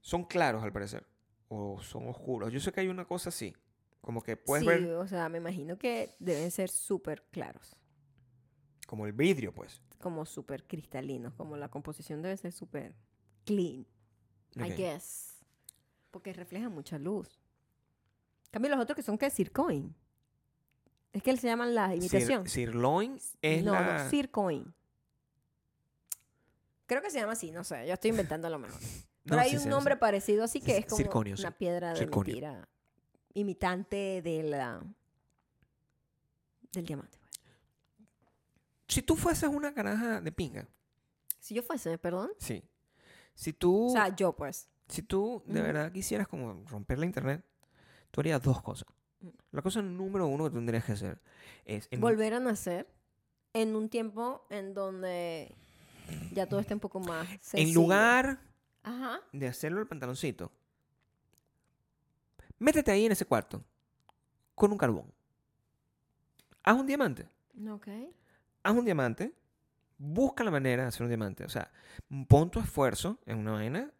Speaker 2: son claros al parecer o son oscuros. Yo sé que hay una cosa así, como que puedes
Speaker 1: sí,
Speaker 2: ver
Speaker 1: o sea, me imagino que deben ser súper claros.
Speaker 2: como el vidrio, pues.
Speaker 1: Como súper cristalinos. Como la composición debe ser súper clean. I
Speaker 2: Ok.
Speaker 1: guess. Porque refleja mucha luz. En cambio, los otros que son que Sircoin. Es que se llaman la
Speaker 2: Sir-
Speaker 1: imitación.
Speaker 2: sirloin es
Speaker 1: no,
Speaker 2: la
Speaker 1: no, Sircoin. Creo que se llama así, no sé. Yo estoy inventando lo mejor.
Speaker 2: No,
Speaker 1: Pero hay
Speaker 2: sí
Speaker 1: un
Speaker 2: se-
Speaker 1: nombre parecido así
Speaker 2: sí,
Speaker 1: que
Speaker 2: sí,
Speaker 1: es como
Speaker 2: circonio,
Speaker 1: una
Speaker 2: sí.
Speaker 1: piedra de
Speaker 2: Circonio.
Speaker 1: mentira. Imitante de la... Del diamante. pues.
Speaker 2: Si tú fueses una caraja de pinga,
Speaker 1: Si yo fuese, perdón.
Speaker 2: sí. Si tú
Speaker 1: O sea, yo pues.
Speaker 2: si tú de
Speaker 1: Ujú.
Speaker 2: verdad quisieras como romper la internet, tú harías dos cosas.
Speaker 1: Ujú.
Speaker 2: La cosa número uno que tendrías que hacer es en-
Speaker 1: Mm. Volver a nacer en un tiempo en donde ya todo está un poco más
Speaker 2: en
Speaker 1: sencillo.
Speaker 2: lugar
Speaker 1: Ajá.
Speaker 2: de hacerlo el pantaloncito. Métete ahí en ese cuarto con un carbón. Haz un diamante.
Speaker 1: Ok.
Speaker 2: Haz un diamante. Busca la manera de hacer un diamante. O sea, pon tu esfuerzo en una vaina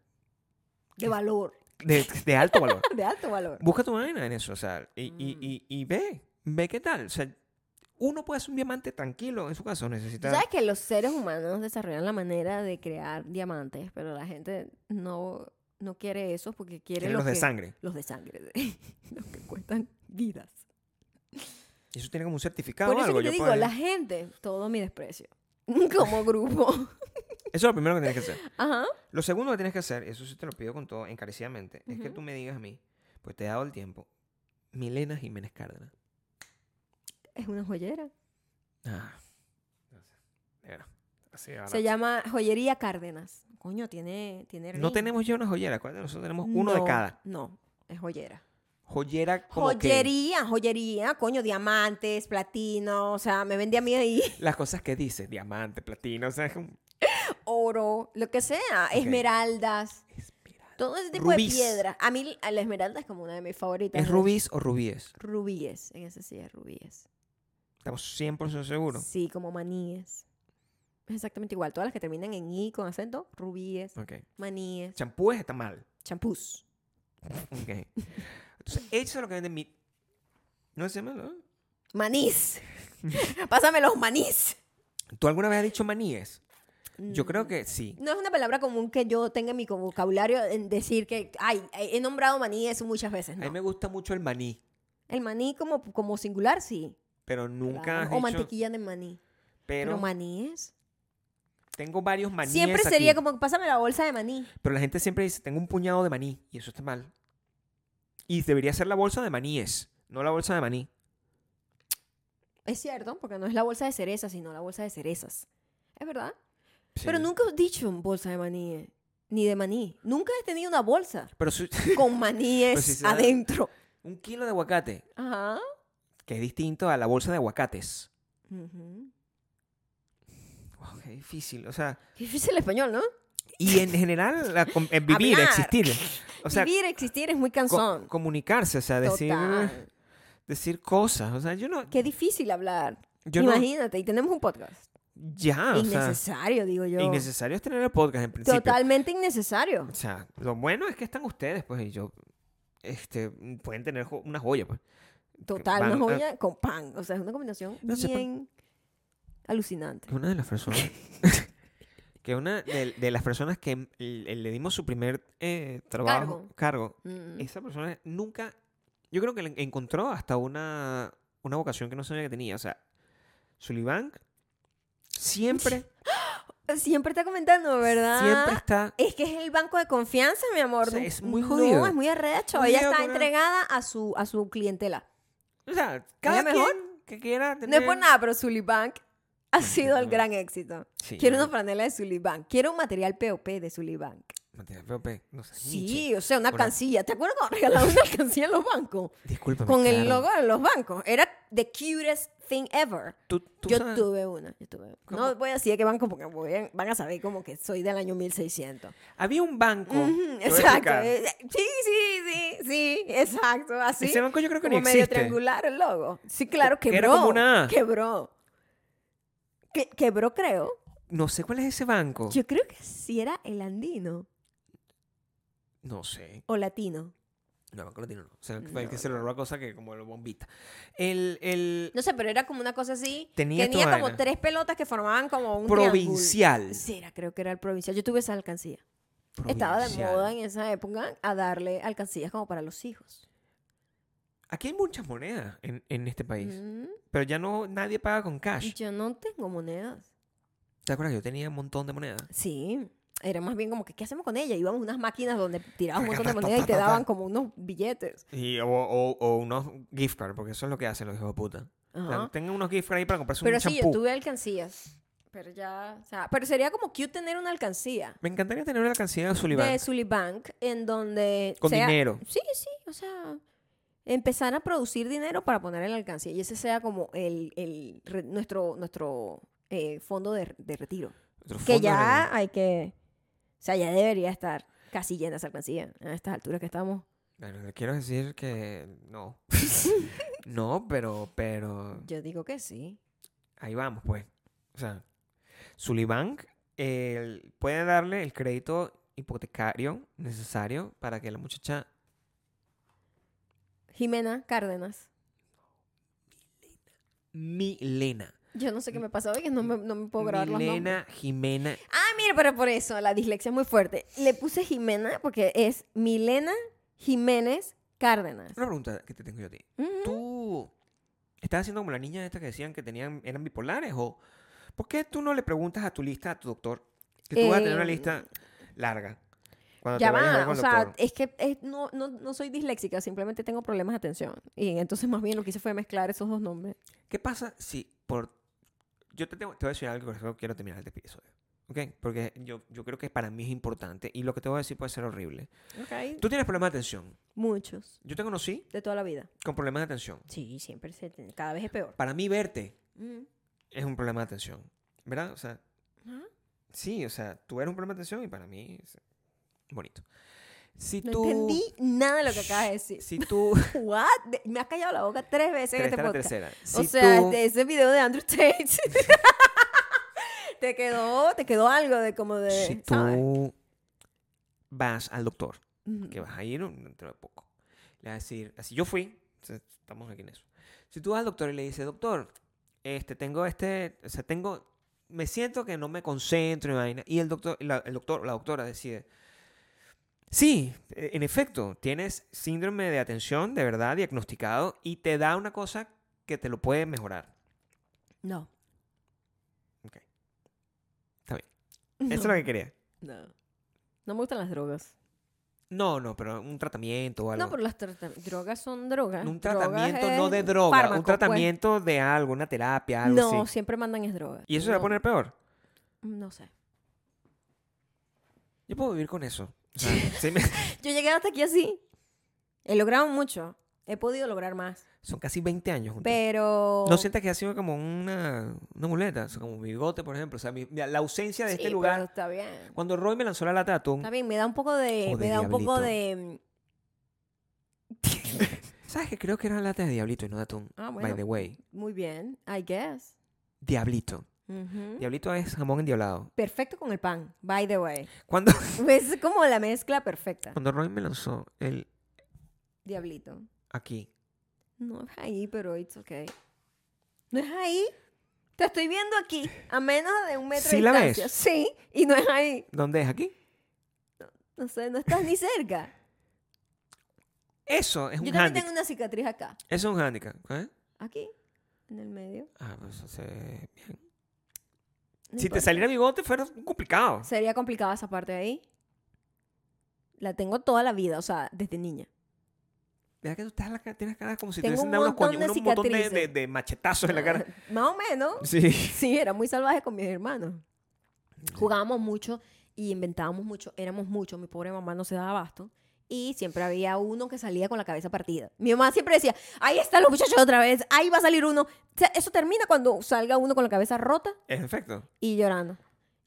Speaker 1: De valor.
Speaker 2: de, de alto valor.
Speaker 1: De alto valor.
Speaker 2: Busca tu vaina en eso. O sea, y,
Speaker 1: Mm.
Speaker 2: y, y, y ve. Ve qué tal. O sea, uno puede hacer un diamante tranquilo en su caso.
Speaker 1: Tú
Speaker 2: Necesita.
Speaker 1: sabes que los seres humanos desarrollan la manera de crear diamantes, pero la gente no, no quiere esos porque quiere
Speaker 2: Tiene los de
Speaker 1: que-
Speaker 2: sangre.
Speaker 1: Los de sangre. los que cuestan vidas.
Speaker 2: Y eso tiene como un certificado
Speaker 1: Por
Speaker 2: o
Speaker 1: eso
Speaker 2: algo.
Speaker 1: que te
Speaker 2: yo
Speaker 1: digo,
Speaker 2: puedo-
Speaker 1: la gente, todo mi desprecio. Como grupo.
Speaker 2: Eso es lo primero que tienes que hacer.
Speaker 1: Ajá.
Speaker 2: Lo segundo que tienes que hacer, eso sí te lo pido con todo encarecidamente, es que
Speaker 1: Ujú.
Speaker 2: tú me digas a mí, Pues te he dado el tiempo. Milena Jiménez Cárdenas.
Speaker 1: Es una joyera.
Speaker 2: Ah. No sé. De verdad. Así de
Speaker 1: Se
Speaker 2: barato.
Speaker 1: llama Joyería Cárdenas. Coño, tiene, tiene
Speaker 2: No
Speaker 1: ring.
Speaker 2: tenemos ya una joyera. ¿cuál? Nosotros tenemos uno de
Speaker 1: No,
Speaker 2: cada.
Speaker 1: No, es joyera.
Speaker 2: Joyera como que
Speaker 1: Joyería, joyería, coño, diamantes, platino, o sea, me vendía a mí ahí
Speaker 2: las cosas que dice, diamante, platino, o sea, es un
Speaker 1: oro, lo que sea,
Speaker 2: Ok.
Speaker 1: esmeraldas,
Speaker 2: espiral.
Speaker 1: todo ese tipo
Speaker 2: Rubíes.
Speaker 1: de piedra. A mí la esmeralda es como una de mis favoritas.
Speaker 2: ¿Es
Speaker 1: de hecho.
Speaker 2: rubíes o rubíes?
Speaker 1: Rubíes, en ese sí es rubíes.
Speaker 2: Estamos 100% seguros.
Speaker 1: Sí, como maníes. Es exactamente igual, todas las que terminan en i con acento, rubíes,
Speaker 2: Ok.
Speaker 1: maníes,
Speaker 2: Champúes está mal.
Speaker 1: champús.
Speaker 2: Ok. Entonces, eso es lo que vende mi... No sé, ¿no?
Speaker 1: Manís. Pásame los manís.
Speaker 2: ¿Tú alguna vez has dicho maníes? Yo creo que sí.
Speaker 1: No es una palabra común que yo tenga en mi vocabulario en decir que, ay, he nombrado maní eso muchas veces.
Speaker 2: A mí
Speaker 1: No.
Speaker 2: me gusta mucho el maní,
Speaker 1: El maní como, como singular, sí.
Speaker 2: pero nunca
Speaker 1: Claro.
Speaker 2: has
Speaker 1: O
Speaker 2: dicho-
Speaker 1: mantequilla de maní. Pero,
Speaker 2: Pero
Speaker 1: maníes.
Speaker 2: tengo varios maníes
Speaker 1: Siempre sería
Speaker 2: aquí.
Speaker 1: como, pásame la bolsa de maní.
Speaker 2: Pero la gente siempre dice, tengo un puñado de maní, y eso está mal. Y debería ser la bolsa de maníes, no la bolsa de maní.
Speaker 1: Es cierto, porque no es la bolsa de cerezas, sino la bolsa de cerezas. Es verdad.
Speaker 2: Sí.
Speaker 1: Pero nunca he dicho bolsa de maní, eh, ni de maní. Nunca he tenido una bolsa
Speaker 2: Pero si-
Speaker 1: con maníes
Speaker 2: Pues si se da-
Speaker 1: adentro.
Speaker 2: un kilo de aguacate,
Speaker 1: Ajá.
Speaker 2: que es distinto a la bolsa de aguacates.
Speaker 1: Ujú.
Speaker 2: Wow, qué difícil, o sea...
Speaker 1: Qué difícil el español, ¿no?
Speaker 2: Y en general, la com- eh, vivir,
Speaker 1: Hablar.
Speaker 2: existir. O sea,
Speaker 1: Vivir, existir es muy
Speaker 2: co-
Speaker 1: cansón.
Speaker 2: comunicarse, o sea, decir,
Speaker 1: Total.
Speaker 2: decir cosas. O sea, yo no...
Speaker 1: Qué difícil hablar.
Speaker 2: Yo no-
Speaker 1: Imagínate, y tenemos un podcast.
Speaker 2: Ya, o sea...
Speaker 1: innecesario, digo yo.
Speaker 2: Innecesario es tener el podcast en principio.
Speaker 1: Totalmente innecesario.
Speaker 2: O sea, lo bueno es que están ustedes, pues, y yo... Este, pueden tener jo- una joya, pues.
Speaker 1: Total,
Speaker 2: van
Speaker 1: una
Speaker 2: a-
Speaker 1: joya con pan. O sea, es una combinación
Speaker 2: No sé, pan-
Speaker 1: bien alucinante.
Speaker 2: Que una de las personas... que una de, de las personas que mm, le, le dimos su primer eh, trabajo... Cargo.
Speaker 1: Mm.
Speaker 2: Esa persona nunca... Yo creo que le encontró hasta una, una vocación que no sabía que tenía. O sea, Sullivan siempre,
Speaker 1: Mm. Siempre está comentando, ¿verdad?
Speaker 2: siempre está...
Speaker 1: Es que es el banco de confianza, mi amor.
Speaker 2: O sea,
Speaker 1: No-
Speaker 2: es muy jodido.
Speaker 1: No, es muy arrecho.
Speaker 2: Muy
Speaker 1: Ella
Speaker 2: jodido
Speaker 1: está
Speaker 2: con-
Speaker 1: entregada a su, a su clientela.
Speaker 2: O sea, cada
Speaker 1: la
Speaker 2: quien
Speaker 1: mejor.
Speaker 2: que quiera
Speaker 1: No es
Speaker 2: tener-
Speaker 1: por nada, pero Zully Bank ha sido el
Speaker 2: no.
Speaker 1: gran éxito.
Speaker 2: Sí,
Speaker 1: Quiero
Speaker 2: no,
Speaker 1: una franela de Zully Bank. Quiero un material POP de Zully Bank.
Speaker 2: Matías Pepe, no sé,
Speaker 1: Sí,
Speaker 2: Nietzsche.
Speaker 1: o sea, una
Speaker 2: Una-
Speaker 1: alcancilla. ¿Te acuerdas cuando regalaron una alcancilla en los bancos?
Speaker 2: Pues Discúlpame,
Speaker 1: Con el
Speaker 2: claro.
Speaker 1: logo de los bancos. Era the cutest thing ever.
Speaker 2: Tú- tú
Speaker 1: Yo
Speaker 2: sabes-
Speaker 1: tuve una, yo tuve una.
Speaker 2: ¿Cómo?
Speaker 1: No voy a decir de qué banco porque voy a- van a saber como que soy del año 1600.
Speaker 2: Había un banco.
Speaker 1: Ujú,
Speaker 2: te voy a
Speaker 1: exacto.
Speaker 2: explicar.
Speaker 1: eh, Sí, sí, sí, sí, exacto. Así.
Speaker 2: Ese banco yo creo que
Speaker 1: como
Speaker 2: ni
Speaker 1: medio
Speaker 2: existe.
Speaker 1: triangular el logo. Sí, claro,
Speaker 2: Que
Speaker 1: quebró.
Speaker 2: era como una-
Speaker 1: Quebró. Que- quebró, creo.
Speaker 2: No sé cuál es ese banco.
Speaker 1: Yo creo que sí era el andino
Speaker 2: No sé.
Speaker 1: o latino.
Speaker 2: No, banco latino no. O sea, el
Speaker 1: No,
Speaker 2: que se lo robó cosa que como el bombita. El, el
Speaker 1: No sé, pero era como una cosa así.
Speaker 2: Tenía
Speaker 1: Tenía,
Speaker 2: esta
Speaker 1: como
Speaker 2: vaina.
Speaker 1: tres pelotas que formaban como un
Speaker 2: provincial.
Speaker 1: triángulo. Sí, era, creo que era el provincial. Yo tuve esa alcancía. Estaba de
Speaker 2: Provincial.
Speaker 1: moda en esa época a darle alcancías como para los hijos.
Speaker 2: Aquí hay muchas monedas en, en este país.
Speaker 1: Mm,
Speaker 2: Pero ya no nadie paga con cash.
Speaker 1: yo no tengo monedas.
Speaker 2: ¿Te acuerdas? que Yo tenía un montón de monedas.
Speaker 1: Sí. Era más bien como que, ¿qué hacemos con ella? Íbamos a unas máquinas donde tirabas un montón de
Speaker 2: Ta, ta,
Speaker 1: monedas y
Speaker 2: ta,
Speaker 1: te
Speaker 2: ta, ta.
Speaker 1: daban como unos billetes.
Speaker 2: Y, o, o- o unos gift cards, porque eso es lo que hacen los hijos de puta. O sea,
Speaker 1: Ajá.
Speaker 2: tengan unos gift cards ahí para comprarse
Speaker 1: Pero
Speaker 2: pues, un
Speaker 1: sí,
Speaker 2: champú.
Speaker 1: yo tuve alcancías. Pero ya, o sea, pero sería como cute tener una alcancía.
Speaker 2: Me encantaría tener una cantidad de Sullivan.
Speaker 1: de Sully Bank en donde
Speaker 2: Con
Speaker 1: sea-
Speaker 2: dinero.
Speaker 1: Sí, sí, o sea, empezar a producir dinero para poner en la alcancía y ese sea como el, el re- nuestro nuestro eh, fondo de, de retiro,
Speaker 2: Otro
Speaker 1: que
Speaker 2: fondo
Speaker 1: ya
Speaker 2: de-
Speaker 1: hay que o sea, ya debería estar casi llena esa alcancía a estas alturas que estamos.
Speaker 2: Bueno, le quiero decir que no. no, pero, pero
Speaker 1: Yo digo que sí.
Speaker 2: ahí vamos, pues. O sea, Sullivan puede darle el crédito hipotecario necesario para que la muchacha
Speaker 1: Jimena Cárdenas.
Speaker 2: Milena.
Speaker 1: Yo no sé qué me pasa hoy que no me, no me puedo grabar los nombres.
Speaker 2: Milena Jimena.
Speaker 1: Ah, mira, pero por eso la dislexia es muy fuerte. Le puse Jimena porque es Milena Jiménez Cárdenas.
Speaker 2: Una pregunta que te tengo yo a ti.
Speaker 1: Ujú.
Speaker 2: ¿Tú estás haciendo como las niñas estas que decían que tenían, eran bipolares? ¿O por qué tú no le preguntas a tu lista, a tu doctor, que tú vas a tener una
Speaker 1: Eh,
Speaker 2: lista larga? Cuando
Speaker 1: ya
Speaker 2: Ah, te vayas a ver
Speaker 1: va,
Speaker 2: con
Speaker 1: o
Speaker 2: el
Speaker 1: sea,
Speaker 2: doctor.
Speaker 1: es que es- no, no, no soy disléxica, simplemente tengo problemas de atención. Y entonces más bien lo que hice fue mezclar esos dos nombres.
Speaker 2: ¿Qué pasa si por... Yo te, tengo- te voy a decir algo, con eso quiero terminar este episodio. ¿Ok? Porque yo, yo creo que para mí es importante y lo que te voy a decir puede ser horrible. Tú tienes problemas de atención.
Speaker 1: Muchos,
Speaker 2: Yo te conocí
Speaker 1: de toda la vida.
Speaker 2: con problemas de atención.
Speaker 1: Sí, siempre, se, cada vez es peor.
Speaker 2: Para mí verte
Speaker 1: Mm.
Speaker 2: es un problema de atención. ¿Verdad? O sea,
Speaker 1: Ajá.
Speaker 2: sí, o sea, tú eres un problema de atención y para mí es bonito. Si
Speaker 1: No
Speaker 2: tú...
Speaker 1: entendí nada de lo que acabas de decir.
Speaker 2: Si tú...
Speaker 1: What? De- Me has callado la boca tres veces en
Speaker 2: Pero
Speaker 1: este
Speaker 2: esta es la
Speaker 1: podcast.
Speaker 2: tercera.
Speaker 1: o
Speaker 2: Si
Speaker 1: sea, este,
Speaker 2: tú-
Speaker 1: de ese video de Andrew Tate. te quedó, te quedó algo de como de.
Speaker 2: si
Speaker 1: ¿sabes?
Speaker 2: tú vas al doctor
Speaker 1: Ujú.
Speaker 2: que vas a ir un- dentro de poco. Le vas a decir, así yo fui, se- estamos aquí en eso. Si tú vas al doctor y le dices, doctor, este, tengo este, o sea, tengo, me siento que no me concentro y vaina, y el doctor, la, el doctor, la doctora decide, sí, e- en efecto, tienes síndrome de atención de verdad diagnosticado y te da una cosa que te lo puede mejorar.
Speaker 1: Mm, No.
Speaker 2: Ok. Está bien.
Speaker 1: No,
Speaker 2: Eso es lo que quería.
Speaker 1: no. No me gustan las drogas.
Speaker 2: No, no, pero un tratamiento o algo.
Speaker 1: No, pero las tra- drogas son drogas.
Speaker 2: Un
Speaker 1: Drogas
Speaker 2: tratamiento no
Speaker 1: es
Speaker 2: de droga,
Speaker 1: fármaco,
Speaker 2: un
Speaker 1: pues.
Speaker 2: tratamiento de algo, una terapia, algo
Speaker 1: no,
Speaker 2: así.
Speaker 1: siempre mandan es drogas.
Speaker 2: Y eso se va a
Speaker 1: No,
Speaker 2: poner peor.
Speaker 1: No sé.
Speaker 2: Yo puedo vivir con eso. O sea, sí me-
Speaker 1: Yo llegué hasta aquí así. He logrado mucho. He podido lograr más.
Speaker 2: Son casi 20 años juntos.
Speaker 1: Pero.
Speaker 2: No sientas que ha sido como una, una muleta, o sea, como mi bigote, por ejemplo. O sea, mi- mira, la ausencia de
Speaker 1: Sí,
Speaker 2: este
Speaker 1: pero
Speaker 2: lugar. Mm.
Speaker 1: Está bien.
Speaker 2: Cuando Roy me lanzó la lata de atún,
Speaker 1: Está bien, me da un poco de.
Speaker 2: Joder,
Speaker 1: me da un poco de. mm,
Speaker 2: ¿sabes que Creo que era lata de diablito y no de atún.
Speaker 1: Ah,
Speaker 2: By
Speaker 1: bueno.
Speaker 2: the way,
Speaker 1: Muy bien, I guess.
Speaker 2: diablito.
Speaker 1: Ujú.
Speaker 2: Diablito es jamón endiablado.
Speaker 1: Perfecto con el pan, by the way.
Speaker 2: Cuando,
Speaker 1: Es como la mezcla perfecta.
Speaker 2: cuando Roy me lanzó el
Speaker 1: Diablito.
Speaker 2: aquí,
Speaker 1: No es ahí, pero it's okay. No es ahí. Te estoy viendo aquí, a menos de un metro
Speaker 2: ¿Sí
Speaker 1: de
Speaker 2: la
Speaker 1: distancia.
Speaker 2: ves?
Speaker 1: Sí, y no es ahí.
Speaker 2: ¿dónde es aquí?
Speaker 1: No sé, no estás ni cerca.
Speaker 2: Eso es
Speaker 1: Yo
Speaker 2: un
Speaker 1: también
Speaker 2: handicap.
Speaker 1: tengo una cicatriz acá.
Speaker 2: Eso es un handicap. ¿eh?
Speaker 1: Aquí, en el medio.
Speaker 2: Ah, pues eso se- bien.
Speaker 1: No
Speaker 2: si te
Speaker 1: importa.
Speaker 2: saliera bigote fuera complicado.
Speaker 1: Sería complicada esa parte de ahí. La tengo toda la vida, o sea, desde niña.
Speaker 2: Mira que tú estás la, ca- tienes cara como si te
Speaker 1: Tengo
Speaker 2: hubiesen
Speaker 1: un
Speaker 2: dado unos
Speaker 1: montón
Speaker 2: coño-
Speaker 1: de
Speaker 2: unos montón de, de,
Speaker 1: cicatrices.
Speaker 2: de machetazos en la cara.
Speaker 1: Más o menos.
Speaker 2: Sí.
Speaker 1: Sí, era muy salvaje con mis hermanos. Jugábamos mucho y inventábamos mucho, éramos muchos, mi pobre mamá no se daba abasto. Y siempre había uno que salía con la cabeza partida. Mi mamá siempre decía, ahí están los muchachos otra vez, ahí va a salir uno. O sea, eso termina cuando salga uno con la cabeza rota
Speaker 2: En efecto.
Speaker 1: y llorando.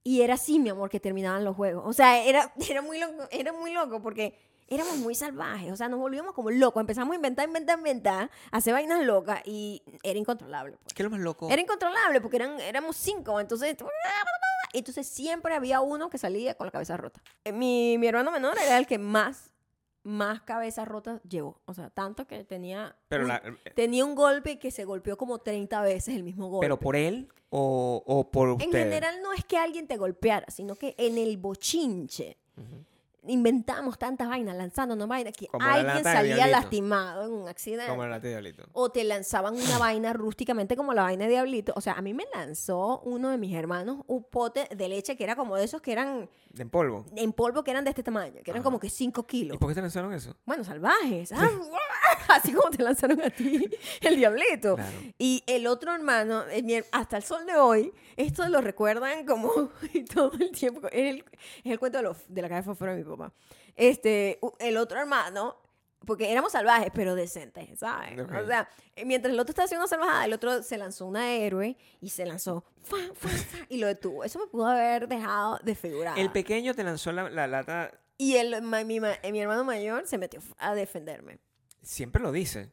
Speaker 1: Y era así, mi amor, que terminaban los juegos. O sea, era, era, muy, loco, era muy loco porque éramos muy salvajes. O sea, nos volvíamos como locos. Empezamos a inventar, inventar, inventar, hacer vainas locas y era incontrolable. pues.
Speaker 2: ¿Qué es lo más loco?
Speaker 1: Era incontrolable porque eran, éramos cinco, entonces... "Ah, Entonces siempre había uno que salía con la cabeza rota. Eh, Mi, mi hermano menor era el que más, más cabezas rotas llevó. O sea, tanto que tenía...
Speaker 2: Pero,
Speaker 1: un,
Speaker 2: la- eh,
Speaker 1: Tenía un golpe que se golpeó como 30 veces el mismo golpe.
Speaker 2: pero por él o, o por usted.
Speaker 1: en general no es que alguien te golpeara, sino que en el bochinche inventamos tantas vainas, lanzándonos vainas, que
Speaker 2: Como la
Speaker 1: alguien
Speaker 2: lata de
Speaker 1: salía
Speaker 2: Diablito.
Speaker 1: lastimado en un accidente.
Speaker 2: Como la lata de diablito.
Speaker 1: O te lanzaban una vaina rústicamente como la vaina de Diablito. O sea, a mí me lanzó uno de mis hermanos un pote de leche que era como de esos que eran
Speaker 2: En polvo.
Speaker 1: en polvo, que eran de este tamaño, que eran
Speaker 2: Ajá.
Speaker 1: como que 5
Speaker 2: ¿Y
Speaker 1: kilos.
Speaker 2: por qué te lanzaron eso?
Speaker 1: Bueno, salvajes. Ah, Así como te lanzaron a ti el Diablito.
Speaker 2: Claro.
Speaker 1: Y el otro hermano, eh, mi her- hasta el sol de hoy, esto lo recuerdan como y todo el tiempo. Es el, es el cuento de, los, de la cabeza fuera de mi papá. Este, u- el otro hermano, porque éramos salvajes, pero decentes, ¿sabes?
Speaker 2: Ok.
Speaker 1: O sea, eh, mientras el otro estaba haciendo salvajada, el otro se lanzó una héroe y se lanzó fa, fa, fa, y lo detuvo. Eso me pudo haber dejado desfigurada.
Speaker 2: El pequeño te lanzó la, la lata.
Speaker 1: y el, ma- mi, ma- eh, mi hermano mayor se metió a defenderme.
Speaker 2: Siempre lo dice.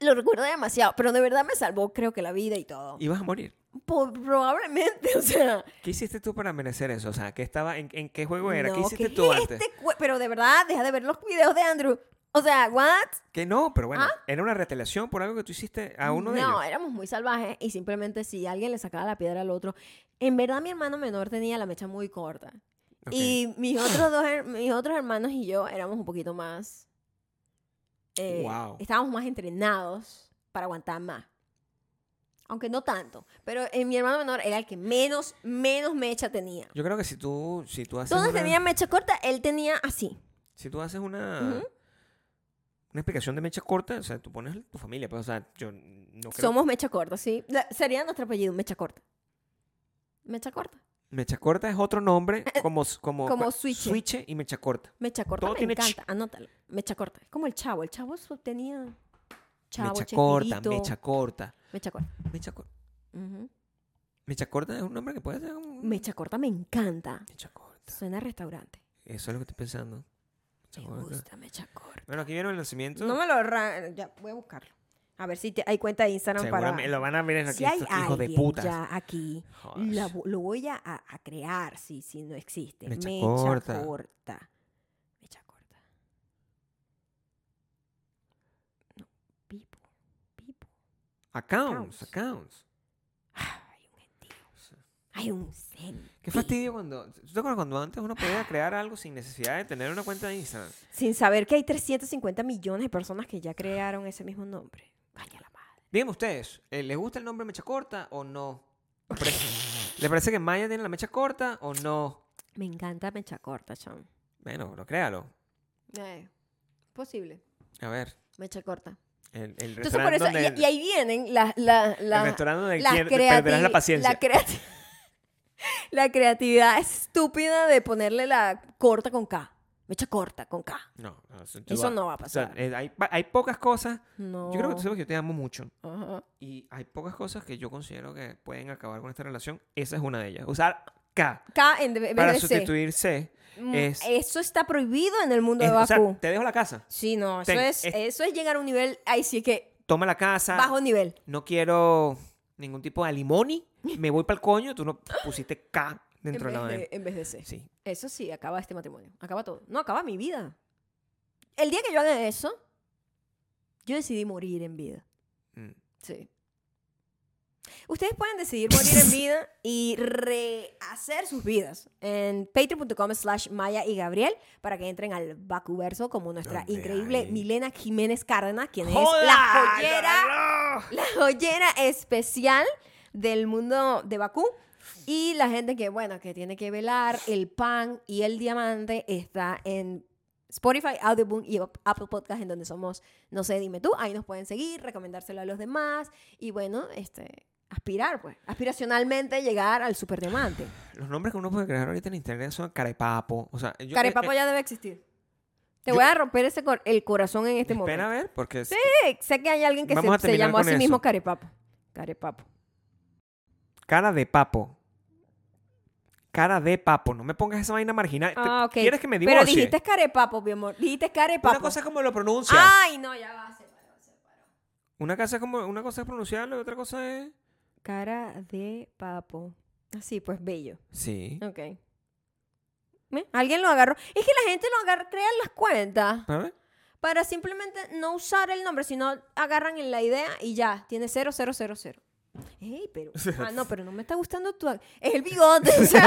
Speaker 1: Lo recuerdo demasiado, pero de verdad me salvó, creo que la vida y todo.
Speaker 2: Ibas a morir.
Speaker 1: Po- probablemente, o sea.
Speaker 2: ¿Qué hiciste tú para merecer eso? O sea, ¿qué estaba, en, en qué juego era? ¿Qué
Speaker 1: No,
Speaker 2: hiciste
Speaker 1: ¿qué
Speaker 2: tú
Speaker 1: es
Speaker 2: antes?
Speaker 1: este cue- pero de verdad, deja de ver los videos de Andrew. O sea, ¿what?
Speaker 2: Que no, pero bueno, era una retelación por algo que tú hiciste a uno
Speaker 1: ¿Ah? no,
Speaker 2: de ellos.
Speaker 1: éramos muy salvajes y simplemente si alguien le sacaba la piedra al otro. En verdad, mi hermano menor tenía la mecha muy corta.
Speaker 2: Ok.
Speaker 1: Y mis otros dos, her- mis otros hermanos y yo éramos un poquito más. eh,
Speaker 2: Wow.
Speaker 1: Estábamos más entrenados para aguantar más. Aunque no tanto. Pero eh, mi hermano menor era el que menos, menos mecha tenía.
Speaker 2: Yo creo que si tú, si tú haces
Speaker 1: Todos
Speaker 2: una-
Speaker 1: tenían mecha corta, él tenía así.
Speaker 2: Si tú haces una,
Speaker 1: Ujú.
Speaker 2: una explicación de mecha corta, o sea, tú pones tu familia, pues, o sea, yo no creo.
Speaker 1: Somos mecha corta, sí. La- sería nuestro apellido, mecha corta. Mecha corta.
Speaker 2: Mecha corta es otro nombre como, como,
Speaker 1: Eh, Como
Speaker 2: cua-
Speaker 1: Switche.
Speaker 2: y mecha corta.
Speaker 1: Mecha corta
Speaker 2: Todo
Speaker 1: me
Speaker 2: tiene ch-
Speaker 1: encanta, anótalo. Mecha corta. Es como el chavo, el chavo su- tenía chavo,
Speaker 2: mecha corta,
Speaker 1: Chespirito.
Speaker 2: mecha corta,
Speaker 1: Mecha corta.
Speaker 2: mecha corta.
Speaker 1: Ujú.
Speaker 2: Mecha corta es un nombre que puede ser un...
Speaker 1: Mecha corta me encanta.
Speaker 2: Mecha corta.
Speaker 1: Suena a restaurante.
Speaker 2: Eso es lo que estoy pensando. Mecha
Speaker 1: Me
Speaker 2: corta.
Speaker 1: gusta mecha corta.
Speaker 2: Bueno, aquí vieron el lanzamiento.
Speaker 1: No me lo ra- ya voy a buscarlo. A ver si te- hay cuenta de Instagram para
Speaker 2: Seguramente lo van a ver en aquí,
Speaker 1: si hay
Speaker 2: estos hijos de
Speaker 1: alguien
Speaker 2: putas.
Speaker 1: ya aquí
Speaker 2: Joder.
Speaker 1: la vo- lo voy a, a- a crear si si no existe.
Speaker 2: Mecha
Speaker 1: Mecha,
Speaker 2: corta.
Speaker 1: corta. Mecha corta. No, Pipo. Pipo. Accounts.
Speaker 2: Accounts, accounts.
Speaker 1: Ah, hay un gentío. Hay un zen.
Speaker 2: Qué fastidio cuando. ¿Tú te acuerdas cuando antes uno podía crear algo sin necesidad de tener una cuenta de Instagram?
Speaker 1: Sin saber que hay 350 millones de personas que ya crearon ese mismo nombre. Vaya la madre.
Speaker 2: Díganme ustedes, ¿eh, ¿les gusta el nombre mecha corta o no? ¿Les parece, ¿les parece que Maya tiene la mecha corta o no?
Speaker 1: Me encanta mecha corta, chon.
Speaker 2: Bueno, pero créalo.
Speaker 1: Eh, posible.
Speaker 2: A ver,
Speaker 1: Mecha corta.
Speaker 2: el, el
Speaker 1: Entonces, por
Speaker 2: restaurante
Speaker 1: eso,
Speaker 2: donde,
Speaker 1: y, y ahí vienen las, las,
Speaker 2: el
Speaker 1: las,
Speaker 2: restaurante donde
Speaker 1: las
Speaker 2: quier-
Speaker 1: creati-
Speaker 2: perderás la paciencia.
Speaker 1: La, creati- la creatividad estúpida de ponerle la corta con K. Mecha corta con K.
Speaker 2: No, no, eso, tú
Speaker 1: Eso
Speaker 2: vas-
Speaker 1: no va a
Speaker 2: o sea,
Speaker 1: pasar.
Speaker 2: eh, hay, pa- hay pocas cosas.
Speaker 1: No.
Speaker 2: Yo creo que tú sabes que yo te amo mucho.
Speaker 1: Ajá.
Speaker 2: Y hay pocas cosas que yo considero que pueden acabar con esta relación. Esa es una de ellas. Usar K
Speaker 1: K en vez
Speaker 2: para
Speaker 1: de C.
Speaker 2: sustituir C.
Speaker 1: Mm,
Speaker 2: es-
Speaker 1: Eso está prohibido en el mundo de
Speaker 2: Es- o sea,
Speaker 1: Bakú.
Speaker 2: te dejo la casa.
Speaker 1: Sí, no, eso
Speaker 2: Ten-
Speaker 1: es,
Speaker 2: es-
Speaker 1: eso es llegar a un nivel, ahí sí que
Speaker 2: toma la casa,
Speaker 1: bajo nivel.
Speaker 2: no quiero ningún tipo de alimony, me voy para el coño, tú no pusiste K dentro de la
Speaker 1: en, vez
Speaker 2: vaina.
Speaker 1: de, en vez de C.
Speaker 2: Sí.
Speaker 1: Eso sí, acaba este matrimonio. Acaba todo. No, acaba mi vida. El día que yo haga eso, yo decidí morir en vida.
Speaker 2: Mm.
Speaker 1: Sí. Ustedes pueden decidir morir en vida y rehacer sus vidas en patreon.com slash maya y gabriel para que entren al Bacuverso como nuestra
Speaker 2: ¿Dónde
Speaker 1: increíble
Speaker 2: hay?
Speaker 1: Milena Jiménez Cárdenas, quien
Speaker 2: ¡Joda!
Speaker 1: es la joyera.
Speaker 2: ¡Ganó!
Speaker 1: la joyera especial del mundo de Bakú. Y la gente que, bueno, que tiene que velar el pan y el diamante está en Spotify, Audioboom y Apple Podcast, en donde somos, no sé, dime tú. Ahí nos pueden seguir, recomendárselo a los demás. Y bueno, este, aspirar, pues. Aspiracionalmente llegar al super diamante.
Speaker 2: Los nombres que uno puede crear ahorita en internet son Carepapo. O sea, yo,
Speaker 1: Carepapo
Speaker 2: eh,
Speaker 1: ya debe existir. Te
Speaker 2: yo-
Speaker 1: voy a romper ese cor- el corazón en
Speaker 2: eh,
Speaker 1: este momento.
Speaker 2: espera a ver, porque es
Speaker 1: Sí, sé que hay alguien que se,
Speaker 2: Vamos a
Speaker 1: se
Speaker 2: terminar
Speaker 1: llamó a
Speaker 2: con
Speaker 1: sí mismo
Speaker 2: eso.
Speaker 1: Carepapo. Carepapo.
Speaker 2: cara de papo. Cara de papo, no me pongas esa vaina marginal. Te-
Speaker 1: Ah, ok.
Speaker 2: ¿Quieres que me divorcie?
Speaker 1: Pero dijiste carepapo, mi amor. Dijiste carepapo.
Speaker 2: Una cosa es como lo pronuncias.
Speaker 1: Ay, no, ya va, se paró, se paró.
Speaker 2: Una cosa es como una cosa es pronunciarlo y otra cosa es
Speaker 1: Cara de papo. Así, pues bello.
Speaker 2: Sí.
Speaker 1: Ok. ¿Ve? Alguien lo agarró. Es que la gente lo agarra, crean las cuentas
Speaker 2: A ver.
Speaker 1: para simplemente no usar el nombre, sino agarran en la idea y ya, tiene 0000. Ey, pero. Ah, no, pero no me está gustando tu. ac- Es el bigote, o sea,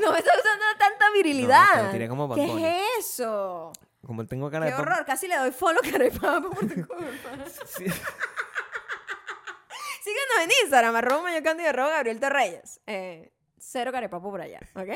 Speaker 1: no me está gustando tanta
Speaker 2: No, te
Speaker 1: virilidad.
Speaker 2: lo tiré como Bad Bunny.
Speaker 1: ¿Qué es eso?
Speaker 2: Como tengo cara
Speaker 1: Qué
Speaker 2: de papo.
Speaker 1: horror, casi le doy follow carepapo por tu culpa.
Speaker 2: Sí.
Speaker 1: Síguenos en Instagram, arroba mayorcandido, arroba Gabriel Torreyes. Eh, cero carepapo por allá, ¿ok?